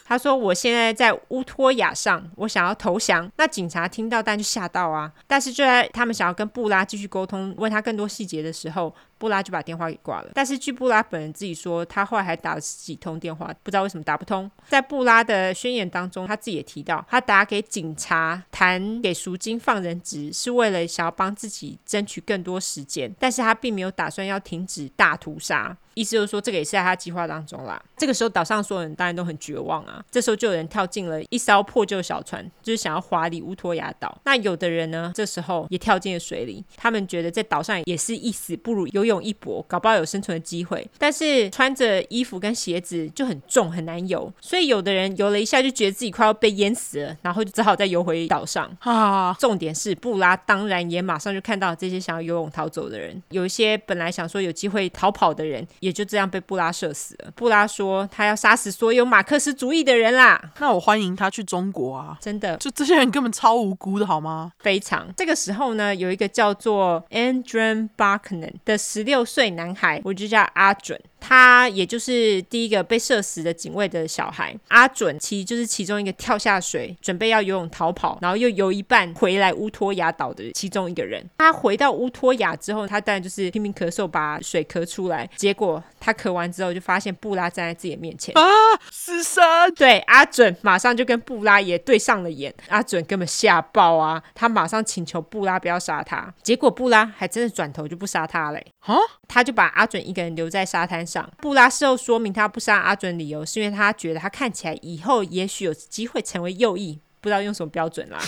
B: 他说：“我现在在乌托亚上，我想要投降。”那警察听到，但就吓到啊！但是就在他们想要跟布拉继续沟通，问他更多细节的时候，布拉就把电话给挂了。但是据布拉本人自己说，他后来还打了十几通电话，不知道为什么打不通。在布拉的宣言当中，他自己也提到，他打给警察谈给赎金放人质，是为了想要帮自己争取更多时间，但是他并没有打算要停止大屠杀。以意思就是说，这个也是在他计划当中啦。这个时候，岛上所有人当然都很绝望啊。这时候就有人跳进了一艘破旧小船，就是想要划离乌托亚岛。那有的人呢，这时候也跳进了水里，他们觉得在岛上也是一死不如游泳一搏，搞不好有生存的机会。但是穿着衣服跟鞋子就很重，很难游，所以有的人游了一下就觉得自己快要被淹死了，然后就只好再游回岛上。
A: 啊，
B: 重点是布拉当然也马上就看到这些想要游泳逃走的人，有一些本来想说有机会逃跑的人，也就这样被布拉射死了。布拉说他要杀死所有马克思主义的人啦，
A: 那我欢迎他去中国啊！
B: 真的
A: 就这些人根本超无辜的好吗？
B: 非常。这个时候呢，有一个叫做 Andrew Buckner 的十六岁男孩，我就叫阿准。他也就是第一个被射死的警卫的小孩阿准，其实就是其中一个跳下水准备要游泳逃跑，然后又游一半回来乌托亚岛的其中一个人。他回到乌托亚之后，他当然就是拼命咳嗽把水咳出来，结果他咳完之后就发现布拉站在自己的面前。
A: 死神！
B: 对，阿准马上就跟布拉也对上了眼，阿准根本吓爆啊！他马上请求布拉不要杀他，结果布拉还真的转头就不杀他嘞。
A: 啊，
B: 他就把阿准一个人留在沙滩上。布拉事后说明他不杀阿准理由是因为他觉得他看起来以后也许有机会成为右翼，不知道用什么标准啦，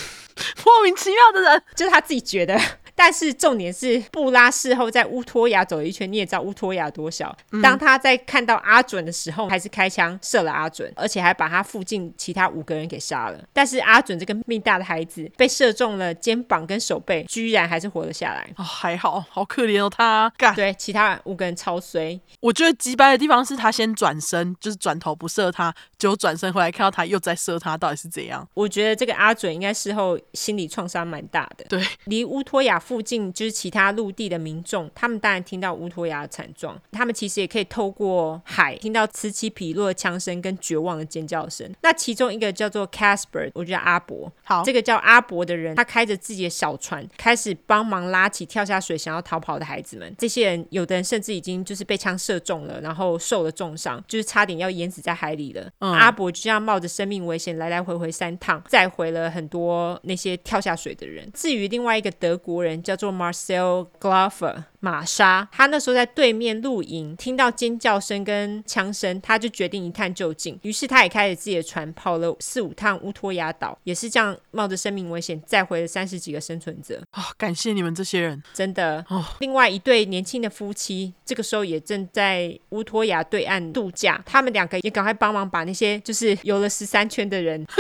A: 莫名其妙的人，
B: 就是他自己觉得。 <laughs> 但是重点是，布拉事后在乌托亚走了一圈，你也知道乌托亚多小。当他在看到阿准的时候，还是开枪射了阿准，而且还把他附近其他五个人给杀了。但是阿准这个命大的孩子被射中了肩膀跟手背，居然还是活了下来。
A: 哦，还好，好可怜哦，他干。
B: 对，其他五个人超衰，
A: 我觉得鸡掰的地方是他先转身，就是转头不射他，结果转身回来看到他又在射他，到底是怎样？
B: 我觉得这个阿准应该事后心理创伤蛮大的。
A: 对，
B: 离乌托亚附近就是其他陆地的民众，他们当然听到乌托亚的惨状，他们其实也可以透过海听到此起彼落的枪声跟绝望的尖叫声。那其中一个叫做 Casper，我觉得阿伯，
A: 好，
B: 这个叫阿伯的人，他开着自己的小船，开始帮忙拉起跳下水想要逃跑的孩子们。这些人，有的人甚至已经就是被枪射中了，然后受了重伤，就是差点要淹死在海里了。
A: 嗯
B: 阿伯就这样冒着生命危险来来回回三趟，载回了很多那些跳下水的人。至于另外一个德国人叫做 Marcel Glover。玛莎，他那时候在对面露营，听到尖叫声跟枪声，他就决定一探究竟。于是他也开着自己的船，跑了四五趟乌托亚岛，也是这样冒着生命危险载回了三十几个生存者。
A: 啊、感谢你们这些人。
B: 真的。
A: 哦
B: 另外一对年轻的夫妻，这个时候也正在乌托亚对岸度假，他们两个也赶快帮忙把那些就是游了十三圈的人 <laughs>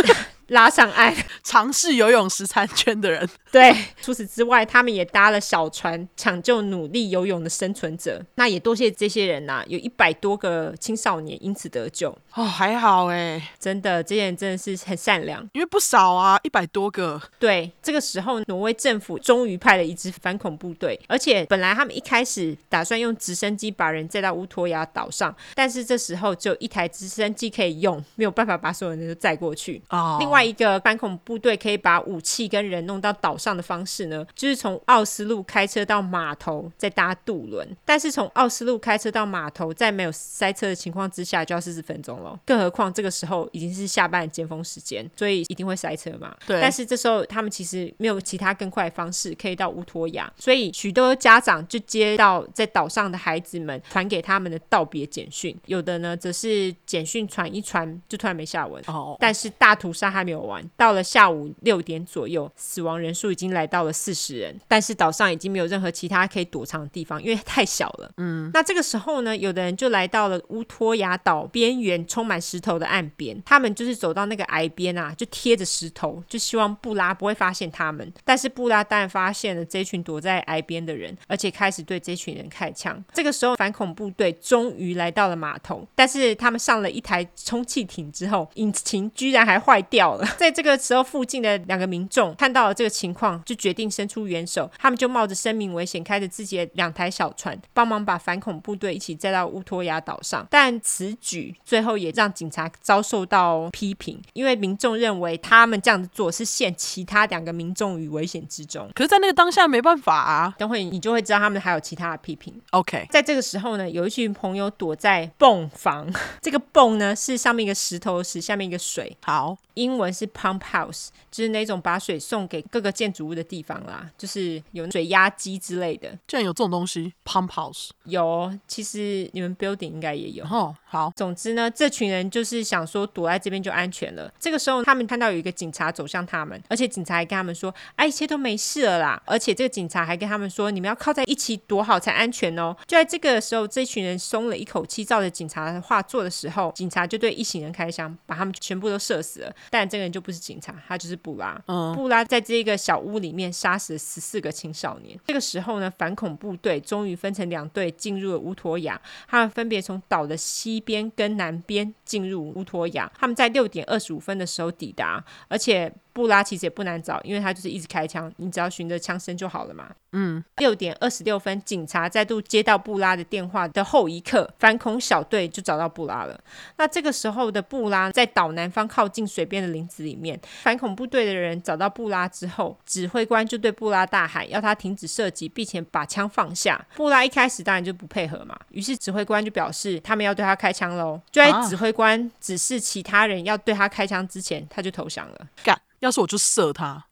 B: 拉上岸。
A: 尝试游泳十三圈的人，
B: 对，除此之外，他们也搭了小船，抢救努力游泳的生存者。那也多谢这些人呐、有一百多个青少年因此得救。
A: 哦，还好哎、
B: 真的，这些人真的是很善良。
A: 因为不少啊，一百多个。
B: 对，这个时候挪威政府终于派了一支反恐部队，而且本来他们一开始打算用直升机把人载到乌托亚岛上，但是这时候只有一台直升机可以用，没有办法把所有人都载过去。
A: 哦，
B: 另外一个反恐部队可以把武器跟人弄到岛上的方式呢，就是从奥斯陆开车到码头，再搭渡轮。但是从奥斯陆开车到码头，在没有塞车的情况之下，就要四十分钟了。更何况这个时候已经是下班的尖峰时间，所以一定会塞车嘛。
A: 对
B: 但是这时候他们其实没有其他更快的方式可以到乌托亚，所以许多家长就接到在岛上的孩子们传给他们的道别简讯，有的呢则是简讯传一传就突然没下文。
A: 哦，
B: 但是大屠杀还没有完，到了下午六点左右，死亡人数已经来到了四十人，但是岛上已经没有任何其他可以躲藏的地方，因为太小了。嗯，那这个时候呢，有的人就来到了乌托亚岛边缘充满石头的岸边，他们就是走到那个崖边啊，就贴着石头，就希望布拉不会发现他们。但是布拉当然发现了这群躲在崖边的人，而且开始对这群人开枪。这个时候，反恐部队终于来到了码头，但是他们上了一台充气艇之后，引擎居然还坏掉了。 <laughs> 在这个时候，附近的两个民众看到了这个情况，就决定伸出援手。他们就冒着生命危险，开着自己的两台小船，帮忙把反恐部队一起载到乌托亚岛上。但此举最后也让警察遭受到批评，因为民众认为他们这样子做是陷其他两个民众于危险之中。
A: 可是，在那个当下没办法啊。
B: 等会你就会知道他们还有其他的批评。
A: OK，
B: 在这个时候呢，有一群朋友躲在泵房，这个泵呢是上面一个石头石，下面一个水， <laughs>
A: 好，
B: 英文是 pump house，就是那种把水送给各个建筑物的地方啦，就是有水压机之类的。
A: 竟然有这种东西，pump house。
B: 有，其实你们 building 应该也有。
A: 哦，好，
B: 总之呢，这群人就是想说躲在这边就安全了。这个时候，他们看到有一个警察走向他们，而且警察还跟他们说：“哎、啊，一切都没事了啦。”而且这个警察还跟他们说：“你们要靠在一起躲好才安全哦。”就在这个时候，这群人松了一口气，照着警察的话做的时候，警察就对一行人开枪，把他们全部都射死了。但这个人就不是警察，他就是布拉。
A: 嗯
B: 布拉在这个小屋里面杀死了十四个青少年。这个时候呢，反恐部队终于分成两队进入了乌托亚，他们分别从岛的西边跟南边进入乌托亚。他们在六点二十五分的时候抵达，而且布拉其实也不难找，因为他就是一直开枪，你只要循着枪声就好了嘛。
A: 嗯，
B: 六点二十六分，警察再度接到布拉的电话的后一刻，反恐小队就找到布拉了。那这个时候的布拉在岛南方靠近水边的林子里面，反恐部队的人找到布拉之后，指挥官就对布拉大喊，要他停止射击，并且把枪放下。布拉一开始当然就不配合嘛，于是指挥官就表示他们要对他开枪喽。就在
A: 啊
B: 指挥官指示其他人要对他开枪之前，他就投降了。
A: 干，要是我就射他。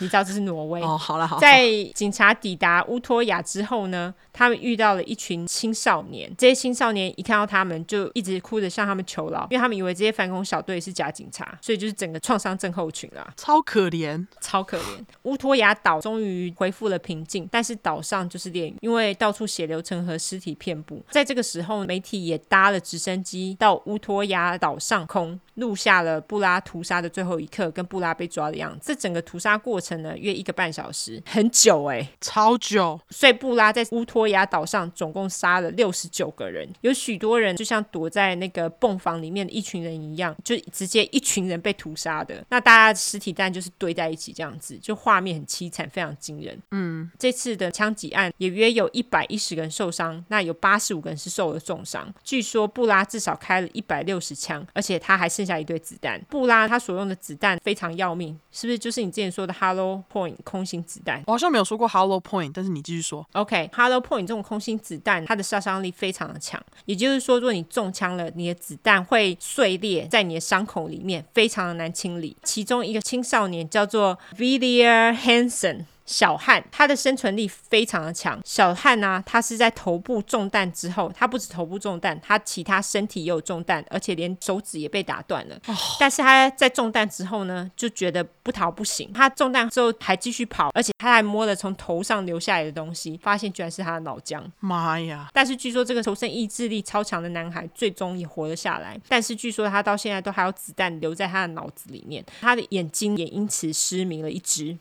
B: 你知道这是挪威
A: 哦，好了好，
B: 在警察抵达乌托亚之后呢，他们遇到了一群青少年。这些青少年一看到他们，就一直哭着向他们求饶，因为他们以为这些反恐小队是假警察，所以就是整个创伤症候群啦，
A: 超可怜。
B: 超可怜。乌托亚岛终于恢复了平静，但是岛上就是炼狱，因为到处血流成河，尸体遍布。在这个时候，媒体也搭了直升机到乌托亚岛上空，录下了布拉屠杀的最后一刻跟布拉被抓的样子。这整个屠杀过程呢，约一个半小时，很久哎、
A: 超久，
B: 所以布拉在乌托亚岛上总共杀了六十九个人，有许多人就像躲在那个泵房里面的一群人一样，就直接一群人被屠杀的。那大家的尸体蛋就是堆在一起这样子，就画面很凄惨，非常惊人。
A: 嗯，
B: 这次的枪击案也约有一百一十个人受伤，那有八十五个人是受了重伤。据说布拉至少开了一百六十枪，而且他还剩下一堆子弹。布拉他所用的子弹非常要命，是不是就是你之前说的 Hollow Point 空心子弹？
A: 我好像没有说过 Hollow Point，但是你继续说。
B: OK，Hollow、Point 这种空心子弹，它的杀伤力非常的强。也就是说，如果你中枪了，你的子弹会碎裂在你的伤口里面，非常的难清理。其中一个青少年叫做 Vilia Hansen。小汉他的生存力非常的强。小汉呢、他是在头部中弹之后，他不止头部中弹，他其他身体也有中弹，而且连手指也被打断了。 <sighs> 但是他在中弹之后呢，就觉得不逃不行。他中弹之后还继续跑，而且他还摸了从头上流下来的东西，发现居然是他的脑浆。
A: 妈呀，
B: 但是据说这个求生意志力超强的男孩最终也活了下来，但是据说他到现在都还有子弹留在他的脑子里面，他的眼睛也因此失明了一只。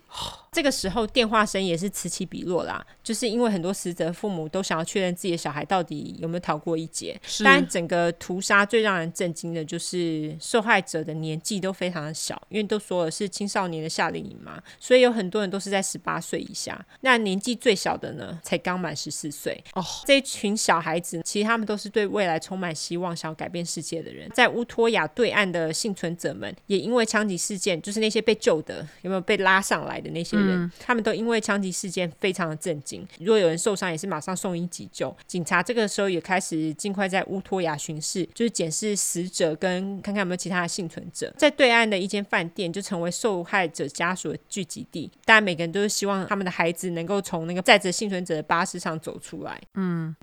B: 这个时候电话声也是此起彼落啦，就是因为很多死者父母都想要确认自己的小孩到底有没有逃过一劫。
A: 是
B: 当然，整个屠杀最让人震惊的就是受害者的年纪都非常的小，因为都说了是青少年的夏令营嘛，所以有很多人都是在十八岁以下。那年纪最小的呢，才刚满十四岁。
A: 哦，
B: 这一群小孩子，其实他们都是对未来充满希望、想要改变世界的人。在乌托亚对岸的幸存者们，也因为枪击事件，就是那些被救的，有没有被拉上来的那些人，他们都因为枪击事件非常的震惊。如果有人受伤，也是马上送医急救。警察这个时候也开始尽快在乌托亚巡视，就是检视死者跟看看有没有其他的幸存者。在对岸的一间饭店就成为受害者家属的聚集地，大家每个人都是希望他们的孩子能够从那个载着幸存者的巴士上走出来。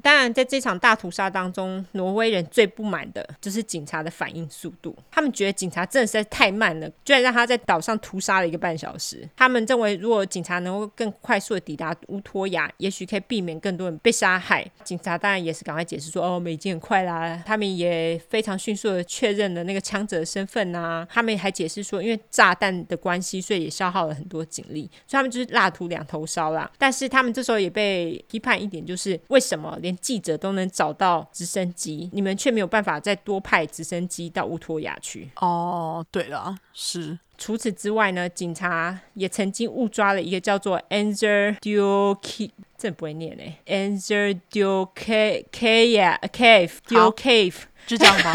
B: 当然，在这场大屠杀当中，挪威人最不满的就是警察的反应速度。他们觉得警察真的实在太慢了，居然让他在岛上屠杀了一个半小时。他们认为，如果警察能够更快速的抵达乌托亚，也许可以避免更多人被杀害。警察当然也是赶快解释说：“哦，我们已经很快啦。”他们也非常迅速的确认了那个枪者的身份啊。他们还解释说，因为炸弹的关系，所以也消耗了很多警力，所以他们就是蜡烛两头烧啦。但是他们这时候也被批判一点，就是为什么连记者都能找到直升机，你们却没有办法再多派直升机到乌托亚去？
A: 哦，对了，是
B: 除此之外呢，警察也曾经误抓了一个叫做 Anzer d u k e 这不会念嘞、欸、，Anzer d u k e Cave d u
A: 好
B: Cave
A: <laughs> 就这样吧。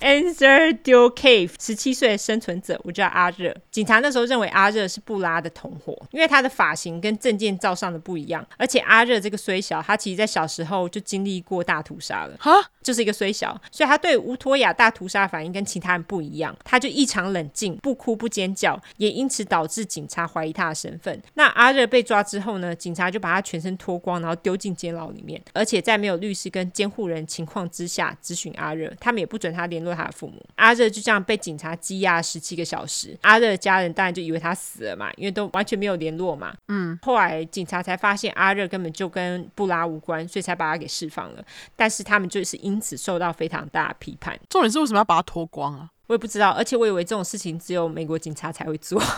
B: Answer Dual Cave，十七岁的生存者，我叫阿热。警察那时候认为阿热是布拉的同伙，因为他的发型跟证件照上的不一样，而且阿热这个虽小，他其实在小时候就经历过大屠杀了，
A: 哈，
B: 就是一个虽小，所以他对乌托亚大屠杀反应跟其他人不一样，他就异常冷静，不哭不尖叫，也因此导致警察怀疑他的身份。那阿热被抓之后呢，警察就把他全身脱光，然后丢进监牢里面，而且在没有律师跟监护人情况之下咨询阿热，他们也不准他联络他的父母。阿热就这样被警察羁押十七个小时，阿热的家人当然就以为他死了嘛，因为都完全没有联络嘛。嗯，后来警察才发现阿热根本就跟布拉无关，所以才把他给释放了。但是他们就是因此受到非常大的批判。
A: 重点是为什么要把它脱光啊？
B: 我也不知道，而且我以为这种事情只有美国警察才会做， <laughs>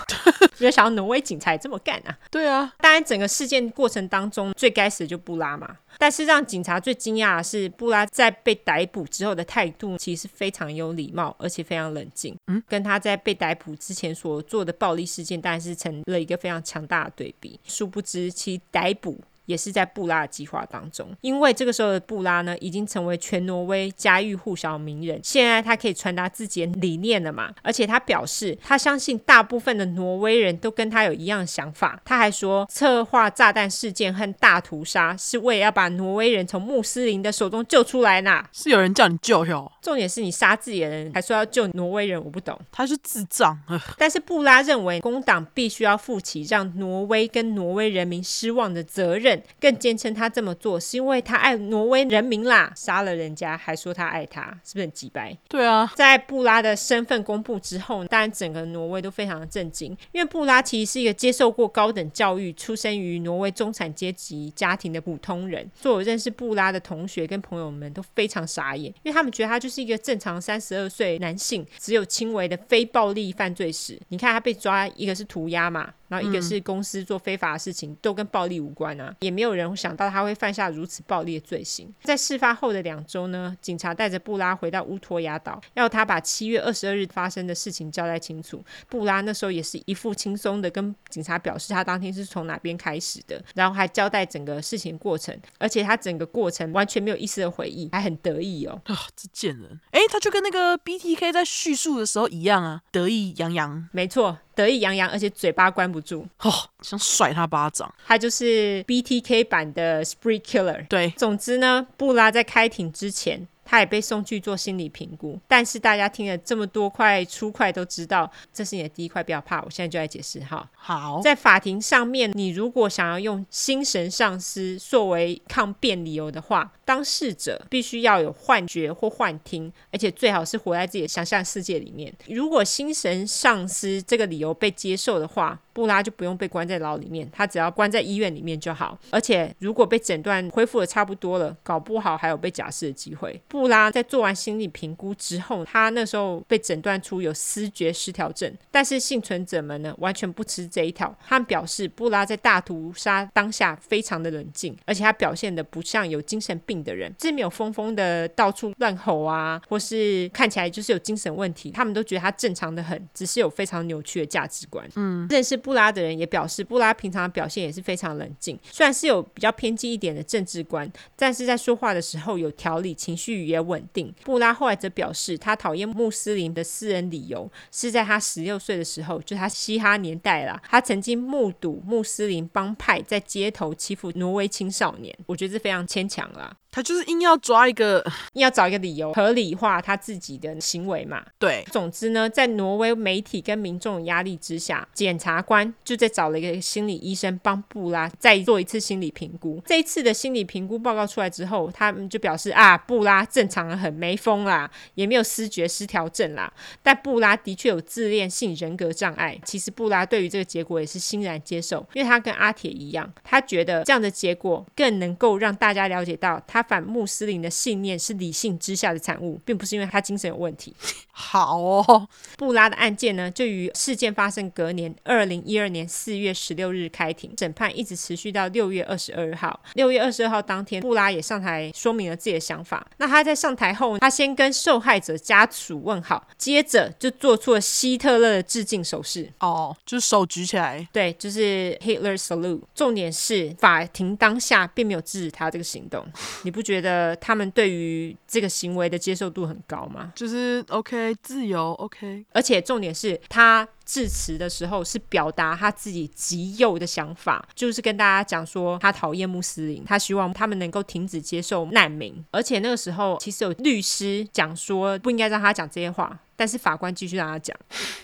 B: 没有想到挪威警察也这么干啊！
A: 对啊，
B: 当然，整个事件过程当中，最该死的就布拉嘛。但是让警察最惊讶的是，布拉在被逮捕之后的态度其实是非常有礼貌，而且非常冷静。嗯，跟他在被逮捕之前所做的暴力事件，当然是成了一个非常强大的对比。殊不知，其逮捕也是在布拉的计划当中，因为这个时候的布拉呢，已经成为全挪威家喻户晓的名人。现在他可以传达自己的理念了嘛？而且他表示，他相信大部分的挪威人都跟他有一样的想法。他还说，策划炸弹事件和大屠杀是为了要把挪威人从穆斯林的手中救出来啦。
A: 是有人叫你救哟，
B: 重点是你杀自己的人，还说要救挪威人，我不懂。
A: 他是智障，呃
B: 但是布拉认为工党必须要负起让挪威跟挪威人民失望的责任，更坚称他这么做是因为他爱挪威人民啦，杀了人家还说他爱他，是不是很鸡掰？
A: 对啊，
B: 在布拉的身份公布之后，当然整个挪威都非常的震惊，因为布拉其实是一个接受过高等教育、出生于挪威中产阶级家庭的普通人。所以我认识布拉的同学跟朋友们都非常傻眼，因为他们觉得他就是一个正常三十二岁男性，只有轻微的非暴力犯罪史。你看他被抓，一个是涂鸦嘛，然后一个是公司做非法的事情，都跟暴力无关啊，也没有人想到他会犯下如此暴力的罪行。在事发后的两周呢，警察带着布拉回到乌托亚岛，要他把七月二十二日发生的事情交代清楚。布拉那时候也是一副轻松的跟警察表示他当天是从哪边开始的，然后还交代整个事情过程，而且他整个过程完全没有一丝的回忆，还很得意哦。
A: 啊这贱人，诶，他就跟那个 BTK 在叙述的时候一样啊，得意洋洋，
B: 没错，得意洋洋，而且嘴巴关不住，
A: 哦，想甩他巴掌，
B: 他就是 BTK 版的 Spree Killer。
A: 对，
B: 总之呢，布拉在开庭之前，他也被送去做心理评估。但是大家听了这么多块粗块，都知道这是你的第一块，不要怕，我现在就来解释哈。
A: 好，
B: 在法庭上面，你如果想要用心神丧失作为抗辩理由的话，当事者必须要有幻觉或幻听，而且最好是活在自己的想象世界里面。如果心神丧失这个理由被接受的话，布拉就不用被关在牢里面，他只要关在医院里面就好。而且如果被诊断恢复的差不多了，搞不好还有被假释的机会。布拉在做完心理评估之后，他那时候被诊断出有思觉失调症，但是幸存者们呢完全不吃这一套。他们表示，布拉在大屠杀当下非常的冷静，而且他表现的不像有精神病的人，是没有疯疯的到处乱吼啊，或是看起来就是有精神问题。他们都觉得他正常的很，只是有非常扭曲的价值观。认识布拉的人也表示，布拉平常表现也是非常冷静，虽然是有比较偏激一点的政治观，但是在说话的时候有条理，情绪也稳定。布拉后来则表示，他讨厌穆斯林的私人理由是在他十六岁的时候，就是他嘻哈年代啦，他曾经目睹穆斯林帮派在街头欺负挪威青少年，我觉得这非常牵强啦。
A: 他就是硬要抓一个，
B: 要找一个理由合理化他自己的行为嘛，
A: 对，
B: 总之呢，在挪威媒体跟民众的压力之下，检察官就在找了一个心理医生帮布拉再做一次心理评估。这一次的心理评估报告出来之后，他们就表示啊，布拉正常得很，没疯啦，也没有失觉失调症啦。但布拉的确有自恋性人格障碍。其实布拉对于这个结果也是欣然接受，因为他跟阿铁一样，他觉得这样的结果更能够让大家了解到，他反穆斯林的信念是理性之下的产物，并不是因为他精神有问题。
A: 好哦，
B: 布拉的案件呢，就于事件发生隔年，二零一二年四月十六日开庭，审判一直持续到六月二十二号。六月二十二号当天，布拉也上台说明了自己的想法。那他在上台后，他先跟受害者家属问好，接着就做出了希特勒的致敬手势。
A: 哦，就是手举起来，
B: 对，就是 Hitler salute。重点是法庭当下并没有制止他这个行动，你不觉得他们对于这个行为的接受度很高吗？
A: 就是 OK 自由 OK
B: 而且重点是他致辞的时候是表达他自己极右的想法，就是跟大家讲说他讨厌穆斯林，他希望他们能够停止接受难民。而且那个时候其实有律师讲说不应该让他讲这些话。但是法官继续让他讲，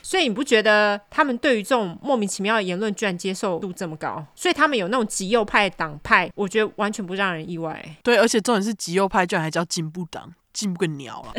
B: 所以你不觉得他们对于这种莫名其妙的言论居然接受度这么高？所以他们有那种极右派党派，我觉得完全不让人意外，
A: 对，而且重点是极右派居然还叫进步党，进步个鸟了，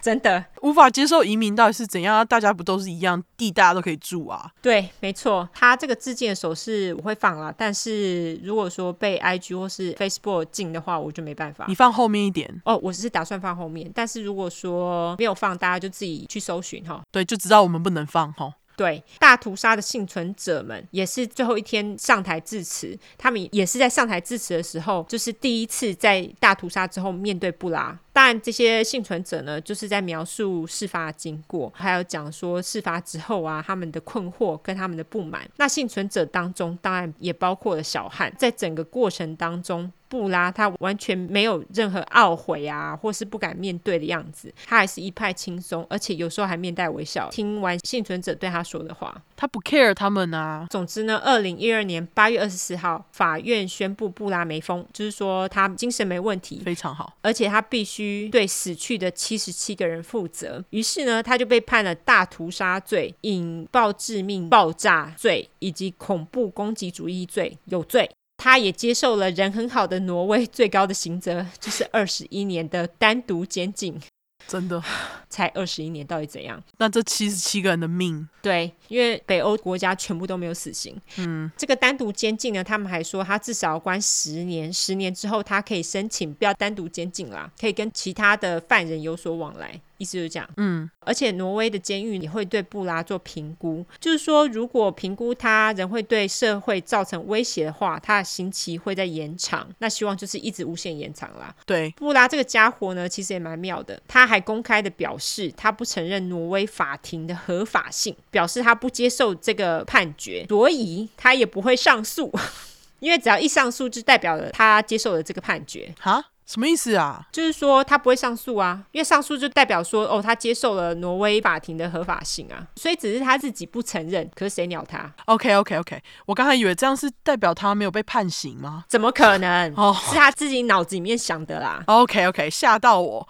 B: 真的。
A: 无法接受移民到底是怎样？啊大家不都是一样地，大家都可以住啊？
B: 对，没错，他这个致敬的手势我会放啦，但是如果说被 IG 或是 Facebook 禁的话，我就没办法
A: 你。放后面一点，
B: 哦，我是打算放后面，但是如果说没有放，大家就自己去搜寻哈。
A: 对，就知道我们不能放哈。
B: 对，大屠杀的幸存者们也是最后一天上台致辞，他们也是在上台致辞的时候，就是第一次在大屠杀之后面对布拉。当然，这些幸存者呢，就是在描述事发的经过，还有讲说事发之后啊，他们的困惑跟他们的不满。那幸存者当中，当然也包括了小汉。在整个过程当中，布拉他完全没有任何懊悔啊，或是不敢面对的样子，他还是一派轻松，而且有时候还面带微笑。听完幸存者对他说的话，
A: 他不 care 他们啊，
B: 总之呢，二零一二年八月二十四号，法院宣布布拉梅疯，就是说他精神没问题，
A: 非常好。
B: 而且他必须对死去的七十七个人负责。于是呢，他就被判了大屠杀罪、引爆致命爆炸罪以及恐怖攻击主义罪，有罪。他也接受了人很好的挪威最高的刑责，就是二十一年的单独监禁。
A: 真的。
B: 才二十一年，到底怎样？
A: 那这七十七个人的命，
B: 对，因为北欧国家全部都没有死刑。嗯，这个单独监禁呢，他们还说他至少要关十年，十年之后他可以申请不要单独监禁啦，可以跟其他的犯人有所往来。意思就是这样，
A: 嗯，
B: 而且挪威的监狱也会对布拉做评估，就是说，如果评估他仍会对社会造成威胁的话，他的刑期会在延长。那希望就是一直无限延长啦。
A: 对，
B: 布拉这个家伙呢，其实也蛮妙的，他还公开的表示他不承认挪威法庭的合法性，表示他不接受这个判决，所以他也不会上诉， <laughs> 因为只要一上诉，就代表了他接受了这个判决。
A: 哈，什么意思啊？
B: 就是说他不会上诉啊，因为上诉就代表说哦，他接受了挪威法庭的合法性啊，所以只是他自己不承认，可是谁鸟他？
A: OK OK OK，我刚才以为这样是代表他没有被判刑吗
B: 怎么可能？
A: 哦
B: 是他自己脑子里面想的啦，
A: ？OK OK，吓哦到我，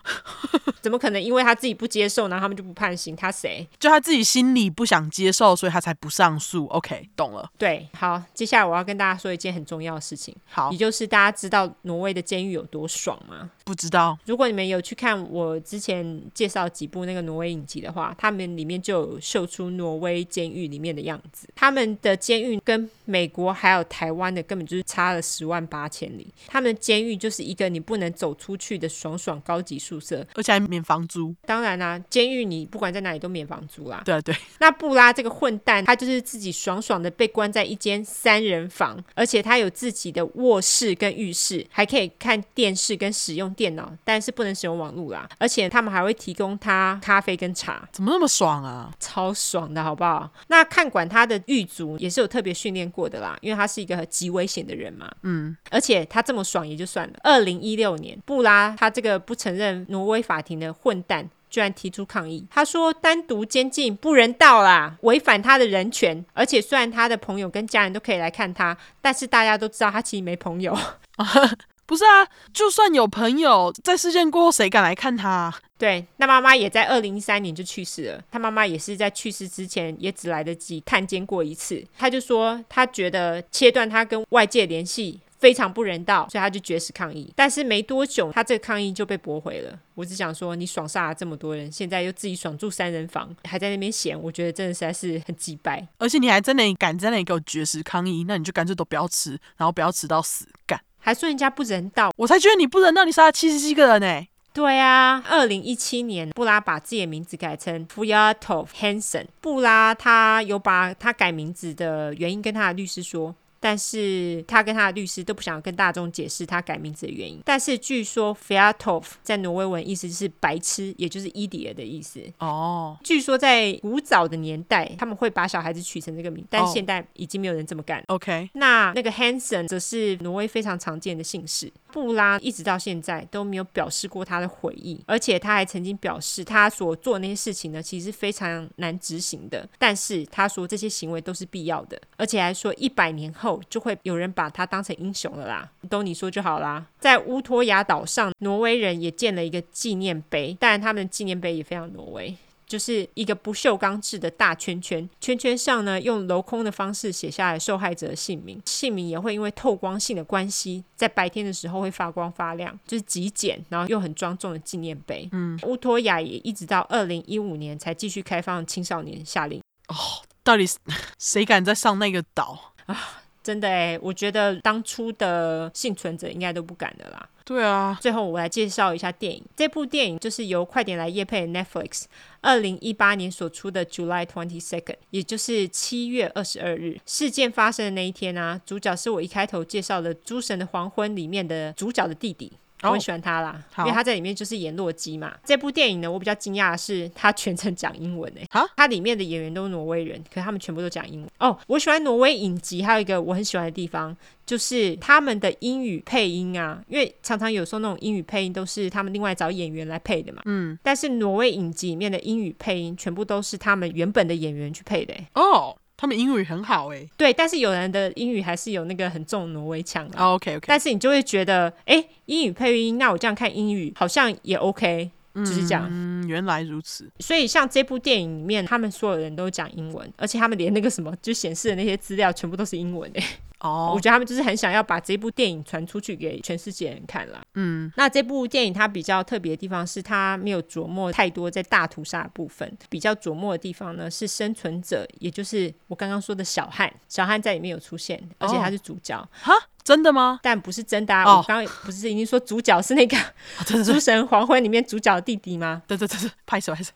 B: 怎么可能？因为他自己不接受，然后他们就不判刑，他谁？
A: 就他自己心里不想接受，所以他才不上诉。OK，懂了。
B: 对，好，接下来我要跟大家说一件很重要的事情，
A: 好
B: 也，就是大家知道挪威的监狱有多爽吗？
A: 不知道
B: 如果你们有去看我之前介绍几部那个挪威影集的话，他们里面就有秀出挪威监狱里面的样子。他们的监狱跟美国还有台湾的根本就是差了十万八千里。他们的监狱就是一个你不能走出去的爽爽高级宿舍。
A: 而且还免房租。
B: 当然啦、啊监狱你不管在哪里都免房租啦。
A: 对啊对，
B: 那布拉这个混蛋，他就是自己爽爽的被关在一间三人房，而且他有自己的卧室跟浴室，还可以看电视跟使用电脑，但是不能使用网络啦。而且他们还会提供他咖啡跟茶，
A: 怎么那么爽啊？
B: 超爽的好不好？那看管他的狱卒也是有特别训练过的啦，因为他是一个极危险的人嘛。
A: 嗯，
B: 而且他这么爽也就算了。二零一六年，布拉他这个不承认挪威法庭的混蛋。居然提出抗议，他说单独监禁不人道啦，违反他的人权。而且虽然他的朋友跟家人都可以来看他，但是大家都知道他其实没朋友。
A: 不是啊，就算有朋友在事件过后，谁敢来看他啊？
B: 对，那妈妈也在二零一三年就去世了。他妈妈也是在去世之前，也只来得及探监过一次。他就说，他觉得切断他跟外界联系非常不人道，所以他就绝食抗议。但是没多久，他这个抗议就被驳回了。我只想说，你爽杀了这么多人，现在又自己爽住三人房，还在那边嫌，我觉得真的实在是很鸡掰。
A: 而且你还在那里敢在那里给我绝食抗议，那你就干脆都不要吃，然后不要吃到死，干！
B: 还说人家不人道，
A: 我才觉得你不能让你杀了七十七个人呢、欸
B: 对啊，二零一七年，布拉把自己的名字改成 f u y a t o v Hansen。布拉他有把他改名字的原因跟他的律师说。但是他跟他的律师都不想跟大众解释他改名字的原因。但是据说 f i a t o f 在挪威文意思是白痴，也就是 idiot 的意思。
A: 哦，
B: 据说在古早的年代，他们会把小孩子取成这个名，但
A: 哦
B: 现在已经没有人这么干了。
A: OK，
B: 那那个 Hansen 则是挪威非常常见的姓氏。布拉一直到现在都没有表示过他的悔意，而且他还曾经表示，他所做的那些事情呢，其实是非常难执行的。但是他说这些行为都是必要的，而且还说一百年后就会有人把他当成英雄了啦，都你说就好啦。在乌托亚岛上，挪威人也建了一个纪念碑，但他们的纪念碑也非常挪威。就是一个不锈钢制的大圈圈，圈圈上呢用镂空的方式写下来受害者的姓名，姓名也会因为透光性的关系，在白天的时候会发光发亮，就是极简，然后又很庄重的纪念碑。嗯，乌托亚也一直到二零一五年才继续开放青少年夏令营。
A: 到底是 <laughs> 谁敢再上那个岛？
B: 真的诶，我觉得当初的幸存者应该都不敢的啦。
A: 对啊，
B: 最后我来介绍一下电影，这部电影就是由快点来夜配的 Netflix 二零一八年所出的 July Twenty Second，也就是七月二十二日。事件发生的那一天啊，主角是我一开头介绍的《诸神的黄昏》里面的主角的弟弟。
A: 哦
B: 我很喜欢他啦，因
A: 好
B: 为他在里面就是演洛基嘛。这部电影呢，我比较惊讶的是他全程讲英文诶、
A: 哈
B: 它里面的演员都是挪威人，可他们全部都讲英文。哦，我喜欢挪威影集，还有一个我很喜欢的地方，就是他们的英语配音啊，因为常常有时候那种英语配音都是他们另外找演员来配的嘛。嗯，但是挪威影集里面的英语配音全部都是他们原本的演员去配的欸。
A: 哦，他们英语很好哎、
B: 对，但是有人的英语还是有那个很重的挪威腔啊。
A: 哦 OK OK，
B: 但是你就会觉得，哎，英语配音，那我这样看英语好像也 OK，就是这样。
A: 嗯，原来如此。
B: 所以像这部电影里面，他们所有人都讲英文，而且他们连那个什么就显示的那些资料全部都是英文诶。我
A: 哦，
B: 觉得他们就是很想要把这部电影传出去给全世界人看啦。
A: 嗯，
B: 那这部电影它比较特别的地方是，它没有琢磨太多在大屠杀的部分，比较琢磨的地方呢是生存者，也就是我刚刚说的小汉，小汉在里面有出现，而且他是主角，
A: 哈，真的吗？
B: 但不是真的、啊。
A: 哦
B: 我刚刚不是已经说主角是那个
A: 啊、 <laughs> 真的
B: 《
A: 是，
B: 诸神黄昏》里面主角的弟弟吗？
A: 对对对对，拍手拍手。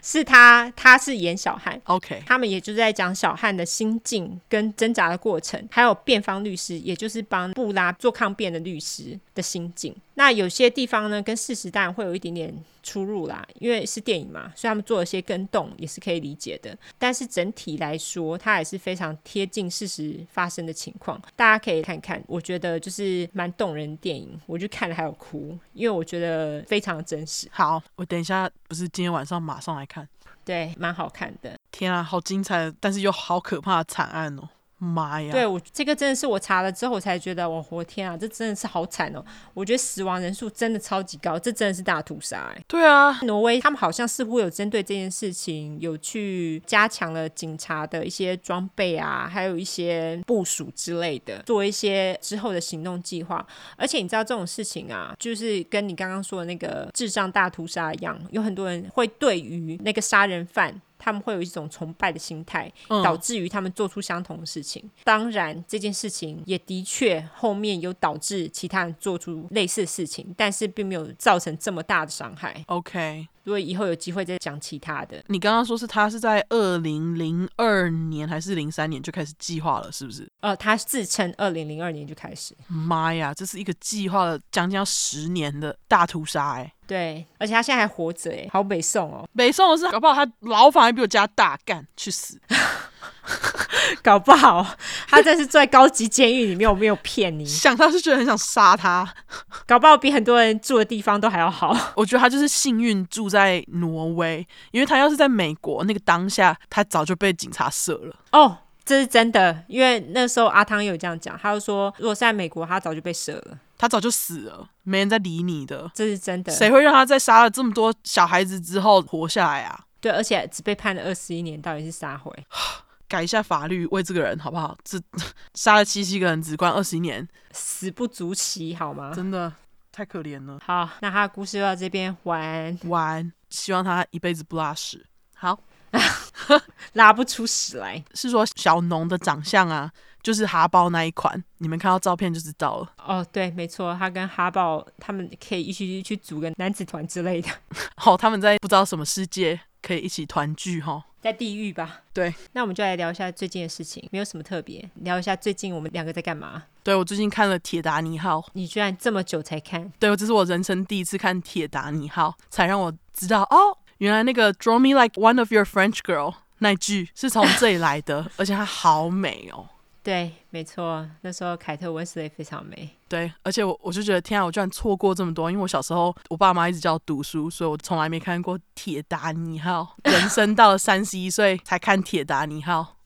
B: 是他，他是演小汉。
A: OK，
B: 他们也就在讲小汉的心境跟挣扎的过程，还有辩方律师，也就是帮布拉做抗辩的律师的心境。那有些地方呢，跟事实当然会有一点点出入啦，因为是电影嘛，所以他们做了些跟动也是可以理解的。但是整体来说，它还是非常贴近事实发生的情况，大家可以看看。我觉得就是蛮动人的电影，我就看了还有哭，因为我觉得非常真实，
A: 好，我等一下不是今天晚上马上来看。
B: 对，蛮好看的。
A: 天啊，好精彩，但是又好可怕的惨案哦！妈呀，
B: 对我这个真的是我查了之后我才觉得，我活天啊，这真的是好惨哦！我觉得死亡人数真的超级高，这真的是大屠杀、欸。
A: 对啊，
B: 挪威他们好像似乎有针对这件事情，有去加强了警察的一些装备啊，还有一些部署之类的，做一些之后的行动计划。而且你知道这种事情啊，就是跟你刚刚说的那个智障大屠杀一样，有很多人会对于那个杀人犯。他们会有一种崇拜的心态，
A: 嗯
B: 导致于他们做出相同的事情。当然，这件事情也的确后面有导致其他人做出类似的事情，但是并没有造成这么大的伤害。
A: ，OK。
B: 如果以后有机会再讲其他的。
A: 你刚刚说是他是在二零零二年还是零三年就开始计划了，是不是？
B: 呃，他自称二零零二年就开始，
A: 妈呀，这是一个计划了将近要十年的大屠杀哎、
B: 对，而且他现在还活着，哎，好北宋哦， <laughs>
A: 北宋的是搞不好他牢房还比我家大，干去死！
B: 搞不好他这是住在高级监狱里面，我没有骗你， <laughs>
A: 想到就觉得很想杀他。
B: 搞不好比很多人住的地方都还要好。 <laughs>
A: 我觉得他就是幸运住在挪威，因为他要是在美国那个当下，他早就被警察射了。
B: 哦，这是真的，因为那时候阿汤有这样讲，他就说如果是在美国，他早就被射了，
A: 他早就死了，没人再理你的。
B: 这是真的。
A: 谁会让他在杀了这么多小孩子之后活下来啊？
B: 对，而且只被判了二十一年，到底是啥回？
A: 改一下法律，为这个人好不好？这 <laughs> 杀了七七个人，只关二十一年，
B: 死不足惜，好吗？
A: 真的太可怜了。
B: 好，那他的故事就到这边完，
A: 晚安，希望他一辈子不拉屎。好，
B: 拉不出屎来。
A: 是说小农的长相啊，就是哈包那一款，你们看到照片就知道了。
B: 哦，对，没错，他跟哈宝他们可以一起去组个男子团之类的。
A: 哦好、他们在不知道什么世界可以一起团聚哈、
B: 在地狱吧。
A: 对，
B: 那我们就来聊一下最近的事情，没有什么特别，聊一下最近我们两个在干嘛。
A: 对我最近看了《铁达尼号》，
B: 你居然这么久才看，
A: 对，这是我人生第一次看《铁达尼号》，才让我知道哦，原来那个 “Draw me like one of your French girl” 那句是从这里来的， <laughs> 而且它好美哦。
B: 对，没错，那时候凯特温斯雷非常美。
A: 对，而且我我就觉得天啊，我居然错过这么多，因为我小时候我爸妈一直叫我读书，所以我从来没看过《铁达尼号》，人生到了三十一岁才看《铁达尼号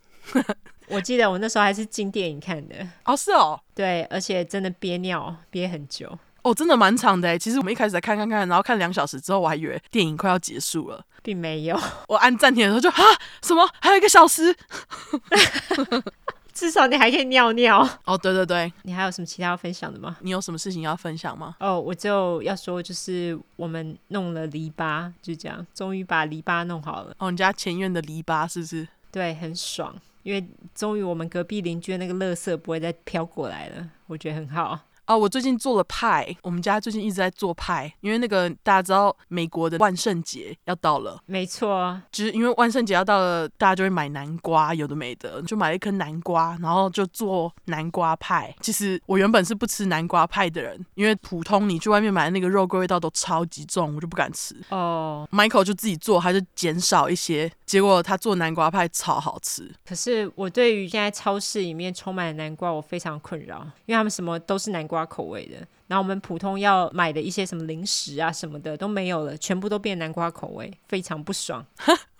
B: 我记得我那时候还是进电影看的，》。
A: 哦，是哦，
B: 对，而且真的憋尿憋很久。
A: 哦，真的蛮长的诶。其实我们一开始在看看看，然后看两小时之后，我还以为电影快要结束了。
B: 并没有，
A: 我按暂停的时候就啊，什么还有一个小时？
B: 至少你还可以尿尿。
A: 哦，对对对，
B: 你还有什么其他要分享的吗？
A: 你有什么事情要分享吗？
B: 哦，我就要说，就是我们弄了篱笆，就这样，终于把篱笆弄好了，
A: 哦，你家前院的篱笆是不是？
B: 对，很爽，因为终于我们隔壁邻居的那个垃圾不会再飘过来了，我觉得很好。
A: 哦，我最近做了派，我们家最近一直在做派，因为那个大家知道美国的万圣节要到了，
B: 没错，
A: 就是因为万圣节要到了，大家就会买南瓜，有的没的，就买了一颗南瓜，然后就做南瓜派。其实我原本是不吃南瓜派的人，因为普通你去外面买的那个肉桂味道都超级重，我就不敢吃。
B: 哦，
A: Michael 就自己做，他就减少一些，结果他做南瓜派超好吃。
B: 可是我对于现在超市里面充满了南瓜，我非常困扰，因为他们什么都是南瓜口味的，然后我们普通要买的一些什么零食啊什么的都没有了，全部都变南瓜口味，非常不爽。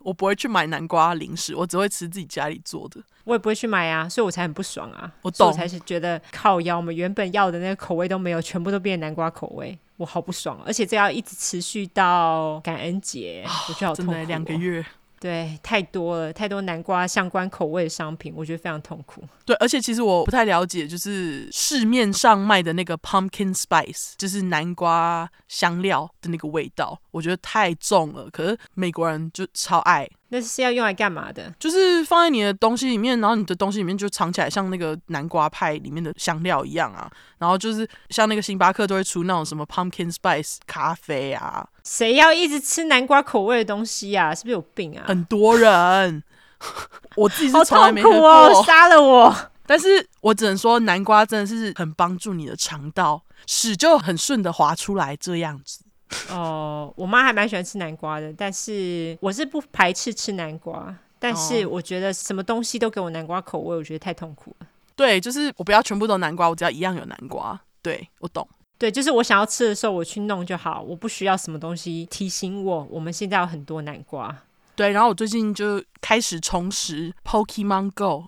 A: 我不会去买南瓜零食，我只会吃自己家里做的。
B: 我也不会去买啊，所以我才很不爽啊。
A: 我
B: 所以我
A: 懂
B: 才是觉得靠腰，我们原本要的那个口味都没有，全部都变南瓜口味，我好不爽。啊而且这要一直持续到感恩节，我觉得好痛
A: 啊真
B: 苦、啊哦
A: 的两个，月。
B: 对，太多了，太多南瓜相关口味的商品，我觉得非常痛苦。
A: 对，而且其实我不太了解，就是市面上卖的那个 pumpkin spice，就是南瓜香料的那个味道，我觉得太重了。可是美国人就超爱，
B: 那是要用来干嘛的？
A: 就是放在你的东西里面，然后你的东西里面就藏起来，像那个南瓜派里面的香料一样啊。然后就是像那个星巴克都会出那种什么 pumpkin spice 咖啡啊，
B: 谁要一直吃南瓜口味的东西啊？是不是有病啊？
A: 很多人。 <laughs> 我自己
B: 好
A: 是从来
B: 痛
A: 没
B: 苦
A: 喝过，
B: 哦，杀了我！
A: 但是我只能说，南瓜真的是很帮助你的肠道，屎就很顺的滑出来这样子。
B: 哦，我妈还蛮喜欢吃南瓜的，但是我是不排斥吃南瓜，但是
A: 哦
B: 我觉得什么东西都给我南瓜口味，我觉得太痛苦了。
A: 对，就是我不要全部都南瓜，我只要一样有南瓜。对我懂，
B: 对，就是我想要吃的时候我去弄就好，我不需要什么东西提醒我。我们现在有很多南瓜， <laughs>
A: 对。然后我最近就开始重拾 Pokemon Go，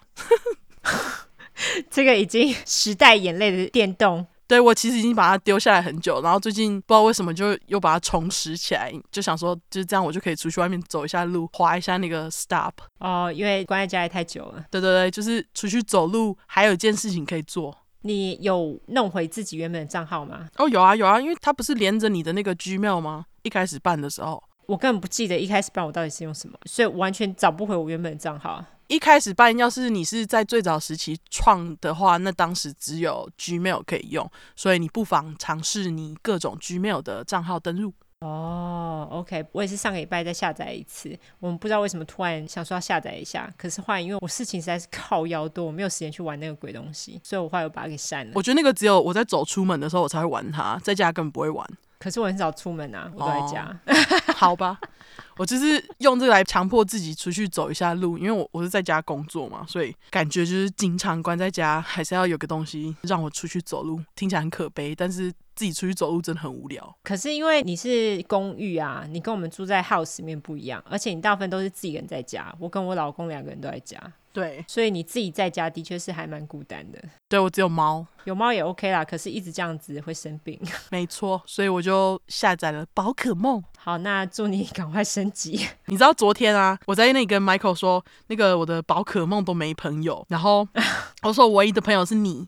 B: 这个已经时代眼泪的电动，
A: 对我其实已经把它丢下来很久，然后最近不知道为什么就又把它重拾起来，就想说就是这样，我就可以出去外面走一下路，滑一下那个 Stop。
B: 哦，因为关在家里太久了。
A: 对对对，就是出去走路，还有一件事情可以做。
B: 你有弄回自己原本的账号吗？
A: 哦，有啊有啊，因为它不是连着你的那个 Gmail 吗？一开始办的时候。
B: 我根本不记得一开始办我到底是用什么，所以完全找不回我原本的账号。
A: 一开始办，要是你是在最早时期创的话，那当时只有 Gmail 可以用，所以你不妨尝试你各种 Gmail 的账号登录。
B: 哦，OK，我也是上个礼拜再下载一次，我们不知道为什么突然想说要下载一下，可是后来因为我事情实在是靠腰多，我没有时间去玩那个鬼东西，所以我后来又把它给删了
A: 我。觉得那个只有我在走出门的时候我才会玩它，在家根本不会玩，
B: 可是我很少出门啊，我都在家。 <laughs>
A: 好吧？ <laughs> 我就是用这个来强迫自己出去走一下路，因为我我是在家工作嘛，所以感觉就是经常关在家，还是要有个东西让我出去走路。听起来很可悲，但是自己出去走路真的很无聊。
B: 可是因为你是公寓啊，你跟我们住在 house 里面不一样，而且你大部分都是自己一个人在家，我跟我老公两个人都在家，
A: 对，
B: 所以你自己在家的确是还蛮孤单的。
A: 对我只有猫。
B: 有猫也 OK 啦，可是一直这样子会生病。 <laughs>
A: 没错，所以我就下载了宝可梦。
B: 好，那祝你赶快升级。 <laughs>
A: 你知道昨天啊，我在那里跟 Michael 说，那个我的宝可梦都没朋友，然后
C: <laughs>
A: 我说我唯一的朋友是你，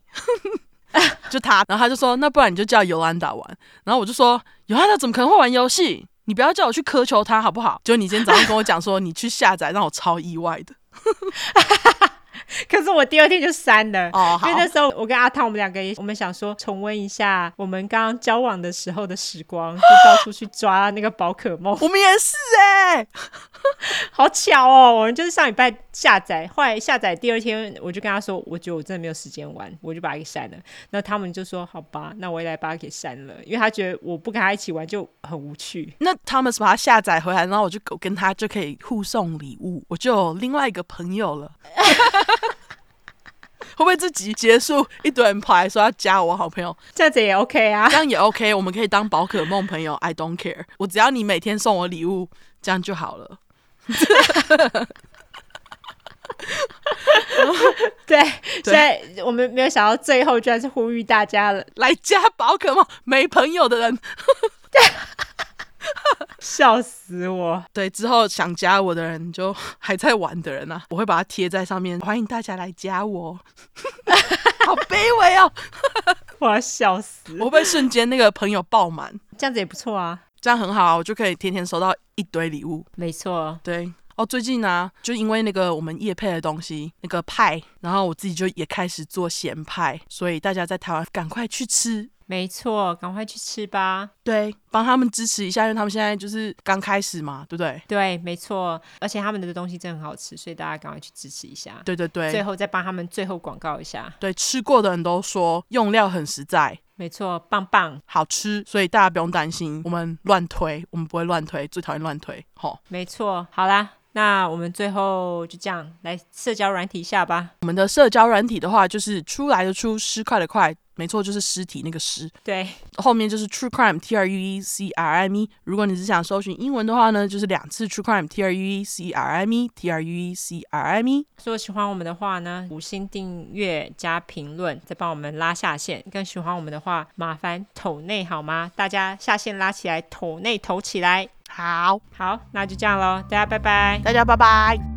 A: <laughs> 就他，然后他就说，那不然你就叫尤安达玩，然后我就说，尤安达怎么可能会玩游戏？你不要叫我去苛求他好不好？就你今天早上跟我讲说你去下载，让我超意外的。
B: 可是我第二天就删
C: <laughs>
B: 了。
C: 哦，好。
B: 因为，那时候我跟阿汤，我们两个也，我们想说重温一下我们刚刚交往的时候的时光，就到处去抓那个宝可梦
C: 我们也是哎、
B: <laughs>
A: 欸
B: 好巧哦，我们就是上礼拜下载，后来下载第二天，我就跟他说，我觉得我真的没有时间玩，我就把它给删了。那他们就说，好吧，那我也来把它给删了，因为他觉得我不跟他一起玩就很无趣。
A: 那 Thomas 把它下载回来，然后我就我跟他就可以互送礼物，我就有另外一个朋友了。 <laughs> 会不会这集结束一堆人跑来说要加我好朋友，
B: 这样子也 OK 啊 <laughs>
A: 这，样也 OK，我们可以当宝可梦朋友，I don't care，我只要你每天送我礼物，这样就好了。
B: 对，所以我们没有想到最后居然是呼吁大家了，
A: 来加宝可梦没朋友的人，
B: 笑死我！
A: 对之后想加我的人就还在玩的人啊，我会把它贴在上面，欢迎大家来加我。 <laughs> 好卑微哦，
B: 我要笑死
A: 我，会不会瞬间那个朋友爆满？
B: 这样子也不错啊。
A: 这样很好啊，我就可以天天收到一堆礼物。
B: 没错，
A: 对。哦，最近呢、就因为那个我们夜配的东西，那个派，然后我自己就也开始做咸派，所以大家在台湾赶快去吃，
B: 没错，赶快去吃吧。
A: 对，帮他们支持一下，因为他们现在就是刚开始嘛，对不对？
B: 对，没错，而且他们的东西真的很好吃，所以大家赶快去支持一下。
A: 对对
B: 最
A: 对，
B: 后再帮他们最后广告一下，
A: 对，吃过的人都说用料很实在，
B: 没错，棒棒，
A: 好吃，所以大家不用担心，我们乱推，我们不会乱推，最讨厌乱推，吼。
B: 没错。好啦，那我们最后就这样来社交软体一下吧。
A: 我们的社交软体的话，就是出来的出，尸块的块，没错，就是尸体那个尸，
B: 对，
A: 后面就是 True Crime T R U E C R I M E。如果你只想搜寻英文的话呢，就是两次 True Crime T R U E C R I M E T R U E C R I M E。
B: 如果喜欢我们的话呢，五星订阅加评论，再帮我们拉下线。更喜欢我们的话，麻烦投内好吗？大家下线拉起来，投内投起来。
A: 好，
B: 好，那就这样喽，大家拜拜。
A: 大家拜拜。